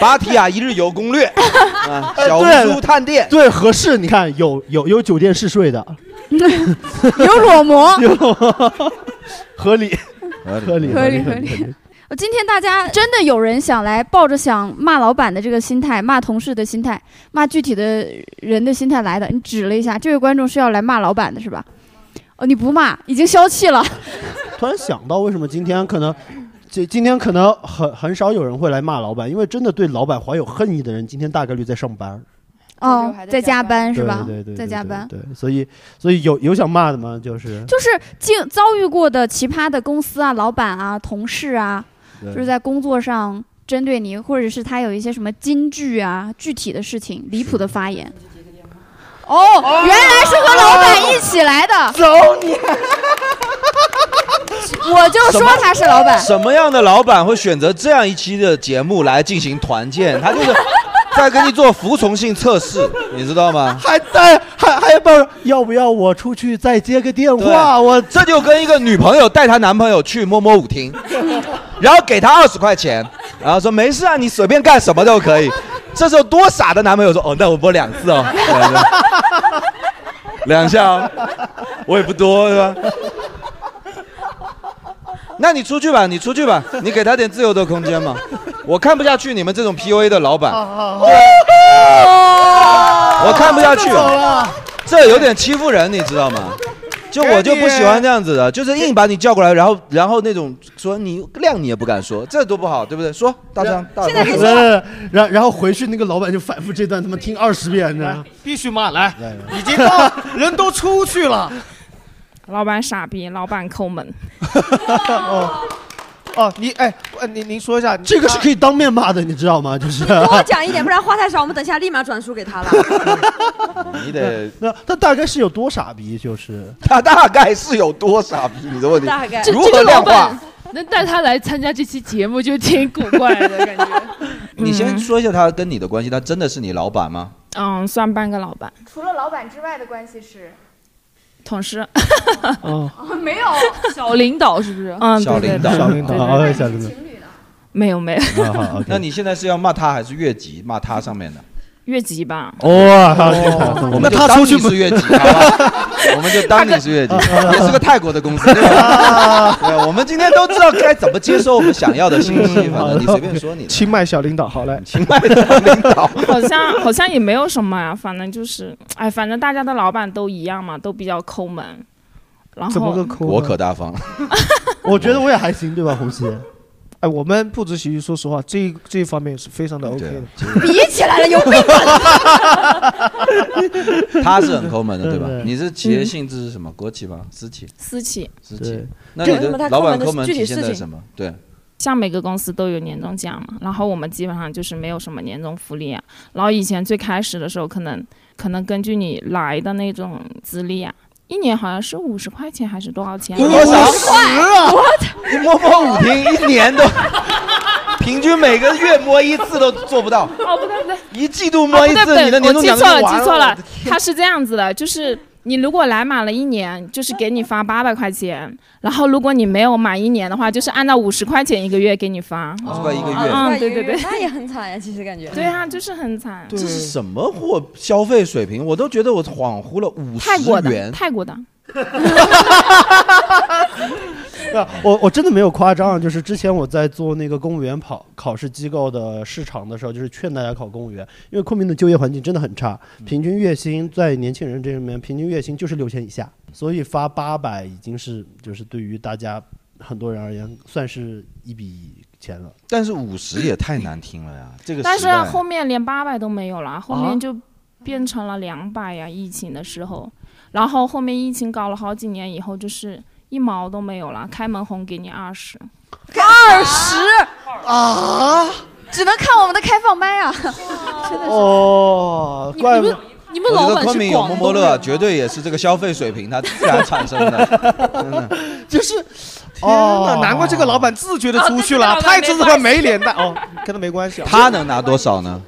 Speaker 2: 芭提雅一日游 攻略》啊，小红书探店。
Speaker 3: 对，合适。你看，有有有酒店试睡的，
Speaker 4: 有裸模，
Speaker 3: 有合理，合理，
Speaker 4: 合理
Speaker 3: 合
Speaker 4: 合理。呃今天大家真的有人想来抱着想骂老板的这个心态、骂同事的心态、骂具体的人的心态来的。你指了一下，这位观众是要来骂老板的是吧？哦，你不骂，已经消气了。
Speaker 3: 突然想到，为什么今天可能，今今天可能很很少有人会来骂老板，因为真的对老板怀有恨意的人，今天大概率在上班，
Speaker 4: 哦，在加班是吧？
Speaker 3: 对对对对，
Speaker 4: 在加班。
Speaker 3: 对，所以所以有有想骂的吗？就是
Speaker 4: 就是经遭遇过的奇葩的公司啊、老板啊、同事啊，
Speaker 3: 对
Speaker 4: 就是在工作上针对你，或者是他有一些什么金句啊、具体的事情、离谱的发言。哦，原来是和老板一起来的。
Speaker 3: 走你！
Speaker 4: 我就说他是老板。
Speaker 11: 什么样的老板会选择这样一期的节目来进行团建？他就是在跟你做服从性测试，你知道吗？
Speaker 3: 还带还还不要不要我出去再接个电话？我
Speaker 11: 这就跟一个女朋友带她男朋友去摸摸舞厅，
Speaker 2: 然后给他二十块钱，然后说没事啊，你随便干什么都可以。这时候多傻的男朋友说：“哦，那我播两次哦，两次两下、哦，我也不多是吧？”那你出去吧，你出去吧，你给他点自由的空间嘛。我看不下去你们这种 PUA 的老板，
Speaker 1: 我看不下去
Speaker 2: 这
Speaker 11: 哦
Speaker 2: 走了，
Speaker 1: 这有点欺负人，你知道吗？就我就不喜欢这样子的，就是硬把你叫过来，然后然后那种说你亮你也不敢说，这多不好，对不对？说大张，大张，
Speaker 3: 来来来然然后回去那个老板就反复这段他妈听二十遍，你知道吗？
Speaker 13: 必须骂来，已经
Speaker 3: 到
Speaker 13: 人都出去了。老板傻逼，老板抠门。
Speaker 7: 哦哦，你哎，呃您您说一下，
Speaker 3: 这个是可以当面骂的，你知道吗？就是
Speaker 5: 跟我讲一 点，不然话太少，我们等一下立马转输 给他了。
Speaker 1: 你得
Speaker 3: 那他大概是有多傻逼？就是
Speaker 1: 他大概是有多傻逼？你的问题
Speaker 3: 大概
Speaker 6: 这
Speaker 1: 如何
Speaker 6: 这个老
Speaker 1: 量化
Speaker 6: 板？能带他来参加这期节目，就挺古怪 的感觉。
Speaker 2: 你先说一下他跟你的关系，他真的是你老板吗？
Speaker 13: 嗯，算半个老板，
Speaker 15: 除了老板之外的关系是，
Speaker 13: 同事。
Speaker 2: 哦，
Speaker 15: 没 有
Speaker 6: 小领导是不是？
Speaker 13: 嗯，
Speaker 2: 小
Speaker 13: 对
Speaker 2: 领
Speaker 13: 对
Speaker 2: 导，啊
Speaker 13: 对对对对
Speaker 3: 小领导。
Speaker 13: 没有没有，
Speaker 2: 那你现在是要骂他还是越级骂他上面的？
Speaker 13: 越级吧。
Speaker 2: 哦我们就当你是越级，好吧？我们就当你是越级，也是个泰国的公司，对吧？对啊，我们今天都知道该怎么接收我们想要的信息，反正你随便说你的。
Speaker 7: 清迈小领导，好嘞，
Speaker 2: 清迈小领导，
Speaker 13: 好像好像也没有什么呀、反正就是，哎，反正大家的老板都一样嘛，都比较抠门。然后
Speaker 2: 我可大方，
Speaker 3: 我觉得我也还行，对吧，红旗？
Speaker 7: 哎，我们不止喜剧，说实话，这一这一方面是非常的
Speaker 2: 啊
Speaker 7: OK 的。
Speaker 5: 比起来了，有病
Speaker 2: 他是很抠门的，对吧
Speaker 7: 对？对
Speaker 2: 你是企业性质是什么？国企吗？私企？
Speaker 13: 私企，
Speaker 2: 私企。那你的老板抠门体现在什么？对，
Speaker 13: 像每个公司都有年终奖嘛，然后我们基本上就是没有什么年终福利啊。然后以前最开始的时候，可能可能根据你来的那种资 历啊，一年好像是五十块钱还是多少钱？
Speaker 1: 多少
Speaker 13: 啊！What？
Speaker 1: 你摸摸舞厅，一年都平均每个月摸一次都做不到。
Speaker 13: 哦，不对不对，
Speaker 1: 一季度摸一
Speaker 13: 啊不
Speaker 1: 次，
Speaker 13: 对
Speaker 1: 你的年终奖
Speaker 13: 我记
Speaker 1: 就
Speaker 13: 错了，
Speaker 1: 完了。
Speaker 13: 记错了，他是这样子的，就是你如果来满了一年，就是给你发八百块钱，然后如果你没有满一年的话，就是按照五十块钱一个月给你发，五
Speaker 2: 哦十块一个月
Speaker 13: 嗯，对对对，
Speaker 5: 那也很惨呀，其实感觉。
Speaker 13: 对啊，就是很惨。
Speaker 2: 这是什么货消费水平？我都觉得我恍惚了五
Speaker 13: 泰国
Speaker 2: 十
Speaker 13: 的，
Speaker 2: 元。
Speaker 13: 泰 国的。
Speaker 3: 我我真的没有夸张，啊就是之前我在做那个公务员考考试机构的市场的时候，就是劝大家考公务员，因为昆明的就业环境真的很差，
Speaker 7: 嗯
Speaker 3: 平均月薪在年轻人这里面，平均月薪就是六千以下，所以发八百已经是就是对于大家很多人而言，算是一笔钱了。
Speaker 2: 但是五十也太难听了呀，这个
Speaker 13: 但
Speaker 2: 时
Speaker 13: 是
Speaker 2: 代
Speaker 13: 后面连八百都没有了，后
Speaker 2: 啊
Speaker 13: 面就变成了两百呀。疫情的时候，然后后面疫情搞了好几年以后，就是一毛都没有了，开门红给你二十。
Speaker 15: 二十啊，只能看我们的开放麦啊，真的是。
Speaker 7: 哦，
Speaker 2: 怪不
Speaker 15: 你
Speaker 2: 我觉得昆明有摸摸乐，绝对也是这个消费水平它自然产生的。
Speaker 7: 就是，天哪，
Speaker 2: 哦
Speaker 7: 难怪这个老板自觉的出去了，
Speaker 2: 哦
Speaker 7: 太
Speaker 2: 但
Speaker 7: 知
Speaker 2: 是跟
Speaker 7: 道他
Speaker 2: 老板
Speaker 7: 没
Speaker 2: 没
Speaker 7: 脸蛋哦，跟他没关系啊。
Speaker 2: 他 能拿多少呢？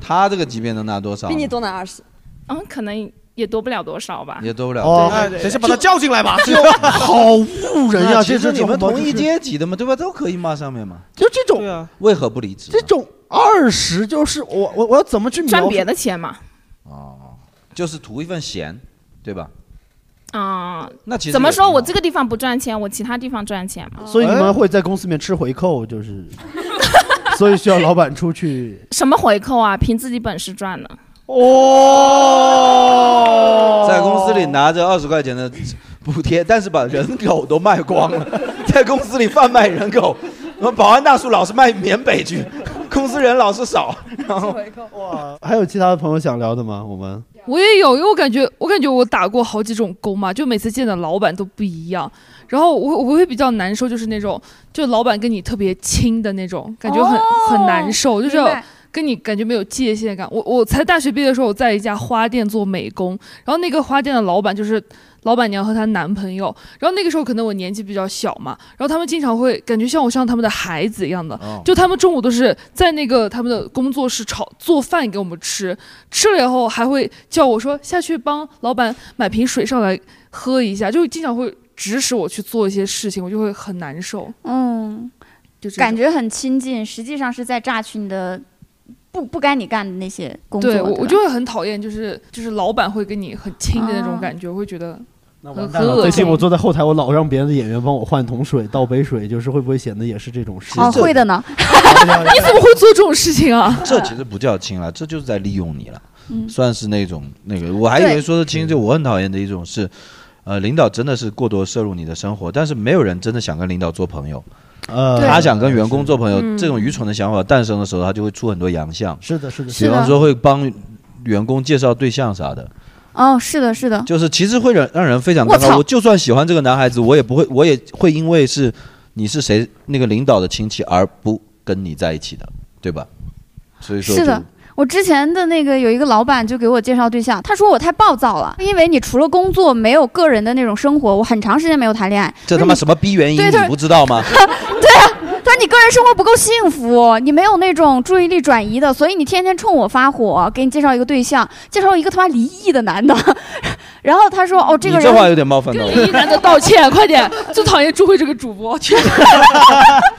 Speaker 2: 他这个级别能拿多少？
Speaker 13: 多拿二十。嗯，可能也多不了多少吧。
Speaker 2: 也多不了。
Speaker 3: 哦
Speaker 2: 对
Speaker 3: 哎
Speaker 2: 对
Speaker 3: 等下把
Speaker 7: 他叫进来吧
Speaker 2: 就
Speaker 7: 就
Speaker 3: 好侮人呀
Speaker 2: 那
Speaker 3: 这
Speaker 2: 其
Speaker 3: 这
Speaker 2: 实你们
Speaker 3: 种
Speaker 2: 同一阶级的嘛，对吧？都可以骂上面嘛。
Speaker 3: 就 这种，
Speaker 2: 为何不离职？
Speaker 3: 这种二十就是我我我要怎么去
Speaker 13: 赚
Speaker 3: 描
Speaker 13: 别的钱嘛。
Speaker 2: 就是图一份闲，对吧？
Speaker 13: 啊、
Speaker 2: 那其实
Speaker 13: 怎么
Speaker 2: 也
Speaker 13: 说我这个地方不赚钱，我其他地方赚钱
Speaker 3: 哦
Speaker 13: 嘛。哎
Speaker 3: 所以你
Speaker 7: 哎
Speaker 3: 们会在公司里面吃回扣， 就是，所以需要老板出去。
Speaker 13: 什么回扣啊？凭自己本事赚的。
Speaker 7: 哦，
Speaker 2: 在公司里拿着二十块钱的补贴，但是把人口都卖光了， 在公司里贩卖人口。我们保安大叔老是卖缅北去，公司人老是少，然后
Speaker 3: 还有其他的朋友想聊的吗？我们
Speaker 6: 我也有，因为我感觉，我感觉我打过好几种工嘛，就每次见的老板都不一样。然后我我会比较难受，就是那种就老板跟你特别亲的那种，感觉很、很难受，就是
Speaker 15: 哦明白
Speaker 6: 跟你感觉没有界限感。我我才大学毕业的时候，我在一家花店做美工，然后那个花店的老板就是老板娘和她男朋友，然后那个时候可能我年纪比较小嘛，然后他们经常会感觉像我像他们的孩子一样的，
Speaker 2: 哦
Speaker 6: 就他们中午都是在那个他们的工作室炒做饭给我们吃，吃了以后还会叫我说下去帮老板买瓶水上来喝一下，就经常会指使我去做一些事情，我就会很难受。
Speaker 4: 嗯，
Speaker 6: 就这种
Speaker 4: 感觉很亲近，实际上是在榨取你的不不该你干的那些工作。
Speaker 6: 对我，我
Speaker 4: 吧
Speaker 6: 就会很讨厌，就是就是老板会跟你很亲的那种
Speaker 4: 啊
Speaker 6: 感觉，我会觉得那
Speaker 3: 完蛋 了最近我坐在后台，我老让别人的演员帮我换桶水、倒杯水，就是会不会显得也是这种事？
Speaker 4: 哦，会的呢。
Speaker 6: 你怎么会做这种事情啊？
Speaker 2: 这其实不叫亲了，这就是在利用你了，
Speaker 4: 嗯
Speaker 2: 算是那种那个。我还以为说是亲，就我很讨厌的一种是，呃，领导真的是过多摄入你的生活，但是没有人真的想跟领导做朋友。
Speaker 3: 呃
Speaker 2: 他想跟员工做朋友，
Speaker 3: 嗯
Speaker 2: 这种愚蠢的想法诞生的时候，他就会出很多洋相。
Speaker 3: 是的，是的
Speaker 2: 比方说会帮员工介绍对象啥的，
Speaker 4: 哦，是的，是的。
Speaker 2: 就是其实会让让人非常
Speaker 4: 我
Speaker 2: 尴尬。
Speaker 4: 操
Speaker 2: 我就算喜欢这个男孩子，我也不会，我也会因为是你是谁那个领导的亲戚而不跟你在一起的，对吧？所以说
Speaker 4: 是
Speaker 2: 就
Speaker 4: 的，我之前的那个有一个老板就给我介绍对象，他说我太暴躁了，因为你除了工作没有个人的那种生活，我很长时间没有谈恋爱。
Speaker 2: 这他妈什么逼原因
Speaker 4: 对
Speaker 2: 你
Speaker 4: 他
Speaker 2: 不知道吗？
Speaker 4: 对啊，他说你个人生活不够幸福，你没有那种注意力转移的，所以你天天冲我发火。给你介绍一个对象，介绍一个他妈离异的男的， 然后他说哦，这
Speaker 2: 嗯你
Speaker 4: 个人
Speaker 2: 这话有点冒犯到
Speaker 6: 一
Speaker 2: 我。
Speaker 6: 男的道歉，快点！最讨厌朱慧这个主 播，去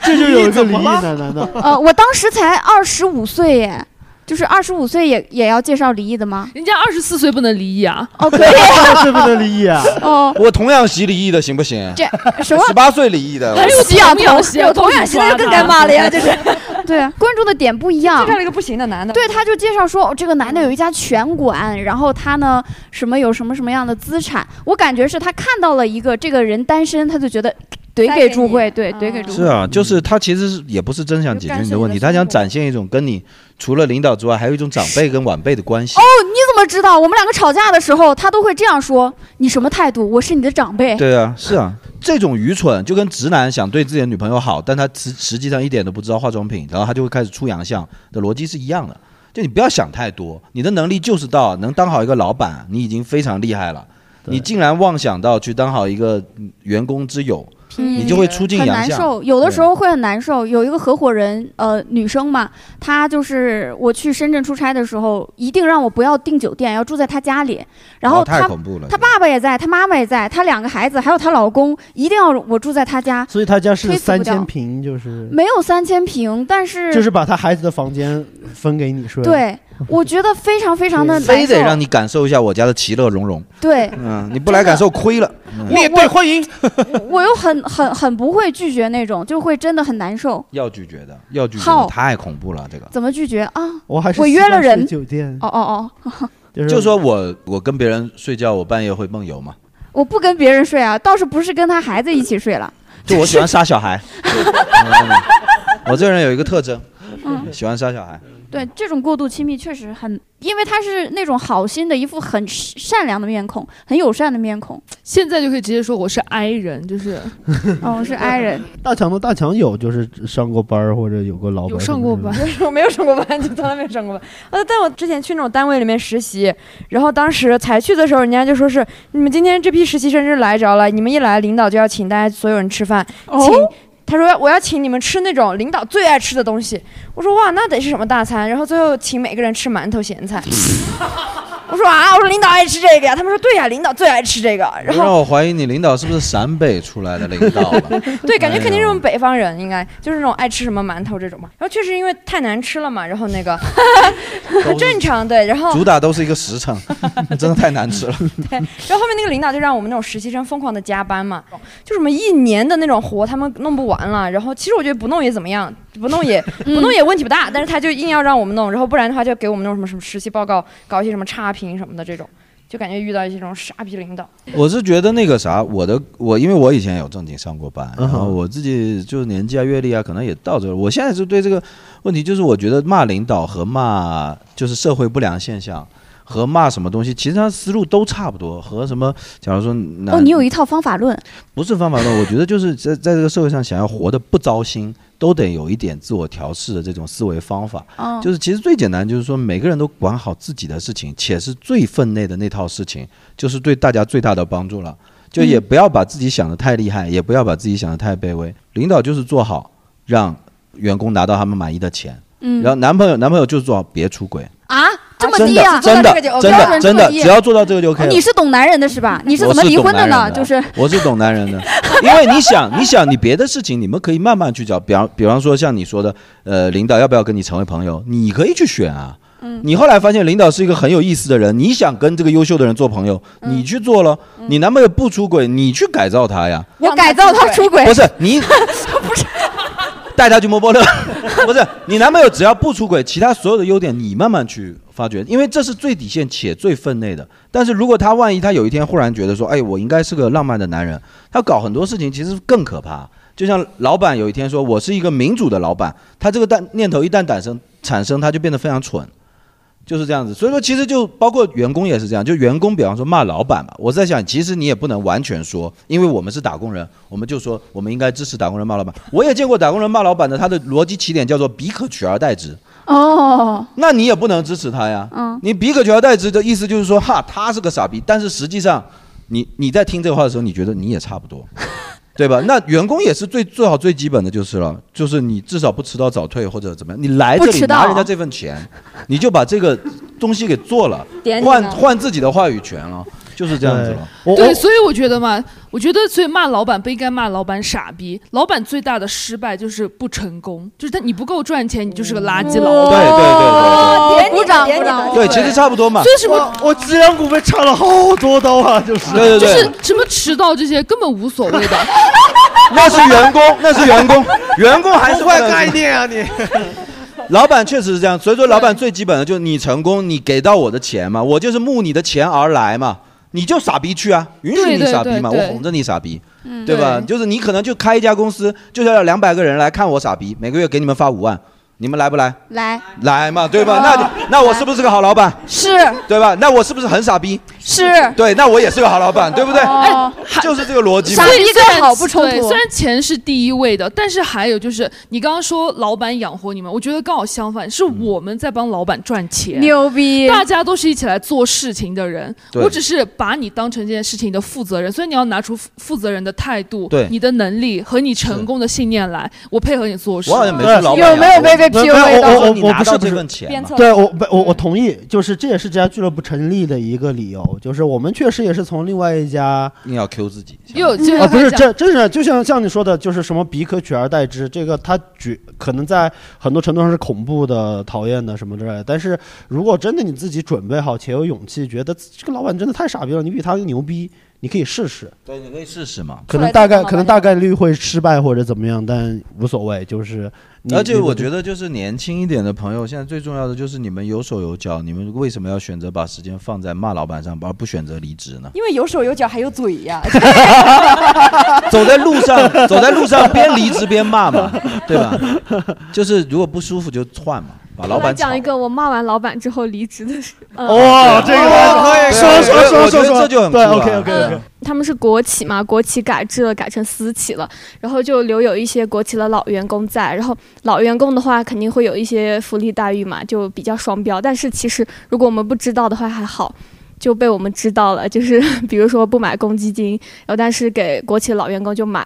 Speaker 3: 这就有一个离异男男的，
Speaker 4: 呃，我当时才二十五岁耶，就是二十五岁也也要介绍离异的吗？
Speaker 6: 人家二十四岁不能离异啊。
Speaker 4: 哦，可以。
Speaker 3: 是不能离异啊？
Speaker 4: 哦，
Speaker 2: 我同样习离异的行不行？
Speaker 4: 这什么
Speaker 2: 十八岁离异的，
Speaker 4: 哎呦
Speaker 2: 我
Speaker 4: 这样同
Speaker 5: 有同样
Speaker 4: 性
Speaker 5: 性的就更该骂了呀这是。
Speaker 4: 对啊，关注的点不一样。
Speaker 5: 介绍了一个不行的男的
Speaker 4: 对，他就介绍说，哦，这个男的有一家拳馆，然后他呢什么有什么什么样的资产。我感觉是他看到了一个这个人单身，他就觉得怼给朱慧，对，怼给朱慧。
Speaker 2: 是啊，
Speaker 4: 嗯
Speaker 2: 就是他其实是也不是真想解决你的问题，他想展现一种跟你除了领导之外，还有一种长辈跟晚辈的关系
Speaker 4: 哦。，你怎么知道？我们两个吵架的时候，他都会这样说：“你什么态度？我是你的长辈。”
Speaker 2: 对啊，是啊，这种愚蠢就跟直男想对自己的女朋友好，但他实实际上一点都不知道化妆品，然后他就会开始出洋相的逻辑是一样的。就你不要想太多，你的能力就是到能当好一个老板，你已经非常厉害了。你竟然妄想到去当好一个嗯员工之友，
Speaker 4: 嗯
Speaker 2: 你就会出尽
Speaker 4: 很
Speaker 2: 洋
Speaker 4: 难
Speaker 2: 相。
Speaker 4: 受，有的时候会很难受。有一个合伙人，呃，女生嘛，她就是我去深圳出差的时候，一定让我不要订酒店，要住在她家里。然后
Speaker 2: 哦太
Speaker 4: 她、
Speaker 2: 恐怖了
Speaker 4: 她爸爸也在，她妈妈也在，她两个孩子还有她老公，一定要我住在她家。
Speaker 3: 所以他家是
Speaker 4: 推辞不
Speaker 3: 三
Speaker 4: 掉
Speaker 3: 千，平，就是
Speaker 4: 没有三千平，但是
Speaker 3: 就是把他孩子的房间分给你睡。
Speaker 4: 对，我觉得非常非常的
Speaker 2: 非
Speaker 4: 难受
Speaker 2: 得。让你感受一下我家的其乐融融。
Speaker 4: 对，
Speaker 2: 嗯，你不来感受亏了。嗯
Speaker 4: 我我
Speaker 7: 欢迎，
Speaker 4: 我又很很很不会拒绝那种，就会真的很难受。
Speaker 2: 要拒绝的，要拒绝
Speaker 4: 好
Speaker 2: 的太恐怖了，这个。
Speaker 4: 怎么拒绝啊？
Speaker 3: 我还是
Speaker 4: 我
Speaker 3: 习
Speaker 4: 约
Speaker 3: 惯
Speaker 4: 了
Speaker 3: 睡
Speaker 4: 人。
Speaker 3: 酒店，
Speaker 4: 哦哦哦，
Speaker 2: 就说我我跟别人睡觉，我半夜会梦游 嘛，
Speaker 4: 我不跟别人睡啊，倒是不是跟他孩子一起睡了。
Speaker 2: 就我喜欢杀小孩。嗯我这个人有一个特征，
Speaker 4: 嗯
Speaker 2: 喜欢杀小孩。
Speaker 4: 对，这种过度亲密确实很，因为他是那种好心的一副很善良的面孔，很友善的面孔。
Speaker 6: 现在就可以直接说我是 I 人，就是
Speaker 4: 哦，我是 I 人。
Speaker 3: 大强的大强有就是上过班儿或者有过老板
Speaker 5: 有
Speaker 3: 什
Speaker 5: 上
Speaker 3: 么
Speaker 5: 过
Speaker 3: 之类
Speaker 5: 班
Speaker 3: 的，
Speaker 5: 我没有上过班，就从来没有上过班。呃，但我之前去那种单位里面实习，然后当时才去的时候，人家就说是你们今天这批实习生是来着了，你们一来，领导就要请大家所有人吃饭，请。他说我要请你们吃那种领导最爱吃的东西，我说哇那得是什么大餐？然后最后请每个人吃馒头咸菜， 我说啊我说领导爱吃这个呀，他们说对呀领导最爱吃这个，然
Speaker 2: 让
Speaker 5: 后
Speaker 2: 我怀疑你领导是不是陕北出来的领导 了？
Speaker 5: 对，感觉
Speaker 2: 哎
Speaker 5: 肯定是
Speaker 2: 呦
Speaker 5: 我们北方人，应该就是那种爱吃什么馒头这种嘛。然后确实因为太难吃了嘛，然后 那个很正常，对。然后
Speaker 2: 主打都是一个实诚， 真的太难吃了。
Speaker 5: 对， 然后后面那个领导就让我们那种实习生疯狂的加班嘛，就什么一年的那种活他们弄不完了。然后其实我觉得不弄也怎么样，不 弄也不弄也问题不大，但是他就硬要让我们弄，然后不然的话就给我们那种什么什么实习报告，搞一些什么差评什么的这种，就感觉遇到一些这种傻逼领导。
Speaker 2: 我是觉得那个啥，我的我因为我以前有正经上过班，
Speaker 3: 嗯
Speaker 2: 然
Speaker 3: 哼
Speaker 2: 后我自己就是年纪啊、阅历啊，可能也到这儿。我现在就对这个问题，就是我觉得骂领导和骂就是社会不良现象和骂什么东西，其实它思路都差不多。和什么，假如说
Speaker 4: 哦，你有一套方法论。
Speaker 2: 不是方法论，我觉得就是在在这个社会上想要活得不糟心，都得有一点自我调试的这种思维方法。
Speaker 4: 哦
Speaker 2: 就是其实最简单，就是说每个人都管好自己的事情，且是最分内的那套事情，就是对大家最大的帮助了。就也不要把自己想得太厉害，也不要把自己想得太卑微。领导就是做好，让员工拿到他们满意的钱。
Speaker 4: 嗯
Speaker 2: 然后男朋友男朋友就是做好，别出轨。
Speaker 4: 啊，这么
Speaker 2: 真
Speaker 4: 低啊！
Speaker 2: 的真的真的真的，只要做到这个就 OK
Speaker 4: 哦
Speaker 2: 了。
Speaker 4: 你是懂男人的是吧？你是
Speaker 2: 我
Speaker 4: 怎么离
Speaker 2: 懂
Speaker 4: 婚
Speaker 2: 男人
Speaker 4: 呢？就是
Speaker 2: 我是懂男人的， 因为你想，你想，你别的事情你们可以慢慢去找，比方比方说像你说的，呃，领导要不要跟你成为朋友，你可以去选啊。
Speaker 4: 嗯
Speaker 2: 你后来发现领导是一个很有意思的人，你想跟这个优秀的人做朋友，
Speaker 4: 嗯
Speaker 2: 你去做了，你男朋友不出轨，你去改造他呀，
Speaker 15: 我改造他出轨，
Speaker 2: 不是 你带他去摸摸乐， 不是你男朋友只要不出轨，其他所有的优点你慢慢去发掘，因为这是最底线且最分内的。但是如果他万一他有一天忽然觉得说，哎，我应该是个浪漫的男人，他搞很多事情其实更可怕。就像老板有一天说我是一个民主的老板，他这个旦念头一旦诞生产生，他就变得非常蠢。就是这样子，所以说其实就包括员工也是这样，就员工比方说骂老板嘛，我在想，其实你也不能完全说，因为我们是打工人，我们就说我们应该支持打工人骂老板。我也见过打工人骂老板的，他的逻辑起点叫做彼可取而代之，
Speaker 4: 哦，
Speaker 2: 那你也不能支持他呀。
Speaker 4: 嗯
Speaker 2: 你彼可取而代之的意思就是说，哈，他是个傻逼，但是实际上，你你在听这话的时候，你觉得你也差不 多，对吧？那员工也是最最好最基本的就是了，就是你至少不迟到早退或者怎么样，你来
Speaker 1: 不
Speaker 2: 这里
Speaker 1: 迟到
Speaker 2: 拿人家这份钱， 你就把这个东西给做了
Speaker 6: 点，你
Speaker 2: 换
Speaker 6: 了
Speaker 2: 换自己的话语权了，就是这样子了。
Speaker 6: 对，所以我觉得嘛，我觉得所以骂老板不应该骂老板傻逼，老板最大的失败就是不成功，就是他你不够赚钱，你就是个垃圾老
Speaker 2: 对
Speaker 6: 板。
Speaker 2: 对对
Speaker 15: 点你
Speaker 6: 鼓掌
Speaker 15: 点你
Speaker 6: 鼓掌
Speaker 2: 对对，其实差不多嘛。
Speaker 6: 所以什么
Speaker 2: 我脊梁骨被插了好多刀啊，就是对对
Speaker 6: 就
Speaker 2: 对，，
Speaker 6: 是什么迟到这些根本无所谓的
Speaker 2: 那是员工，那是员工，员工还是
Speaker 6: 不会
Speaker 2: 不能
Speaker 6: 概
Speaker 7: 念啊你。
Speaker 2: 老板确实是这样，所以说老板最基本的就是你成功，你给到我的钱嘛，我就是慕你的钱而来嘛，你就傻逼去啊，允许
Speaker 1: 对
Speaker 2: 你
Speaker 1: 对
Speaker 2: 傻逼嘛，
Speaker 1: 对
Speaker 2: 我
Speaker 1: 对
Speaker 2: 哄着你傻逼
Speaker 1: 嗯，
Speaker 2: 对吧？
Speaker 1: 对
Speaker 2: 就是你可能就开一家公司，就是要两百个人来看我傻逼，每个月给你们发五万，你们来不来？
Speaker 15: 来，
Speaker 2: 来嘛，对
Speaker 1: 啊
Speaker 2: 吧？
Speaker 15: 哦
Speaker 2: 那就那我是不是个好老板？
Speaker 15: 是，
Speaker 2: 对吧？那我是不是很傻逼？
Speaker 15: 是，
Speaker 2: 对，那我也是个好老板，对不对？
Speaker 6: 哦
Speaker 2: 就是这个逻辑嘛。
Speaker 6: 所以虽然对
Speaker 2: 对
Speaker 6: 虽然钱是第一位的，但是还有就是你刚刚说老板养活你们，我觉得刚好相反，是
Speaker 2: 嗯
Speaker 6: 我们在帮老板赚钱。
Speaker 15: 牛逼
Speaker 6: 大家都是一起来做事情的人，
Speaker 2: 对
Speaker 6: 我只是把你当成这件事情的负责人，所以你要拿出负负责人的态度，
Speaker 2: 对
Speaker 6: 你的能力和你成功的信念来，我配合你做事。
Speaker 2: 我好像没说老板养活
Speaker 3: 没有我我我我不是不
Speaker 2: 这
Speaker 3: 是
Speaker 2: 份钱嘛
Speaker 3: 对我不我
Speaker 5: 嗯
Speaker 3: 我同意，就是这也是这家俱乐部成立的一个理由，就是我们确实也是从另外一家
Speaker 2: 硬要 Q 自己。
Speaker 6: 又就
Speaker 3: 啊，不是，这真是就像像你说的，就是什么彼可取而代之，这个它举可能在很多程度上是恐怖的、讨厌的什么之类的。但是如果真的你自己准备好且有勇气，觉得这个老板真的太傻逼了，你比他牛逼，你可以试试。
Speaker 2: 对，你可以试试
Speaker 16: 啊
Speaker 2: 嘛。
Speaker 3: 可能大概可能大概率会失败或者怎么样，但无所谓，就是你。
Speaker 2: 而且
Speaker 3: 你
Speaker 2: 我觉得，就是年轻一点的朋友，现在最重要的就是你们有手有脚。你们为什么要选择把时间放在骂老板上，而不选择离职呢？
Speaker 5: 因为有手有脚还有嘴呀、
Speaker 2: 走在路上，走在路上边离职边骂嘛，对吧？就是如果不舒服就换嘛，把老
Speaker 16: 我来
Speaker 2: 板炒
Speaker 16: 讲一个我骂完老板之后离职的事。呃
Speaker 3: 哇这个
Speaker 2: 可以说说说说说这就很酷
Speaker 3: 对
Speaker 2: 了
Speaker 3: ，OK OK OK。
Speaker 16: 呃他们是国企嘛，国企改制了，改成私企了，然后就留有一些国企的老员工在，然后老员工的话肯定会有一些福利待遇嘛，就比较双标。但是其实如果我们不知道的话还好，就被我们知道了，就是 比如说不买公积金，然后但是给国企的老员工就买，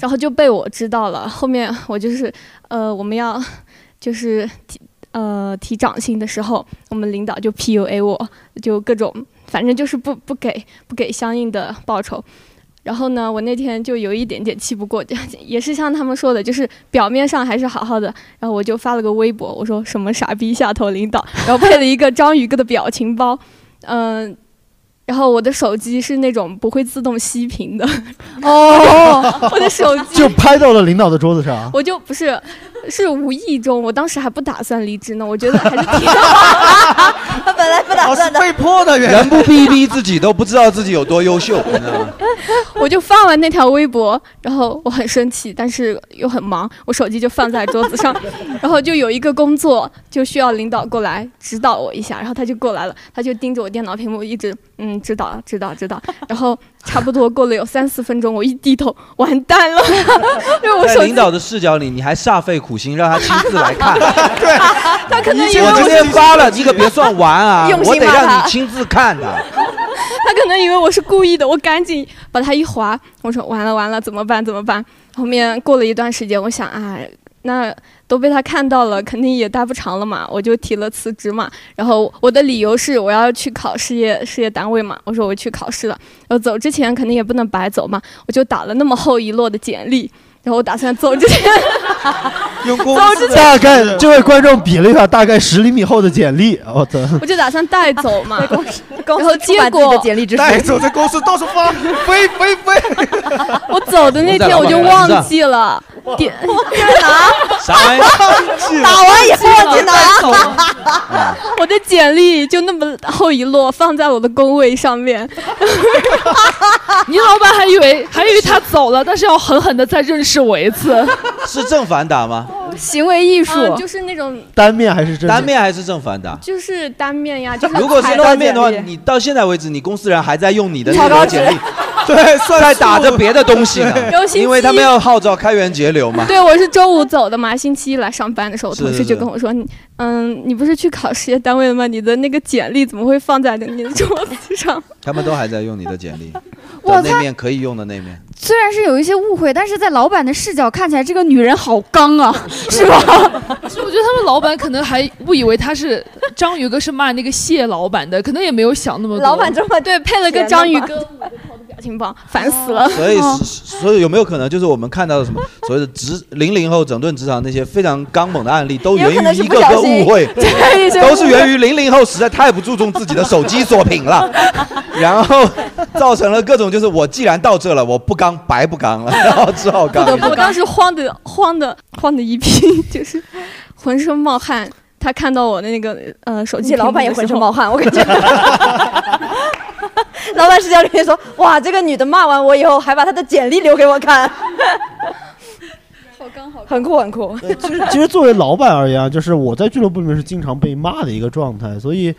Speaker 16: 然后就被我知道了。后面我就是呃，我们要就是提呃提涨薪的时候，我们领导就 PUA 我，就各种反正就是不不给不给相应的报酬。然后呢，我那天就有一点点气不过， 也是像他们说的，就是表面上还是好好的，然后我就发了个微博，我说什么傻逼下头领导，然后配了一个章鱼哥的表情包，嗯、然后我的手机是那种不会自动熄屏的，
Speaker 3: 哦
Speaker 16: 哦我的手机
Speaker 3: 就拍到了领导的桌子
Speaker 2: 啊
Speaker 3: 上。
Speaker 16: 我就不是，是无意中，我当时还不打算离职呢，我觉得还是 挺，他本来不打算的，被迫的
Speaker 2: 人不逼一逼自己都不知道自己有多优秀，你知道吗？
Speaker 16: 我就发完那条微博，然后我很生气，但是又很忙，我手机就放在桌子上，然后就有一个工作就需要领导过来指导我一下，然后他就过来了，他就盯着我电脑屏幕一直嗯指导指导指导，然后差不多过了有三四分钟，我一低头，完蛋了， 因为我手
Speaker 2: 在
Speaker 16: 机
Speaker 2: 领导的视角里，你还煞费苦心让他亲自来看。对，
Speaker 16: 他 可能以为
Speaker 2: 我
Speaker 16: 我
Speaker 2: 今天发了，你可别算完啊
Speaker 16: 用！心
Speaker 2: 我得
Speaker 16: 骂
Speaker 2: 让
Speaker 16: 他
Speaker 2: 你亲自看的。
Speaker 16: 他可能以为我是故意的，我赶紧把它一划，我说完了完了，怎么办怎么办？后面过了一段时间，我想啊、哎那都被他看到了，肯定也待不长了嘛，我就提了辞职嘛。然后我的理由是我要去考事业事业单位嘛，我说我去考试了，然后走之前肯定也不能白走嘛，我就打了那么厚一摞的简历，然后我打算走之前。
Speaker 7: 用工
Speaker 16: 走之前
Speaker 3: 大概这位观众比了一下，大概十厘米厚的简历，我操！
Speaker 16: 我就打算带走嘛，然
Speaker 5: 司
Speaker 16: 后
Speaker 5: 出
Speaker 16: 结
Speaker 5: 版自己的
Speaker 16: 果
Speaker 5: 简历之
Speaker 7: 带走在公司到处 发，飞飞飞！
Speaker 16: 我走的那天我就忘记了，点
Speaker 2: 啥玩 意
Speaker 16: 儿？
Speaker 15: 打完以后
Speaker 16: 去拿。 我的简历就那么厚一摞，放在我的工位上 面。
Speaker 6: 你老板还以为还以为他走了，但是要狠狠的再认识我一次。
Speaker 2: 是正反打吗？
Speaker 16: 行为艺
Speaker 6: 术
Speaker 16: 啊就是那种，
Speaker 3: 单面还是真？
Speaker 2: 单面还是正反打？
Speaker 16: 就是单面呀，就是
Speaker 2: 如果是
Speaker 16: 排了
Speaker 2: 单面的话，
Speaker 16: 简历
Speaker 2: 你到现在为止，你公司人还在用你的那
Speaker 16: 草稿
Speaker 2: 个
Speaker 16: 纸，
Speaker 2: 简历 对，在打着别的东西 呢
Speaker 16: 对尤其，
Speaker 2: 因为他
Speaker 16: 是
Speaker 2: 们要号召开源节流嘛。
Speaker 16: 对，我是周五走的嘛，星期一来上班的时候，我
Speaker 2: 是
Speaker 16: 同事
Speaker 2: 是
Speaker 16: 就是跟我说：“你，嗯，你不是去考事业单位了吗？你的那个简历怎么会放在 你的桌子上
Speaker 2: 他们都还在用你的简历，
Speaker 15: 哇
Speaker 2: 的那
Speaker 15: 他
Speaker 2: 面可以用的那面。
Speaker 15: 虽然是有一些误会，但是在老板的视角看起来，这个女人好刚啊， 是 吧？
Speaker 6: 所以我觉得他们老板可能还误以为他是章鱼哥是骂那个蟹老板的，可能也没有想那么多。
Speaker 16: 老板这么对配了个章鱼哥，
Speaker 6: 表
Speaker 16: 情包，哦烦死了。
Speaker 2: 所以
Speaker 15: 哦
Speaker 2: 是，所以有没有可能就是我们看到的什么所谓的职零零后整顿职场那些非常刚猛的案例，都源于一个个误会
Speaker 1: 也有可能是不小心对一，些误会
Speaker 2: 都是源于零零后实在太不注重自己的手机锁屏 了，然后造成了各种就是我既然到这了，我不刚白不刚了，然后只好刚一
Speaker 16: 我
Speaker 2: 下。
Speaker 16: 当时慌的慌的慌的一批， 就是浑身冒汗。他看到我的那个呃手机，
Speaker 15: 你老板也浑身冒汗我 感觉 老板视角里面说：“ 哇，这个女的骂完我以后，还把她的简历留给我看，很酷很 酷。
Speaker 3: 其实作为老板而言啊，就是我在俱乐部里面是经常被骂的一个状态，所以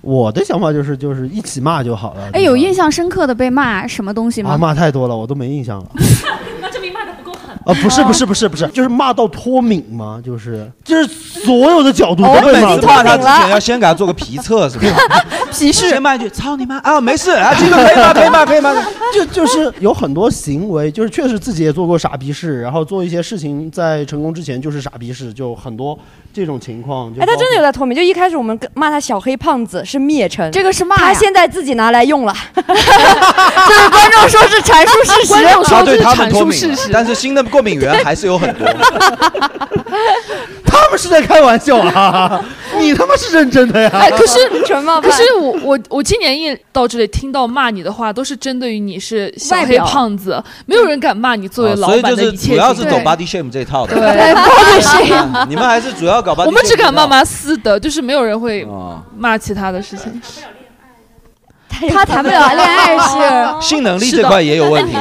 Speaker 3: 我的想法就是，就是一起骂就好
Speaker 2: 啊
Speaker 3: 了。
Speaker 15: 哎，有印象深刻的被骂什么东西吗？
Speaker 3: 啊，骂太多了，我都没印象了。
Speaker 8: 那证明骂的不够狠。
Speaker 3: 啊，不是不是不是不是，就是骂到脱敏嘛，就是就是所有的角度
Speaker 2: 我
Speaker 3: 都被
Speaker 2: 每
Speaker 7: 哦
Speaker 3: 骂
Speaker 2: 次骂他之前要先给他做个皮测，是不是？
Speaker 15: 皮试
Speaker 2: 先骂一句“操你妈”啊，没事啊，这个可以骂，可以骂，可以骂。
Speaker 3: 就就是有很多行为，就是确实自己也做过傻逼事，然后做一些事情在成功之前就是傻逼事，就很多这种情况。就
Speaker 5: 哎，他
Speaker 3: 包
Speaker 5: 真
Speaker 3: 括
Speaker 5: 的有在脱敏，就一开始我们跟骂他小黑胖子是蔑称，
Speaker 15: 这个是骂呀
Speaker 5: 他现在自己拿来用了，
Speaker 15: 就是观众说是阐述事实，
Speaker 2: 他对他们脱敏了，但是新的过敏源还是 有很多。
Speaker 3: 他们是在开玩笑啊，你他妈是认真的呀？
Speaker 6: 哎，可是
Speaker 5: 冒
Speaker 6: 可
Speaker 5: 犯
Speaker 6: 是我我我今年一到这里听到骂你的话，都是针对于你是小
Speaker 15: 外
Speaker 6: 黑
Speaker 15: 表
Speaker 6: 胖子，没有人敢骂你作为
Speaker 2: 啊
Speaker 6: 老
Speaker 2: 所以
Speaker 6: 板
Speaker 2: 就
Speaker 6: 的
Speaker 2: 是
Speaker 6: 一切
Speaker 2: 主要是
Speaker 6: 行
Speaker 2: 走
Speaker 6: 为
Speaker 2: body shame 这一套的。啊
Speaker 6: 对 body shame
Speaker 2: 你们还是主要搞 body shame 这一套。
Speaker 6: 我们只敢骂骂私德，就是没有人会
Speaker 2: 啊
Speaker 6: 骂其他的事情。
Speaker 15: 他谈不了恋爱 是。
Speaker 2: 性能力这块也有问题。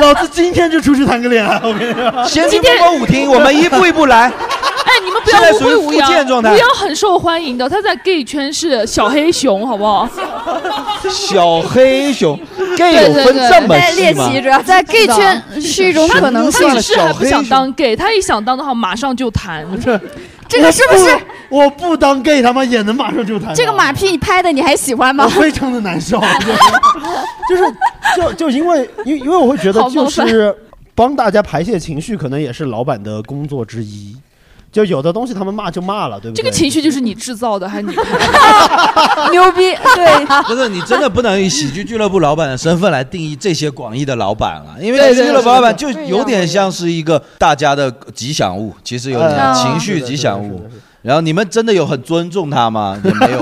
Speaker 3: 老子今天就出去谈个恋爱，我跟你说。
Speaker 2: 先去摸摸舞厅，我们一步一步来。
Speaker 6: 哎，你们不
Speaker 2: 现在
Speaker 6: 要误
Speaker 2: 属于
Speaker 6: 会吴
Speaker 2: 复健
Speaker 6: 阳，
Speaker 2: 状态
Speaker 6: 吴阳很受欢迎的，他在 gay 圈是小黑熊，好不 好？
Speaker 2: 小黑熊，gay
Speaker 6: 对
Speaker 2: 有
Speaker 6: 对
Speaker 2: 分
Speaker 6: 对
Speaker 2: 这么细吗？
Speaker 15: 要在 gay 圈是一种可能性
Speaker 6: 他只是还
Speaker 15: 小
Speaker 6: 不
Speaker 15: 黑
Speaker 6: 想
Speaker 15: 熊
Speaker 6: 当 gay，他一想当的话，马上就谈。
Speaker 15: 这个是不是
Speaker 3: 我不当 gay 他妈也能马上就谈？
Speaker 15: 这个马屁拍的你还喜欢吗
Speaker 3: 我？非常的 难受，啊 就是就是就就因为因为因为我会觉得
Speaker 15: 好
Speaker 3: 就
Speaker 15: 冒犯
Speaker 3: 是帮大家排泄情绪，可能也是老板的工作之一。就有的东西他们骂就骂了，对不对？
Speaker 6: 这个情绪就是你制造的，还是你？
Speaker 15: 牛逼，对，
Speaker 2: 不是你真的不能以喜剧俱乐部老板的身份来定义这些广义的老板了，因为
Speaker 1: 对
Speaker 2: 喜剧俱乐部老板
Speaker 1: 对
Speaker 2: 就
Speaker 1: 对对
Speaker 2: 有点像是一个大家的吉祥物，其实有点
Speaker 6: 啊
Speaker 1: 嗯
Speaker 2: 情绪吉祥物。然后你们真的有很尊重他吗？也没有，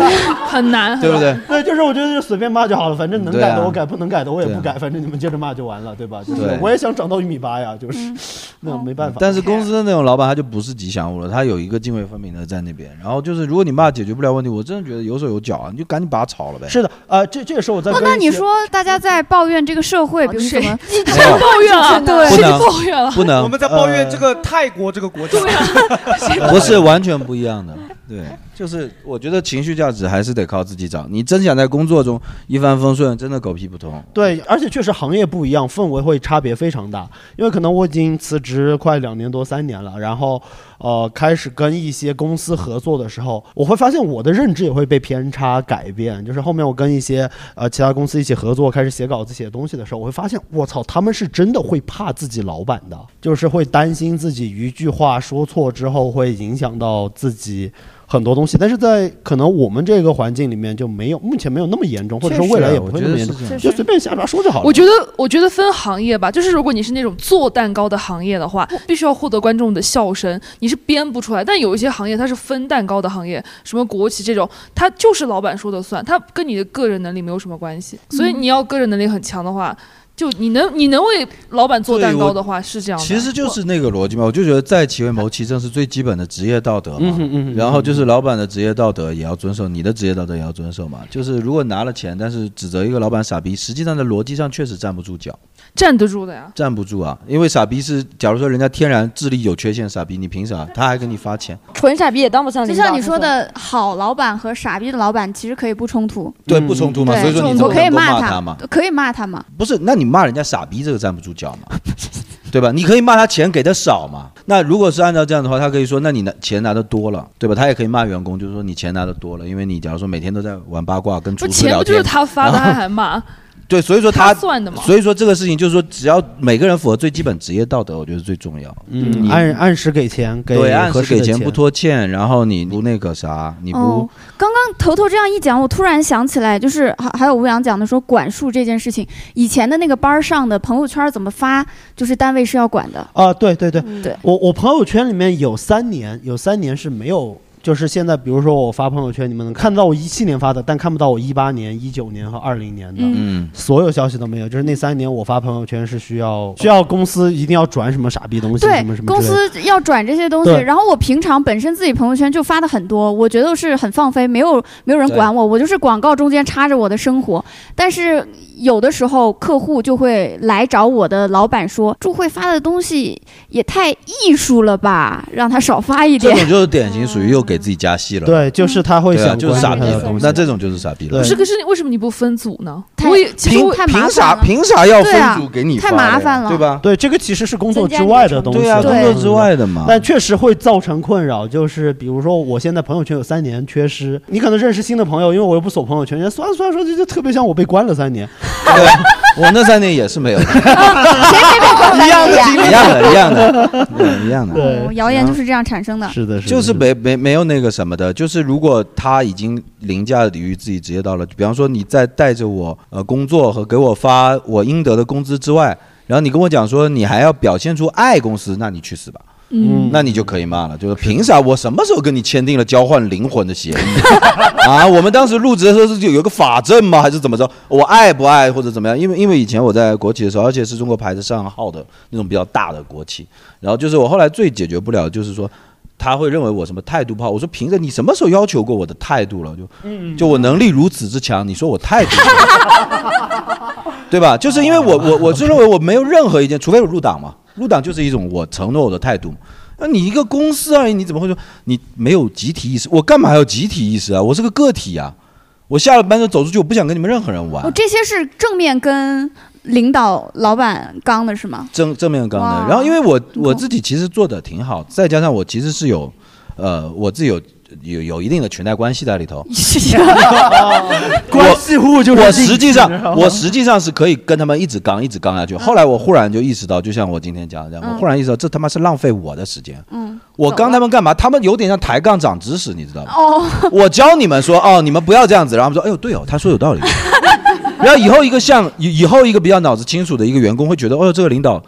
Speaker 6: 很难
Speaker 2: 对不对？
Speaker 3: 对，就是我觉得就随便骂就好了，反正能
Speaker 2: 对啊
Speaker 3: 改的我改，不能改的我也
Speaker 2: 对啊
Speaker 3: 不改，反正你们接着骂就完了，对吧？就是
Speaker 2: 对
Speaker 3: 我也想长到一米八呀，
Speaker 6: 嗯
Speaker 3: 就是那没办法。
Speaker 2: 但是
Speaker 15: 啊
Speaker 2: 公司的那种老板他就不是吉祥物了，他有一个泾渭分明的在那边。然后就是如果你骂解决不了问题，我真的觉得有手有脚啊，你就赶紧把他炒了呗。
Speaker 3: 是的，呃，这这个时候我在
Speaker 15: 哦，那你说大家在抱怨这个社会，
Speaker 5: 哦
Speaker 15: 比如什么
Speaker 2: 没有
Speaker 6: 抱怨啊
Speaker 15: 对，
Speaker 2: 不能不能，
Speaker 7: 我们在抱怨
Speaker 2: 呃
Speaker 7: 这个泰国这个国家。
Speaker 2: 不是完全不一样的，对，就是我觉得情绪价值还是得靠自己找。你真想在工作中一帆风顺，真的狗屁不通。
Speaker 3: 对，而且确实行业不一样，氛围会差别非常大。因为可能我已经辞职快两年多三年了，然后呃开始跟一些公司合作的时候，我会发现我的认知也会被偏差改变。就是后面我跟一些呃其他公司一起合作，开始写稿子、写东西的时候，我会发现我操，他们是真的会怕自己老板的，就是会担心自己一句话说错之后会影响到自己。很多东西，但是在可能我们这个环境里面就没有，目前没有那么严重，或者说
Speaker 6: 确实
Speaker 3: 未来也
Speaker 6: 我
Speaker 3: 不会
Speaker 6: 觉
Speaker 3: 那么
Speaker 6: 得
Speaker 3: 严
Speaker 6: 是
Speaker 3: 重
Speaker 6: 这，样
Speaker 3: 就随便瞎抓说就好了。
Speaker 6: 我觉得，我觉得分行业吧，就是如果你是那种做蛋糕的行业的话，必须要获得观众的笑声，你是编不出来。但有一些行业它是分蛋糕的行业，什么国企这种，它就是老板说的算，它跟你的个人能力没有什么关系。所以
Speaker 2: 嗯
Speaker 6: 你要个人能力很强的话，就你能你能为老板做蛋糕的话是这样的。
Speaker 2: 其实就是那个逻辑嘛，我就觉得在其位谋其政是最基本的职业道德嘛。
Speaker 3: 嗯哼嗯哼
Speaker 2: 然后就是老板的职业道德也要遵守，你的职业道德也要遵守嘛。就是如果拿了钱，但是指责一个老板傻逼，实际上在逻辑上确实站不住脚，
Speaker 6: 站得住的呀。
Speaker 2: 站不住啊。因为傻逼是，假如说人家天然智力有缺陷，傻逼你凭啥？他还给你发钱？
Speaker 5: 纯傻逼也当不上
Speaker 15: 就
Speaker 5: 领导。
Speaker 15: 像你说的，好老板和傻逼的老板其实可以不冲突。
Speaker 2: 对，不冲突嘛。
Speaker 15: 对
Speaker 2: 所以说你
Speaker 15: 我
Speaker 2: 怎么
Speaker 15: 可以
Speaker 2: 能够
Speaker 15: 骂
Speaker 2: 他嘛？
Speaker 15: 可以骂他嘛？
Speaker 2: 不是，那你骂人家傻逼，这个站不住脚嘛，对吧？你可以骂他钱给的少嘛。那如果是按照这样的话，他可以说，那你拿钱拿的多了，对吧？他也可以骂员工，就是说你钱拿的多了，因为你假如说每天都在玩八卦跟
Speaker 6: 不
Speaker 2: 厨
Speaker 6: 是
Speaker 2: 师
Speaker 6: 钱
Speaker 2: 聊
Speaker 6: 不
Speaker 2: 天，
Speaker 6: 就是他发的，
Speaker 2: 然后
Speaker 6: 他还 骂。
Speaker 2: 对，所以说他
Speaker 6: 他算的嘛
Speaker 2: 所以说这个事情就是说，只要每个人符合最基本职业道德，我觉得最重要。
Speaker 3: 嗯，
Speaker 2: 你
Speaker 3: 按按时给钱，给
Speaker 2: 对，按
Speaker 3: 合
Speaker 2: 时
Speaker 3: 适
Speaker 2: 给
Speaker 3: 的
Speaker 2: 钱不拖欠，然后你不那个啥，你不、
Speaker 15: 哦，刚刚头头这样一讲，我突然想起来，就是还还有吴阳讲的说管束这件事情，以前的那个班儿上的朋友圈怎么发，就是单位是要管的。
Speaker 3: 啊，对对对，
Speaker 15: 对
Speaker 3: 我我朋友圈里面有三年，有三年是没有，就是现在，比如说我发朋友圈，你们能看到我一七年发的，但看不到我一八年、一九年和二零年的，
Speaker 2: 嗯，
Speaker 3: 所有消息都没有，就是那三年我发朋友圈是需要需要公司一定要转什么傻逼东西，
Speaker 15: 对
Speaker 3: 什么什，么
Speaker 15: 公
Speaker 3: 之类
Speaker 15: 司
Speaker 3: 的
Speaker 15: 要转这些东西，
Speaker 3: 对
Speaker 15: 然后我平常本身自己朋友圈就发的很多，我觉得是很放飞，没有没有人管我，我就是广告中间插着我的生活。但是有的时候客户就会来找我的老板说，祝慧发的东西也太艺术了吧，让他少发一
Speaker 2: 这
Speaker 15: 点。
Speaker 2: 种就是典型属于又给自己加戏了。
Speaker 3: 对，就是他会
Speaker 2: 对啊
Speaker 3: 想
Speaker 2: 就是傻
Speaker 3: 关
Speaker 2: 逼
Speaker 3: 注他的东，西
Speaker 2: 那这种就是傻逼了。
Speaker 6: 不是，可是你为什么你不分组呢？
Speaker 15: 太
Speaker 6: 我也其实
Speaker 2: 凭
Speaker 6: 我
Speaker 2: 太麻凭啥烦了凭啥要分对啊组给你太发麻嘞烦了对吧
Speaker 3: 对，这个其实是工作之外的东西，
Speaker 2: 对啊，工作之外的 嘛。
Speaker 3: 但确实会造成困扰，就是比如说，我现在朋友圈有三年缺失，你可能认识新的朋友，因为我又不锁朋友圈，人家算算说这就特别像我被关了三年，
Speaker 2: 我那三年也是没有的，
Speaker 15: 谁被管
Speaker 2: 一样的经历 一样的一 样
Speaker 15: 的。
Speaker 2: 嗯一样的。
Speaker 15: 哦谣言就是这样产生的。
Speaker 3: 是的，
Speaker 2: 就是没没没有那个什么的，就是如果他已经凌驾于自己职业道了，比方说你在带着我呃工作和给我发我应得的工资之外，然后你跟我讲说你还要表现出爱公司，那你去死吧。
Speaker 11: 嗯
Speaker 2: 那你就可以骂了，就是凭啥我什么时候跟你签订了交换灵魂的协议啊？我们当时入职的时候是有有个法证吗？还是怎么着？我爱不爱或者怎么样？因为因为以前我在国企的时候，而且是中国牌子上号的那种比较大的国企，然后就是我后来最解决不了的就是说。他会认为我什么态度不好？我说凭着你什么时候要求过我的态度了？就
Speaker 11: 嗯
Speaker 2: 就我能力如此之强，你说我态度不好，对吧？就是因为我我我是认为我没有任何意见，除非我入党嘛，入党就是一种我承诺我的态度。那你一个公司而已，你怎么会说你没有集体意识？我干嘛要集体意识啊？我是个个体啊！我下了班就走出去，我不想跟你们任何人玩
Speaker 15: 哦，。这些是正面跟领导、老板刚的是吗？
Speaker 2: 正正面刚
Speaker 15: 哇
Speaker 2: 的。然后因为我我自己其实做的挺好，再加上我其实是有，呃，我自己有有有一定的裙带关系在里头。
Speaker 3: 关系户就是
Speaker 2: 我
Speaker 3: 进去
Speaker 2: 实际上
Speaker 3: 然后
Speaker 2: 我实际上是可以跟他们一直刚一直刚下去。后来我忽然就意识到，就像我今天讲的这样，
Speaker 11: 嗯
Speaker 2: 我忽然意识到这他妈是浪费我的时间。
Speaker 11: 嗯，
Speaker 2: 我刚他们干嘛？他们有点像抬杠长知识，你知道吗？
Speaker 15: 哦，
Speaker 2: 我教你们说哦，你们不要这样子，然后他们说，哎呦，对哦，他说有道理。然后以后一个像以以后一个比较脑子清楚的一个员工会觉得，哦，这个领导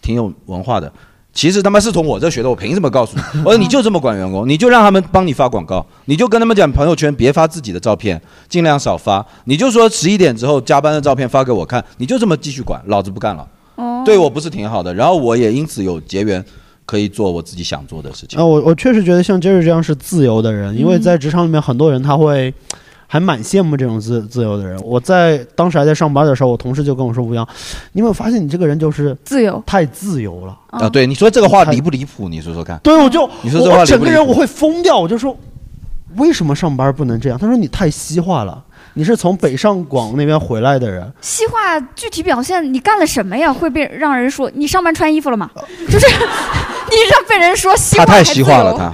Speaker 2: 挺有文化的。其实他妈是从我这学的，我凭什么告诉你？我说你就这么管员工，你就让他们帮你发广告，你就跟他们讲朋友圈别发自己的照片，尽量少发，你就说十一点之后加班的照片发给我看，你就这么继续管，老子不干了。
Speaker 15: 哦
Speaker 2: 对我不是挺好的，然后我也因此有结缘，可以做我自己想做的事情。
Speaker 3: 啊，我我确实觉得像 Jerry 这样是自由的人，因为在职场里面很多人他会。还蛮羡慕这种自自由的人。我在当时还在上班的时候，我同事就跟我说：“吴阳，你有没有发现你这个人就是
Speaker 15: 自由，
Speaker 3: 太自由了
Speaker 2: 啊，对，你说这个话离不离谱？你说说看。
Speaker 3: 嗯对，我就
Speaker 2: 嗯你说这话
Speaker 3: 我
Speaker 2: 离
Speaker 3: 整
Speaker 2: 不
Speaker 3: 个
Speaker 2: 离
Speaker 3: 人
Speaker 2: 谱
Speaker 3: 我会疯掉，我就说为什么上班不能这样？他说你太西化了，你是从北上广那边回来的人。
Speaker 15: 西化具体表现，你干了什么呀？会被让人说你上班穿衣服了吗？就是 你让被人说西化，
Speaker 3: 他太西化 了
Speaker 2: 他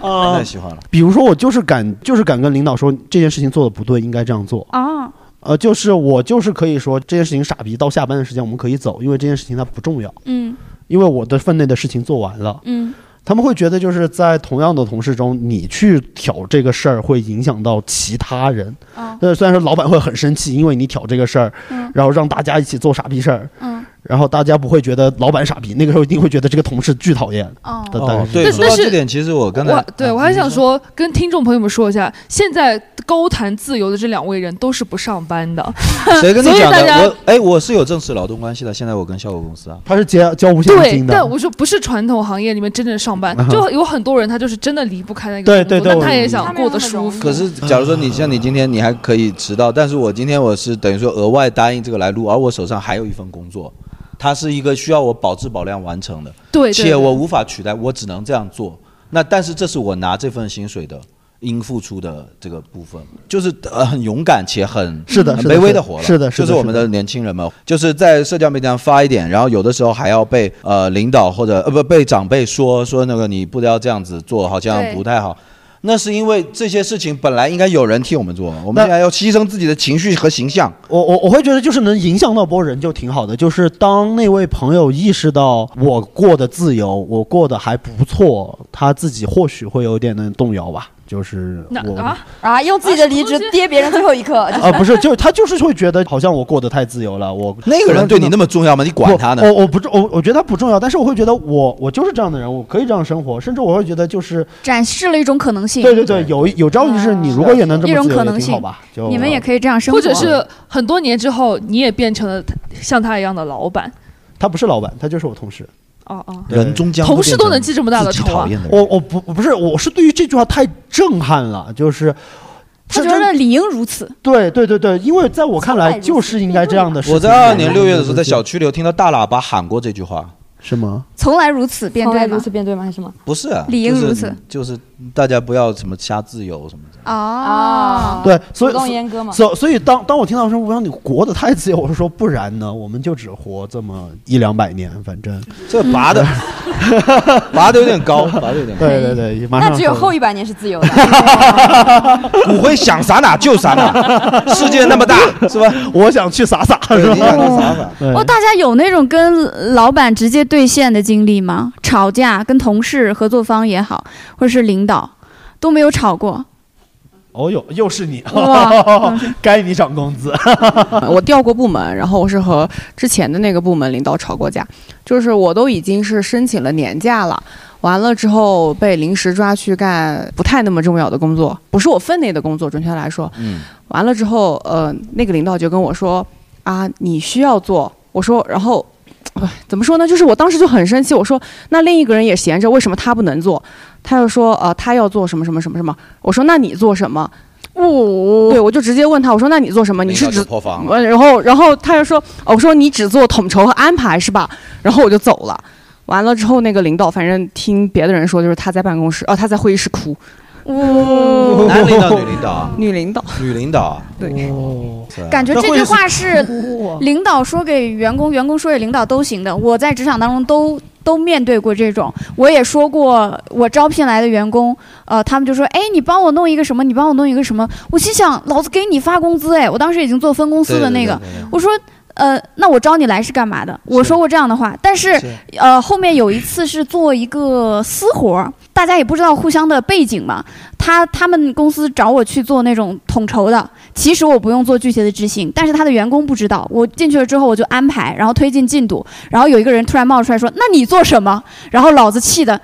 Speaker 3: 啊
Speaker 2: 太喜欢了。
Speaker 3: 比如说我就是敢，就是敢跟领导说这件事情做的不对，应该这样做。
Speaker 15: 啊，
Speaker 3: 呃，就是我就是可以说这件事情傻逼，到下班的时间我们可以走，因为这件事情它不重要，
Speaker 15: 嗯
Speaker 3: 因为我的分内的事情做完了。
Speaker 15: 嗯，
Speaker 3: 他们会觉得就是在同样的同事中，你去挑这个事儿会影响到其他人。
Speaker 17: 哦
Speaker 3: 但是呃虽然说老板会很生气，因为你挑这个事儿，
Speaker 17: 嗯
Speaker 3: 然后让大家一起做傻逼事儿，
Speaker 17: 嗯，
Speaker 3: 然后大家不会觉得老板傻逼，那个时候一定会觉得这个同事巨讨厌。
Speaker 6: 哦
Speaker 3: 大大概
Speaker 2: 哦
Speaker 3: 是
Speaker 2: 对，
Speaker 3: 这
Speaker 2: 说
Speaker 3: 样
Speaker 2: 到这点，其实我刚才
Speaker 6: 我对我还想说，跟听众朋友们说一下，现在高谈自由的这两位人都是不上班的。
Speaker 2: 谁跟你
Speaker 6: 所以
Speaker 2: 讲
Speaker 6: 大家
Speaker 2: 的？我哎，我是有正式劳动关系的，现在我跟效果公司啊，
Speaker 3: 他是交交无限
Speaker 6: 对
Speaker 3: 金，的
Speaker 6: 但。我说不是传统行业里面真正上班
Speaker 2: 嗯，哼
Speaker 6: 就有很多人他就是真的离不开那
Speaker 2: 对
Speaker 6: 个工作
Speaker 2: 对对
Speaker 6: 但
Speaker 2: 我
Speaker 6: 他也
Speaker 2: 明白
Speaker 6: 想过得舒服。
Speaker 2: 可是，
Speaker 3: 嗯
Speaker 2: 假如说你像你今天你还可以迟到，但是我今天我是等于说额外答应这个来录，而我手上还有一份工作，它是一个需要我保质保量完成的，
Speaker 6: 对对
Speaker 2: 且
Speaker 6: 对
Speaker 2: 我无法取代，我只能这样做。那但是这是我拿这份薪水的应付出的这个部分，就是呃很勇敢且很
Speaker 3: 是的
Speaker 2: 很
Speaker 3: 是的
Speaker 2: 卑微
Speaker 3: 是
Speaker 2: 的
Speaker 3: 的
Speaker 2: 活了，
Speaker 3: 是的是的
Speaker 2: 就是我
Speaker 3: 是
Speaker 2: 们
Speaker 3: 的
Speaker 2: 的年轻人嘛，就是在社交媒体上发一点，然后有的时候还要被呃领导或者呃不被长辈说说那个你不要这样子做，好像
Speaker 3: 对
Speaker 2: 不太好。那是因为这些事情本来应该有人替我们做，我们
Speaker 3: 那
Speaker 2: 现在要牺牲自己的情绪和形象。
Speaker 3: 我我我会觉得就是能影响到波人就挺好的，就是当那位朋友意识到我过得自由，我过得还不错，他自己或许会有点能动摇吧，就是
Speaker 5: 那
Speaker 3: 我
Speaker 5: 啊啊！用自己的离职跌别人最后一刻，就是
Speaker 3: 啊，不是，就是他就是会觉得好像我过得太自由了，我
Speaker 2: 那个人对你那么重要吗？你管他呢？
Speaker 3: 我我不重，我我觉得他不重要，但是我会觉得我我就是这样的人，我可以这样生活，甚至我会觉得就是
Speaker 4: 展示了一种可能性。
Speaker 3: 对对对，有有朝一日你如果也能这
Speaker 4: 一
Speaker 3: 么
Speaker 4: 种
Speaker 3: 自由
Speaker 4: 可
Speaker 3: 也
Speaker 4: 能
Speaker 3: 挺好
Speaker 4: 性
Speaker 3: 吧，就
Speaker 4: 你们也可以这样生活，
Speaker 6: 或者是很多年之后，你也变成了像他一样的老板。
Speaker 3: 他不是老板，他就是我同事。
Speaker 6: 哦哦，
Speaker 3: 人终将
Speaker 6: 同事都能记这么大的仇啊！
Speaker 3: 我我不不是，我是对于这句话太震撼了，就是
Speaker 4: 他觉得理应如此。
Speaker 3: 对对对对，因为在我看来就是应该这样的事情。
Speaker 2: 我在二二年六月的时候，在小区里有听到大喇叭喊过这句话，
Speaker 3: 是吗？
Speaker 4: 从来如此辩
Speaker 5: 从来
Speaker 4: 对
Speaker 5: 如
Speaker 4: 吗？
Speaker 5: 此辩对吗？还是什么？
Speaker 2: 不是啊，
Speaker 4: 理应
Speaker 2: 就是
Speaker 4: 如此
Speaker 2: 就是大家不要什么瞎自由什么的。
Speaker 4: 哦
Speaker 3: 对，所以
Speaker 5: 主动阉割嘛
Speaker 3: 所所以当当我听到说我让你活得太自由，我说不然呢，我们就只活这么一两百年，反正
Speaker 2: 这拔 的拔的有点高，拔的有点高。
Speaker 3: 对对对，马上
Speaker 5: 那只有
Speaker 3: 说
Speaker 5: 后一百年是自 由的。
Speaker 2: 骨灰想撒哪就撒哪，世界那么大，是吧？
Speaker 3: 我想去撒撒，是吧？嗯
Speaker 4: 哦，大家有那种跟老板直接对线的经历吗？吵架跟同事、合作方也好，或者是领导，都没有吵过。
Speaker 3: 哦哟，又是你
Speaker 4: 哇，
Speaker 3: 该你涨工资。
Speaker 12: 我调过部门，然后我是和之前的那个部门领导吵过架，就是我都已经是申请了年假了，完了之后被临时抓去干不太那么重要的工作，不是我分内的工作，准确来说，
Speaker 2: 嗯，
Speaker 12: 完了之后，呃，那个领导就跟我说啊，你需要做，我说，然后。唉怎么说呢？就是我当时就很生气，我说那另一个人也闲着，为什么他不能做？他又说呃，他要做什么什么什么什么。我说那你做什么？
Speaker 4: 哦，
Speaker 12: 对，我就直接问他，我说那你做什么？你
Speaker 2: 领
Speaker 12: 是
Speaker 2: 导
Speaker 12: 只
Speaker 2: 就破防了
Speaker 12: 呃然后然后他就说，哦我说你只做统筹和安排是吧？然后我就走了。完了之后，那个领导反正听别的人说，就是他在办公室，哦，他在会议室哭。
Speaker 4: 哦
Speaker 2: 男领导、女领 导、啊
Speaker 12: 女领导、
Speaker 2: 女领导啊，
Speaker 12: 对，
Speaker 4: 感觉这句话是领导说给员工，员工说给领导都行的。我在职场当中都都面对过这种，我也说过，我招聘来的员工，呃，他们就说，哎，你帮我弄一个什么，你帮我弄一个什么。我心想，老子给你发工资，哎，我当时已经做分公司的那个，
Speaker 16: 对对对对对
Speaker 4: 我说。呃，那我招你来是干嘛的？我说过这样的话，但是
Speaker 16: 是
Speaker 4: 呃，后面有一次是做一个私活儿，大家也不知道互相的背景嘛。他他们公司找我去做那种统筹的，其实我不用做具体的执行，但是他的员工不知道。我进去了之后，我就安排，然后推进进度，然后有一个人突然冒出来说：“那你做什么？”然后老子气的。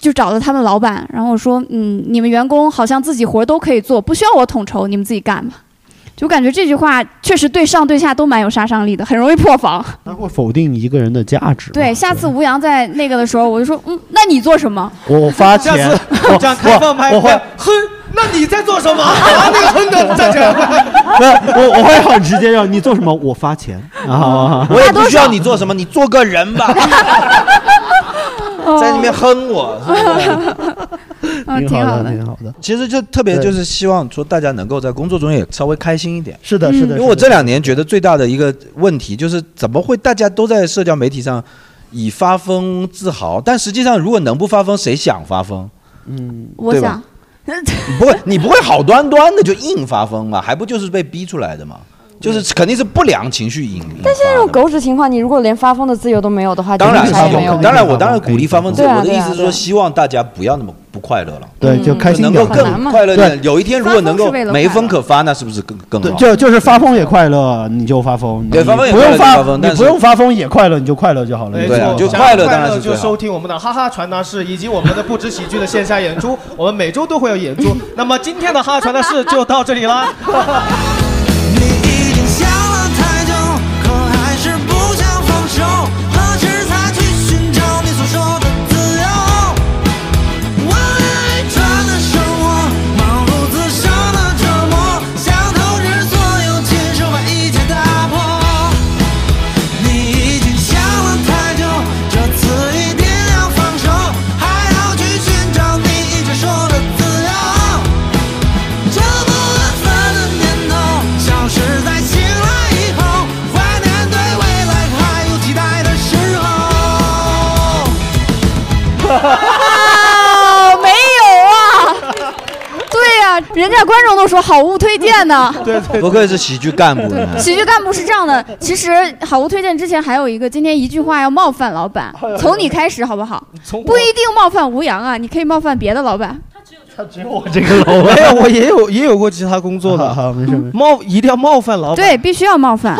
Speaker 4: 就找了他们老板，然后我说，嗯，你们员工好像自己活儿都可以做，不需要我统筹，你们自己干吧。就感觉这句话确实对上对下都蛮有杀伤力的，很容易破 防。
Speaker 3: 他会否定一个人的价值。
Speaker 4: 对，下次吴阳在那个的时候，我就说，嗯，那你做什么？
Speaker 3: 我发
Speaker 4: 下
Speaker 3: 钱
Speaker 4: 次，
Speaker 3: 我
Speaker 4: 这样
Speaker 7: 开放麦
Speaker 3: 我我会
Speaker 7: 哼，那你在做什么？啊，那个哼的站起来。
Speaker 3: 不是我我会很直接让你做什么，我发钱啊！
Speaker 2: 我也不需要你做什么，你做个人吧，在那边哼我。
Speaker 4: 嗯，
Speaker 3: 啊挺好的，挺好的。
Speaker 2: 其实就特别就是希望说大家能够在工作中也稍微开心一点。
Speaker 3: 是的，是的。
Speaker 2: 因为我
Speaker 3: 是的
Speaker 2: 这两年觉得最大的一个问题就是，怎么会大家都在社交媒体上以发疯自豪？但实际上，如果能不发疯，谁想发疯？
Speaker 3: 嗯，
Speaker 4: 我
Speaker 2: 对吧
Speaker 4: 想，
Speaker 2: 你不会，你不会好端端的就硬发疯嘛？还不就是被逼出来的嘛？就是肯定是不良情绪引
Speaker 5: 但现在这种狗屎情况，你如果连发疯的自由都没有的话，
Speaker 2: 啊当然
Speaker 5: 就啥也没有。
Speaker 2: 当然我当然鼓励发疯自由。
Speaker 5: 对啊
Speaker 2: 我的意思是
Speaker 5: 对啊对
Speaker 2: 说，
Speaker 5: 啊
Speaker 2: 希望大家不要那么不快乐了，
Speaker 3: 对就开心一
Speaker 2: 能
Speaker 3: 点
Speaker 2: 够
Speaker 3: 很难
Speaker 2: 更
Speaker 3: 嘛
Speaker 2: 快乐一点。
Speaker 3: 对
Speaker 2: 有一天如果能够没风可发，那是不是更更
Speaker 3: 对，
Speaker 2: 好？
Speaker 3: 就就是发疯也快乐，你就发疯；你
Speaker 2: 对发疯也
Speaker 3: 不用
Speaker 2: 快乐就
Speaker 3: 发
Speaker 2: 发疯
Speaker 3: 你
Speaker 2: 但是
Speaker 3: 不用发疯也快乐，你就快乐就好了。
Speaker 2: 对
Speaker 3: 你
Speaker 2: 啊就
Speaker 3: 好
Speaker 2: 快乐
Speaker 7: 快
Speaker 2: 当然
Speaker 7: 乐
Speaker 2: 是最
Speaker 7: 就
Speaker 2: 好
Speaker 7: 收听我们的哈哈传达室以及我们的不止喜剧的线下演出， 我们每周都会有演 出。那么今天的哈哈传达室就到这里啦。
Speaker 11: 已经想了太久，可还是不想放手。何时才去寻找你所说的自由？我爱穿的生活，忙碌自身的折磨，想透支所有，亲手把一切打破。你已经想了太久，这次一定要放手，还要去寻找你一直说的自由。这不安分的念头消失在醒来以后，怀念对未来还有期待的时
Speaker 4: 啊，没有啊。对呀、人家观众都说好物推荐呢。
Speaker 2: 对对，不愧是喜剧干部呢。
Speaker 4: 喜剧干部是这样的，其实好物推荐之前还有一个，今天一句话要冒犯老板，从你开始好不好？
Speaker 7: 从
Speaker 4: 不一定冒犯吴阳啊，你可以冒犯别的老板。
Speaker 7: 我这个老板，没有，我也有也有过其他工 作的，
Speaker 3: 没事没
Speaker 7: 事，冒一定要冒犯老板，
Speaker 4: 对，必须要冒犯。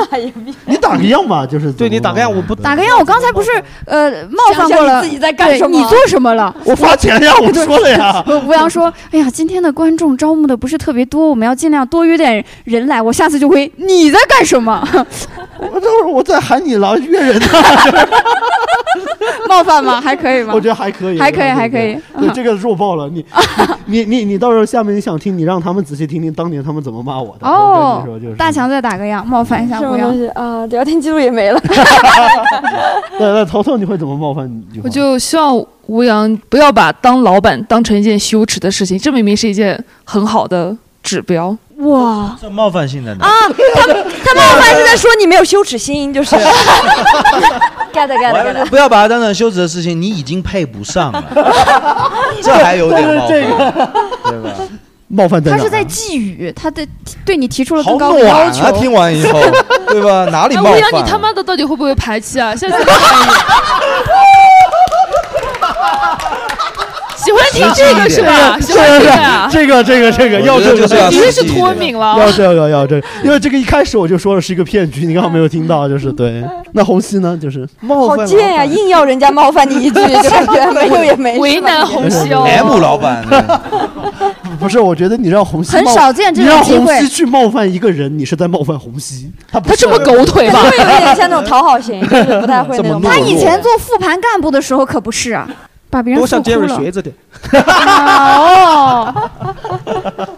Speaker 3: 你打个样吧，就是
Speaker 7: 对你打个样，我不
Speaker 4: 打个样，我刚才不是呃冒犯过
Speaker 7: 想想
Speaker 4: 了，
Speaker 7: 你自己在干什么
Speaker 4: 对你做什 么了？
Speaker 7: 我发钱呀我说了呀
Speaker 4: 对吴阳说：“哎呀，今天的观众招募的不是特别多，我们要尽量多约点人来。我下次就会你在干什么？
Speaker 3: 我这会儿我在喊你了，约人呢。啊
Speaker 4: 冒犯吗？还可以吗？
Speaker 3: 我觉得还可以，
Speaker 4: 还可以，还可以。
Speaker 3: 对，这个弱爆了 你，你你你到时候下面你想听，你让他们仔细听听当年他们怎么骂我的。
Speaker 4: 哦
Speaker 3: 我跟你说就是，
Speaker 4: 大强再打个样，冒犯一下
Speaker 5: 什
Speaker 4: 吴
Speaker 5: 么
Speaker 4: 阳
Speaker 5: 东。西啊？聊天记录也没了。
Speaker 3: 对那头头你会怎么冒犯你？
Speaker 6: 我就希望吴阳不要把当老板当成一件羞耻的事情，这明明是一件很好的指标。
Speaker 4: 哇，
Speaker 2: 这冒犯性的呢？
Speaker 5: 啊他他冒犯是在说你没有羞耻心，就是 get get
Speaker 2: 我还
Speaker 5: get。
Speaker 2: 不要把它当成羞耻的事情，你已经配不上了，这还有点冒
Speaker 3: 这
Speaker 2: 犯，对吧？
Speaker 3: 冒犯在
Speaker 4: 他
Speaker 3: 哪儿？
Speaker 4: 是
Speaker 3: 啊
Speaker 4: 在寄语，他的对你提出了
Speaker 2: 好
Speaker 4: 更高的要
Speaker 2: 暖
Speaker 4: 求。
Speaker 2: 啊！听完以后，对吧？哪里
Speaker 6: 哎，
Speaker 2: 冒
Speaker 6: 吴
Speaker 2: 犯？啊
Speaker 6: 阳，你他妈的到底会不会排 气啊？下次再看一眼喜欢听这个是 吧？喜欢这个啊？
Speaker 3: 这个这个这个要这个
Speaker 6: 你这是脱敏了。
Speaker 3: 要这个要这个，因为这个一开始我就说了是一个骗局，你刚刚没有听到，就是对。那红熙呢，就是冒
Speaker 5: 好贱呀、硬要人家冒犯你一 句，就感觉没有也没事。
Speaker 6: 为难
Speaker 3: 红熙哦
Speaker 2: M 老板，
Speaker 3: 不是，我觉得你让红熙
Speaker 4: 很
Speaker 3: 冒
Speaker 4: 少见这种
Speaker 3: 你让
Speaker 4: 机
Speaker 3: 红
Speaker 4: 会
Speaker 3: 熙去冒犯一个人，你是在冒犯红熙，他不
Speaker 6: 他这么狗腿吧
Speaker 5: 会有点像那种讨好型，就是不太会那种。
Speaker 4: 他以前做复盘干部的时候可不是啊，把别人
Speaker 7: 多
Speaker 4: 复
Speaker 7: 向
Speaker 4: 哭
Speaker 7: Jerry
Speaker 4: 了。
Speaker 7: 学着点。
Speaker 4: 哦，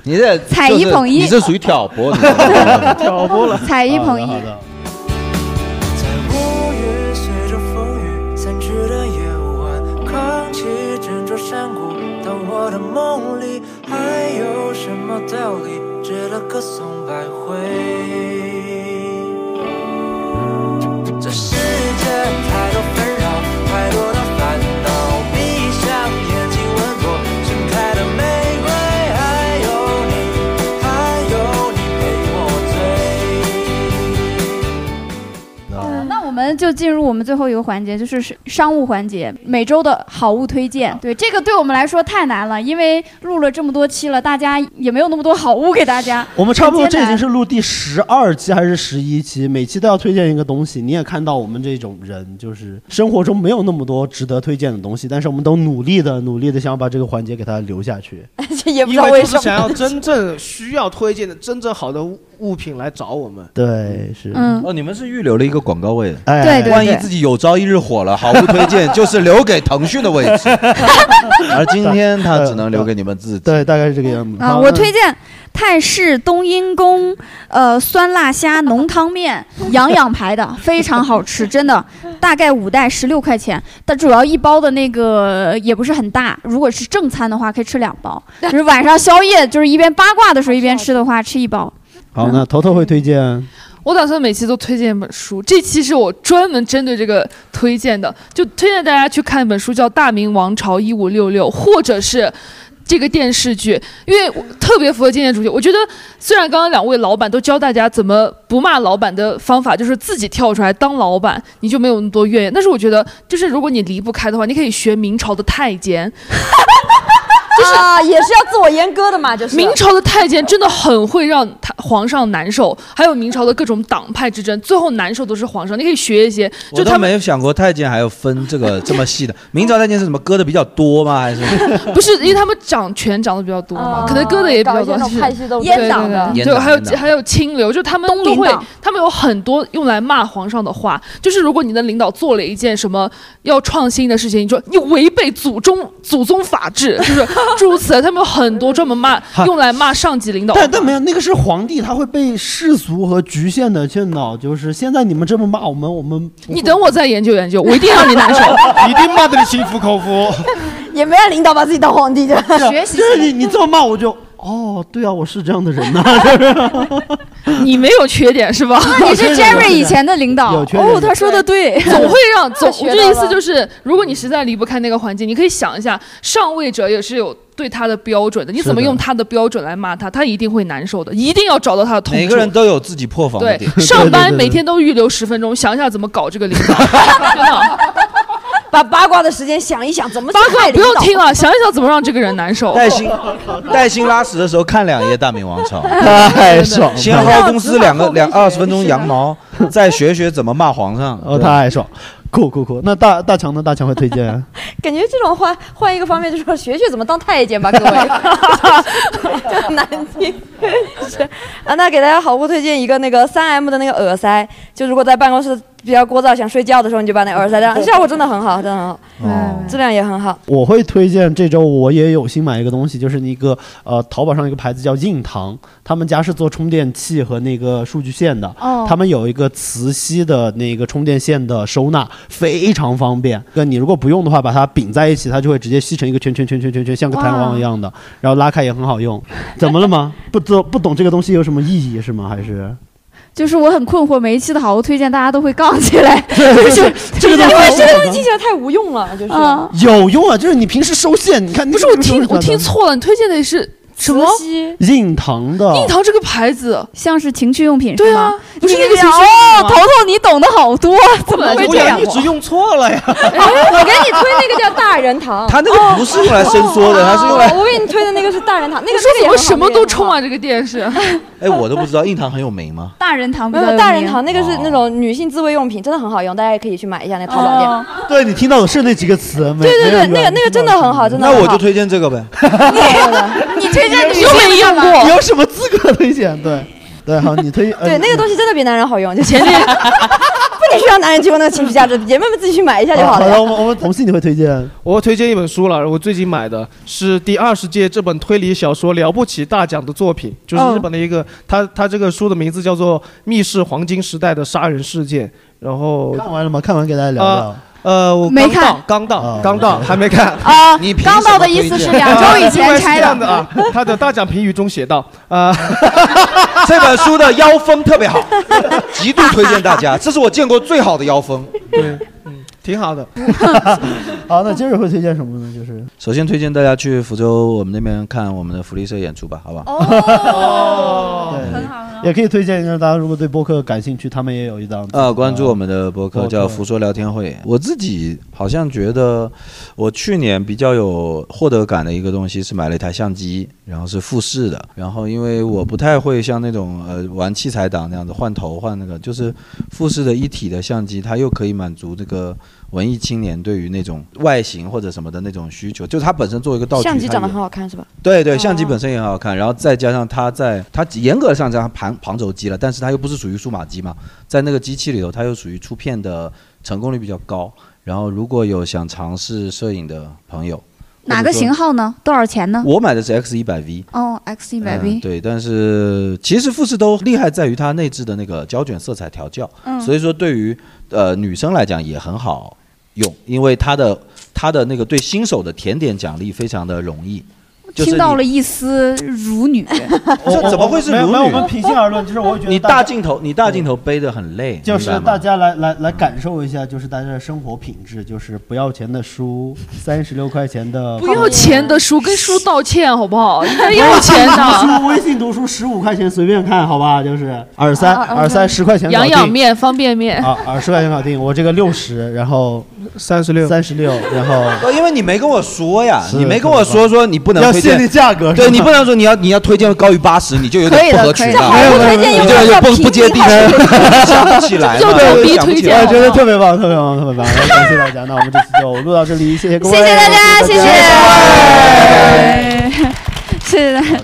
Speaker 2: 你这
Speaker 4: 踩一捧一
Speaker 2: 你这属于挑拨，你
Speaker 7: 挑拨了
Speaker 4: 踩一捧一。
Speaker 11: 候。雨随着风雨散去的夜晚，空气斟酌山谷，到我的梦里，还有什么道理值得歌颂百回？这世界太多纷扰，太多的烦恼。闭上眼睛，闻过盛开的玫瑰，还有你，还有你陪我醉。
Speaker 3: 啊
Speaker 4: 那我们就进入我们最后一个环节，就是商务环节，每周的好物推荐。对，这个对我们来说太难了，因为录了这么多期了，大家也没有那么多好物给大家。
Speaker 3: 我们差不多，
Speaker 4: 很艰
Speaker 3: 这
Speaker 4: 难
Speaker 3: 已经是录第十二期还是十一期，每期都要推荐一个东西。你也看到我们这种人，就是生活中没有那么多值得推荐的东西，但是我们都努力的、努力的想要把这个环节给它留下 去。
Speaker 5: 也不知
Speaker 7: 因
Speaker 5: 道
Speaker 7: 为
Speaker 5: 为
Speaker 7: 就是
Speaker 5: 什
Speaker 7: 想要
Speaker 5: 么。
Speaker 7: 真正需要推荐的、真正好的物物品来找我们。
Speaker 3: 对，是
Speaker 4: 嗯
Speaker 2: 哦，你们是预留了一个广告位的，
Speaker 3: 哎
Speaker 4: 对对对
Speaker 2: 万一自己有朝一日火了，好物推 荐就是留给腾讯的位 置，
Speaker 3: 啊
Speaker 2: 而今天他只能留给你们自己。
Speaker 3: 对，大概是这个样子。
Speaker 4: 啊，
Speaker 3: 好
Speaker 4: 我
Speaker 3: 那
Speaker 4: 推荐泰式冬阴功，呃，酸辣虾浓汤面，养养牌的，非常好吃，真的，大概五袋十六块钱，但主要一包的那个也不是很大，如果是正餐的话可以吃两包， 就是晚上宵夜，就是一边八卦的时候一边吃的话吃一包。
Speaker 3: 好，那头头会推
Speaker 4: 嗯
Speaker 3: 荐
Speaker 6: 我打算每期都推荐一本书，这期是我专门针对这个推荐的，就推荐大家去看一本书，叫《大明王朝一五六六》，或者是。这个电视剧，因为我特别符合今年主题。我觉得虽然刚刚两位老板都教大家怎么不骂老板的方法，就是自己跳出来当老板，你就没有那么多怨言。但是我觉得，就是如果你离不开的话，你可以学明朝的太监。就是
Speaker 5: 啊，也是要自我阉割的嘛，就是
Speaker 6: 明朝的太监真的很会让他皇上难受，还有明朝的各种党派之争，最后难受都是皇上。你可以学一些，
Speaker 2: 我
Speaker 6: 就
Speaker 2: 倒
Speaker 6: 他们
Speaker 2: 没有想过太监还有分这个这么细 的。明朝太监是什么割的比较多吗？还是
Speaker 6: 不是因为他们掌权掌的比较多嘛，可能割的也比较多，
Speaker 5: 哦搞一些那种派系斗争
Speaker 6: 对对
Speaker 5: 阉党的
Speaker 6: 对
Speaker 2: 阉
Speaker 6: 对，
Speaker 2: 党
Speaker 6: 还有
Speaker 2: 阉党
Speaker 6: 还有清流，就他们都会，他们有很多用来骂皇上的话。就是如果你的领导做了一件什么要创新的事情，你说你违背祖宗祖宗法治， 就是诸如此类。他们有很多专 门骂用来骂上级领导的话。
Speaker 3: 但但没有，那个是皇帝，他会被世俗和局限的劝导。就是现在你们这么骂我们，我们不，
Speaker 6: 你等我再研究研究，我一定让你难受
Speaker 3: 一定骂得你心服口服。
Speaker 5: 也没让领导把自己当皇帝的
Speaker 3: 是啊就是你你这么骂我就哦，对啊，我是这样的人呐、
Speaker 6: 你没有缺点是吧？
Speaker 5: 啊
Speaker 3: 那 你是 Jerry 以前
Speaker 6: 的领导
Speaker 3: 有缺点哦他说
Speaker 6: 的对， 总会让总，
Speaker 3: 学
Speaker 6: 我
Speaker 3: 到
Speaker 6: 的意思
Speaker 3: 了
Speaker 6: 就是，如果你实在离不开那个环境，你可以想一下，上位者也是有对他的标准的，你怎么
Speaker 2: 是的
Speaker 6: 用他的标准来骂他，他一定会难受的，一定要找到他的痛处。
Speaker 2: 每个人都有自己破防的
Speaker 6: 对
Speaker 2: 点？
Speaker 6: 上班每 天都预留十分钟，想一下怎么搞这个领导，真的。
Speaker 5: 把八卦的时间想一想，怎么去
Speaker 6: 八卦
Speaker 5: 害
Speaker 6: 不
Speaker 5: 领
Speaker 6: 用
Speaker 5: 导
Speaker 6: 听了，想一想怎么让这个人难受。
Speaker 2: 带薪带薪拉屎的时候看两页《大明王朝》，
Speaker 3: 太爽了
Speaker 2: 先薅公司两个两二十分钟羊 毛，再哦学学怎么骂皇上。
Speaker 3: 哦，
Speaker 2: 对吧
Speaker 3: 太爽，酷酷酷。那大大强呢？大强会推荐啊？
Speaker 5: 感觉这种换换一个方面，就是说学学怎么当太监吧，各位，就很难听。是啊，那给大家好物推荐一个那个三 M 的那个耳塞，就如果在办公室比较聒噪想睡觉的时候，你就把那耳塞戴 上，效果真的很好，真的很好，
Speaker 2: 嗯
Speaker 5: 质量也很好。
Speaker 3: 我会推荐这周我也有新买一个东西，就是一个呃淘宝上一个牌子叫硬糖，他们家是做充电器和那个数据线的，
Speaker 11: 哦
Speaker 3: 他们有一个磁吸的那个充电线的收纳，非常方便。那你如果不用的话，把它饼在一起，它就会直接吸成一个圈圈圈圈圈圈，像个弹簧一样
Speaker 6: 哦
Speaker 3: 的，然后拉开也很好用。怎么了吗？不懂不懂这个东西有什么意义是吗？还 是？
Speaker 4: 就是我很困惑，每一期的好物推荐大家都会杠起来，
Speaker 3: 对
Speaker 4: 就是
Speaker 3: 这个东
Speaker 5: 因
Speaker 3: 西
Speaker 5: 为这个
Speaker 3: 好
Speaker 5: 东西听起来太无用了，就是。
Speaker 4: 啊
Speaker 3: 有用啊，就是你平时收线，你看
Speaker 6: 不是我听我听错了，你推荐的是什么？
Speaker 3: 硬糖的
Speaker 6: 硬糖这个牌子
Speaker 4: 哦像是情趣用品
Speaker 6: 对
Speaker 4: 是
Speaker 6: 啊
Speaker 4: 吗？
Speaker 6: 不是那个
Speaker 4: 你
Speaker 6: 情趣用品
Speaker 4: 哦，
Speaker 6: 吗
Speaker 4: 头头你懂得好多，怎么会
Speaker 3: 我
Speaker 4: 这样
Speaker 3: 俩？一直用错 了呀。
Speaker 5: 我给你推那个叫大人堂，
Speaker 2: 他那
Speaker 6: 哦
Speaker 2: 个不是用来伸缩的，他是用
Speaker 5: 哦我
Speaker 2: 来……
Speaker 5: 给你推的那个是大人堂，那个
Speaker 6: 说
Speaker 5: 那
Speaker 6: 怎
Speaker 5: 个
Speaker 6: 么
Speaker 5: 也很好
Speaker 6: 什么都冲啊？这个电视，
Speaker 2: 哎，我都不知道硬糖很有名吗？
Speaker 4: 大人堂
Speaker 5: 没有大人堂那个是那
Speaker 3: 哦
Speaker 5: 种女性自慰用品，真的很好用，大家也可以去买一下那个淘宝店。
Speaker 3: 对你听到的是那几个词，没
Speaker 5: 对对
Speaker 3: 没
Speaker 5: 对，
Speaker 3: 人
Speaker 5: 那个那个真的很好，真的
Speaker 2: 那
Speaker 5: 很好。
Speaker 2: 我就推荐这个 呗。
Speaker 5: 你推荐女性
Speaker 6: 又没用过
Speaker 3: 你有呃什么资格推荐？对对，好，你推
Speaker 5: 对那个东西真的比男人好用，就
Speaker 6: 前列
Speaker 5: 不仅需要男人提供那个情绪价值，姐妹们自己去买一下就
Speaker 3: 好
Speaker 5: 好了
Speaker 3: 的，我
Speaker 5: 呀。
Speaker 3: 们我们同事你会推荐？
Speaker 7: 我推荐一本书了，我最近买的是第二十届这本推理小说了不起大奖的作品，就是
Speaker 3: 哦
Speaker 7: 日本的一个，他他这个书的名字叫做《密室黄金时代的杀人事件》，然后
Speaker 3: 看完了吗？看完给大家聊聊。
Speaker 7: 呃，我
Speaker 3: 没
Speaker 7: 刚
Speaker 3: 看
Speaker 7: 到，刚到，刚
Speaker 2: 哦
Speaker 7: 到，还没看
Speaker 4: 啊你凭什么刚到的意思是两周以前
Speaker 7: 因为是
Speaker 4: 拆的
Speaker 7: 这样的啊。他的大奖评语中写道，啊，
Speaker 2: 这本书的腰封特别好，极度推荐大家。这是我见过最好的腰封。啊
Speaker 7: 对，嗯， 挺好的。
Speaker 3: 好，那接着会推荐什么呢？就是
Speaker 2: 首先推荐大家去福州我们那边看我们的福利社演出吧，好吧？
Speaker 5: 哦
Speaker 3: 也可以推荐一下，大家如果对播客感兴趣，他们也有一档
Speaker 2: 呃，关注我们的博客
Speaker 3: 播客
Speaker 2: 叫“福说聊天会”。我自己好像觉得，我去年比较有获得感的一个东西是买了一台相机，然后是富士的。然后因为我不太会像那种呃玩器材党那样子换头换那个，就是富士的一体的相机，它又可以满足这个文艺青年对于那种外形或者什么的那种需求，就它本身作为一个道具，
Speaker 5: 相机
Speaker 2: 它
Speaker 5: 长得
Speaker 2: 也
Speaker 5: 很好看是吧？
Speaker 2: 对对，相机本身也很好看，然后再加上它在它严格上讲它旁旁轴机了，但是它又不是属于数码机嘛，在那个机器里头，它又属于出片的成功率比较高。然后如果有想尝试摄影的朋友，
Speaker 4: 哪个型号呢？多少钱呢？
Speaker 2: 我买的是 X 一百 V。
Speaker 4: 哦，X 一百
Speaker 2: 嗯
Speaker 4: V，
Speaker 2: 对，但是其实富士都厉害在于它内置的那个胶卷色彩调教，
Speaker 4: 嗯
Speaker 2: 所以说对于呃女生来讲也很好用，因为它的它的那个对新手的甜点奖励非常的容易。就是
Speaker 4: 听到了一丝辱女，
Speaker 2: 这怎么会是
Speaker 3: 没有
Speaker 2: 辱
Speaker 3: 没有，我
Speaker 2: 女？
Speaker 3: 们平心而论，就是我觉得
Speaker 2: 你
Speaker 3: 大
Speaker 2: 大镜头，你大镜头背的很累，
Speaker 3: 就
Speaker 2: 明白
Speaker 3: 是
Speaker 2: 吗
Speaker 3: 大家来来来感受一下，就是大家的生活品质，就是不要钱的书，三十六块钱的
Speaker 6: 不
Speaker 4: 哦
Speaker 6: 要钱的书跟书道歉好 不 好？应该
Speaker 3: 不
Speaker 6: 要啊钱
Speaker 3: 书
Speaker 6: 的。
Speaker 3: 微信读书十五块钱随便看，好吧？就是二三
Speaker 6: 啊
Speaker 3: 二三十块钱搞
Speaker 6: 养
Speaker 3: 定
Speaker 6: 养面、方便面。
Speaker 3: 啊，二十块钱搞定。我这个六十，然后
Speaker 7: 三十六，
Speaker 3: 三十六，然后
Speaker 2: 呃因为你没跟我说呀，
Speaker 3: 是
Speaker 2: 你没跟我说说你不能
Speaker 3: 要
Speaker 2: 推荐
Speaker 3: 限定价格是吧
Speaker 2: 对你不能说你要你要推荐高于八十，你就有
Speaker 3: 可以
Speaker 2: 点不
Speaker 3: 的
Speaker 2: 合群
Speaker 3: 可以的
Speaker 2: 了，
Speaker 3: 好我推荐
Speaker 2: 你
Speaker 3: 用
Speaker 2: 就有点
Speaker 3: 这个
Speaker 2: 不不接地气
Speaker 3: 平底
Speaker 2: 了，想不起来了，
Speaker 3: 对
Speaker 2: 想不起来
Speaker 3: 我
Speaker 2: 了
Speaker 3: 觉得哎特别棒，特别棒，特别棒！感谢大家，那我们这期就录到这里，谢谢各位，
Speaker 11: 谢谢大家
Speaker 3: 谢
Speaker 11: 谢谢
Speaker 4: 谢谢大家。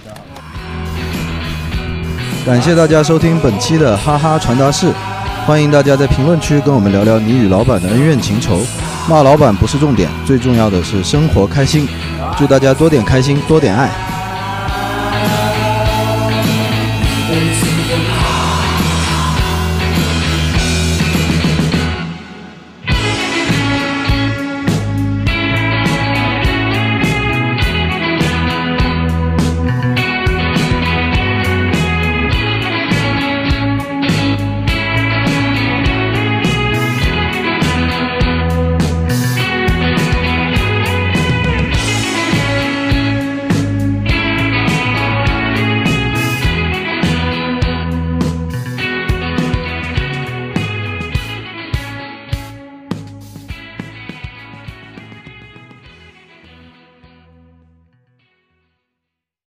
Speaker 2: 感哎谢大家收听本期的哈哈传达室，欢迎大家在评论区跟我们聊聊你与老板的恩怨情仇。骂老板不是重点，最重要的是生活开心。祝大家多点开心，多点爱。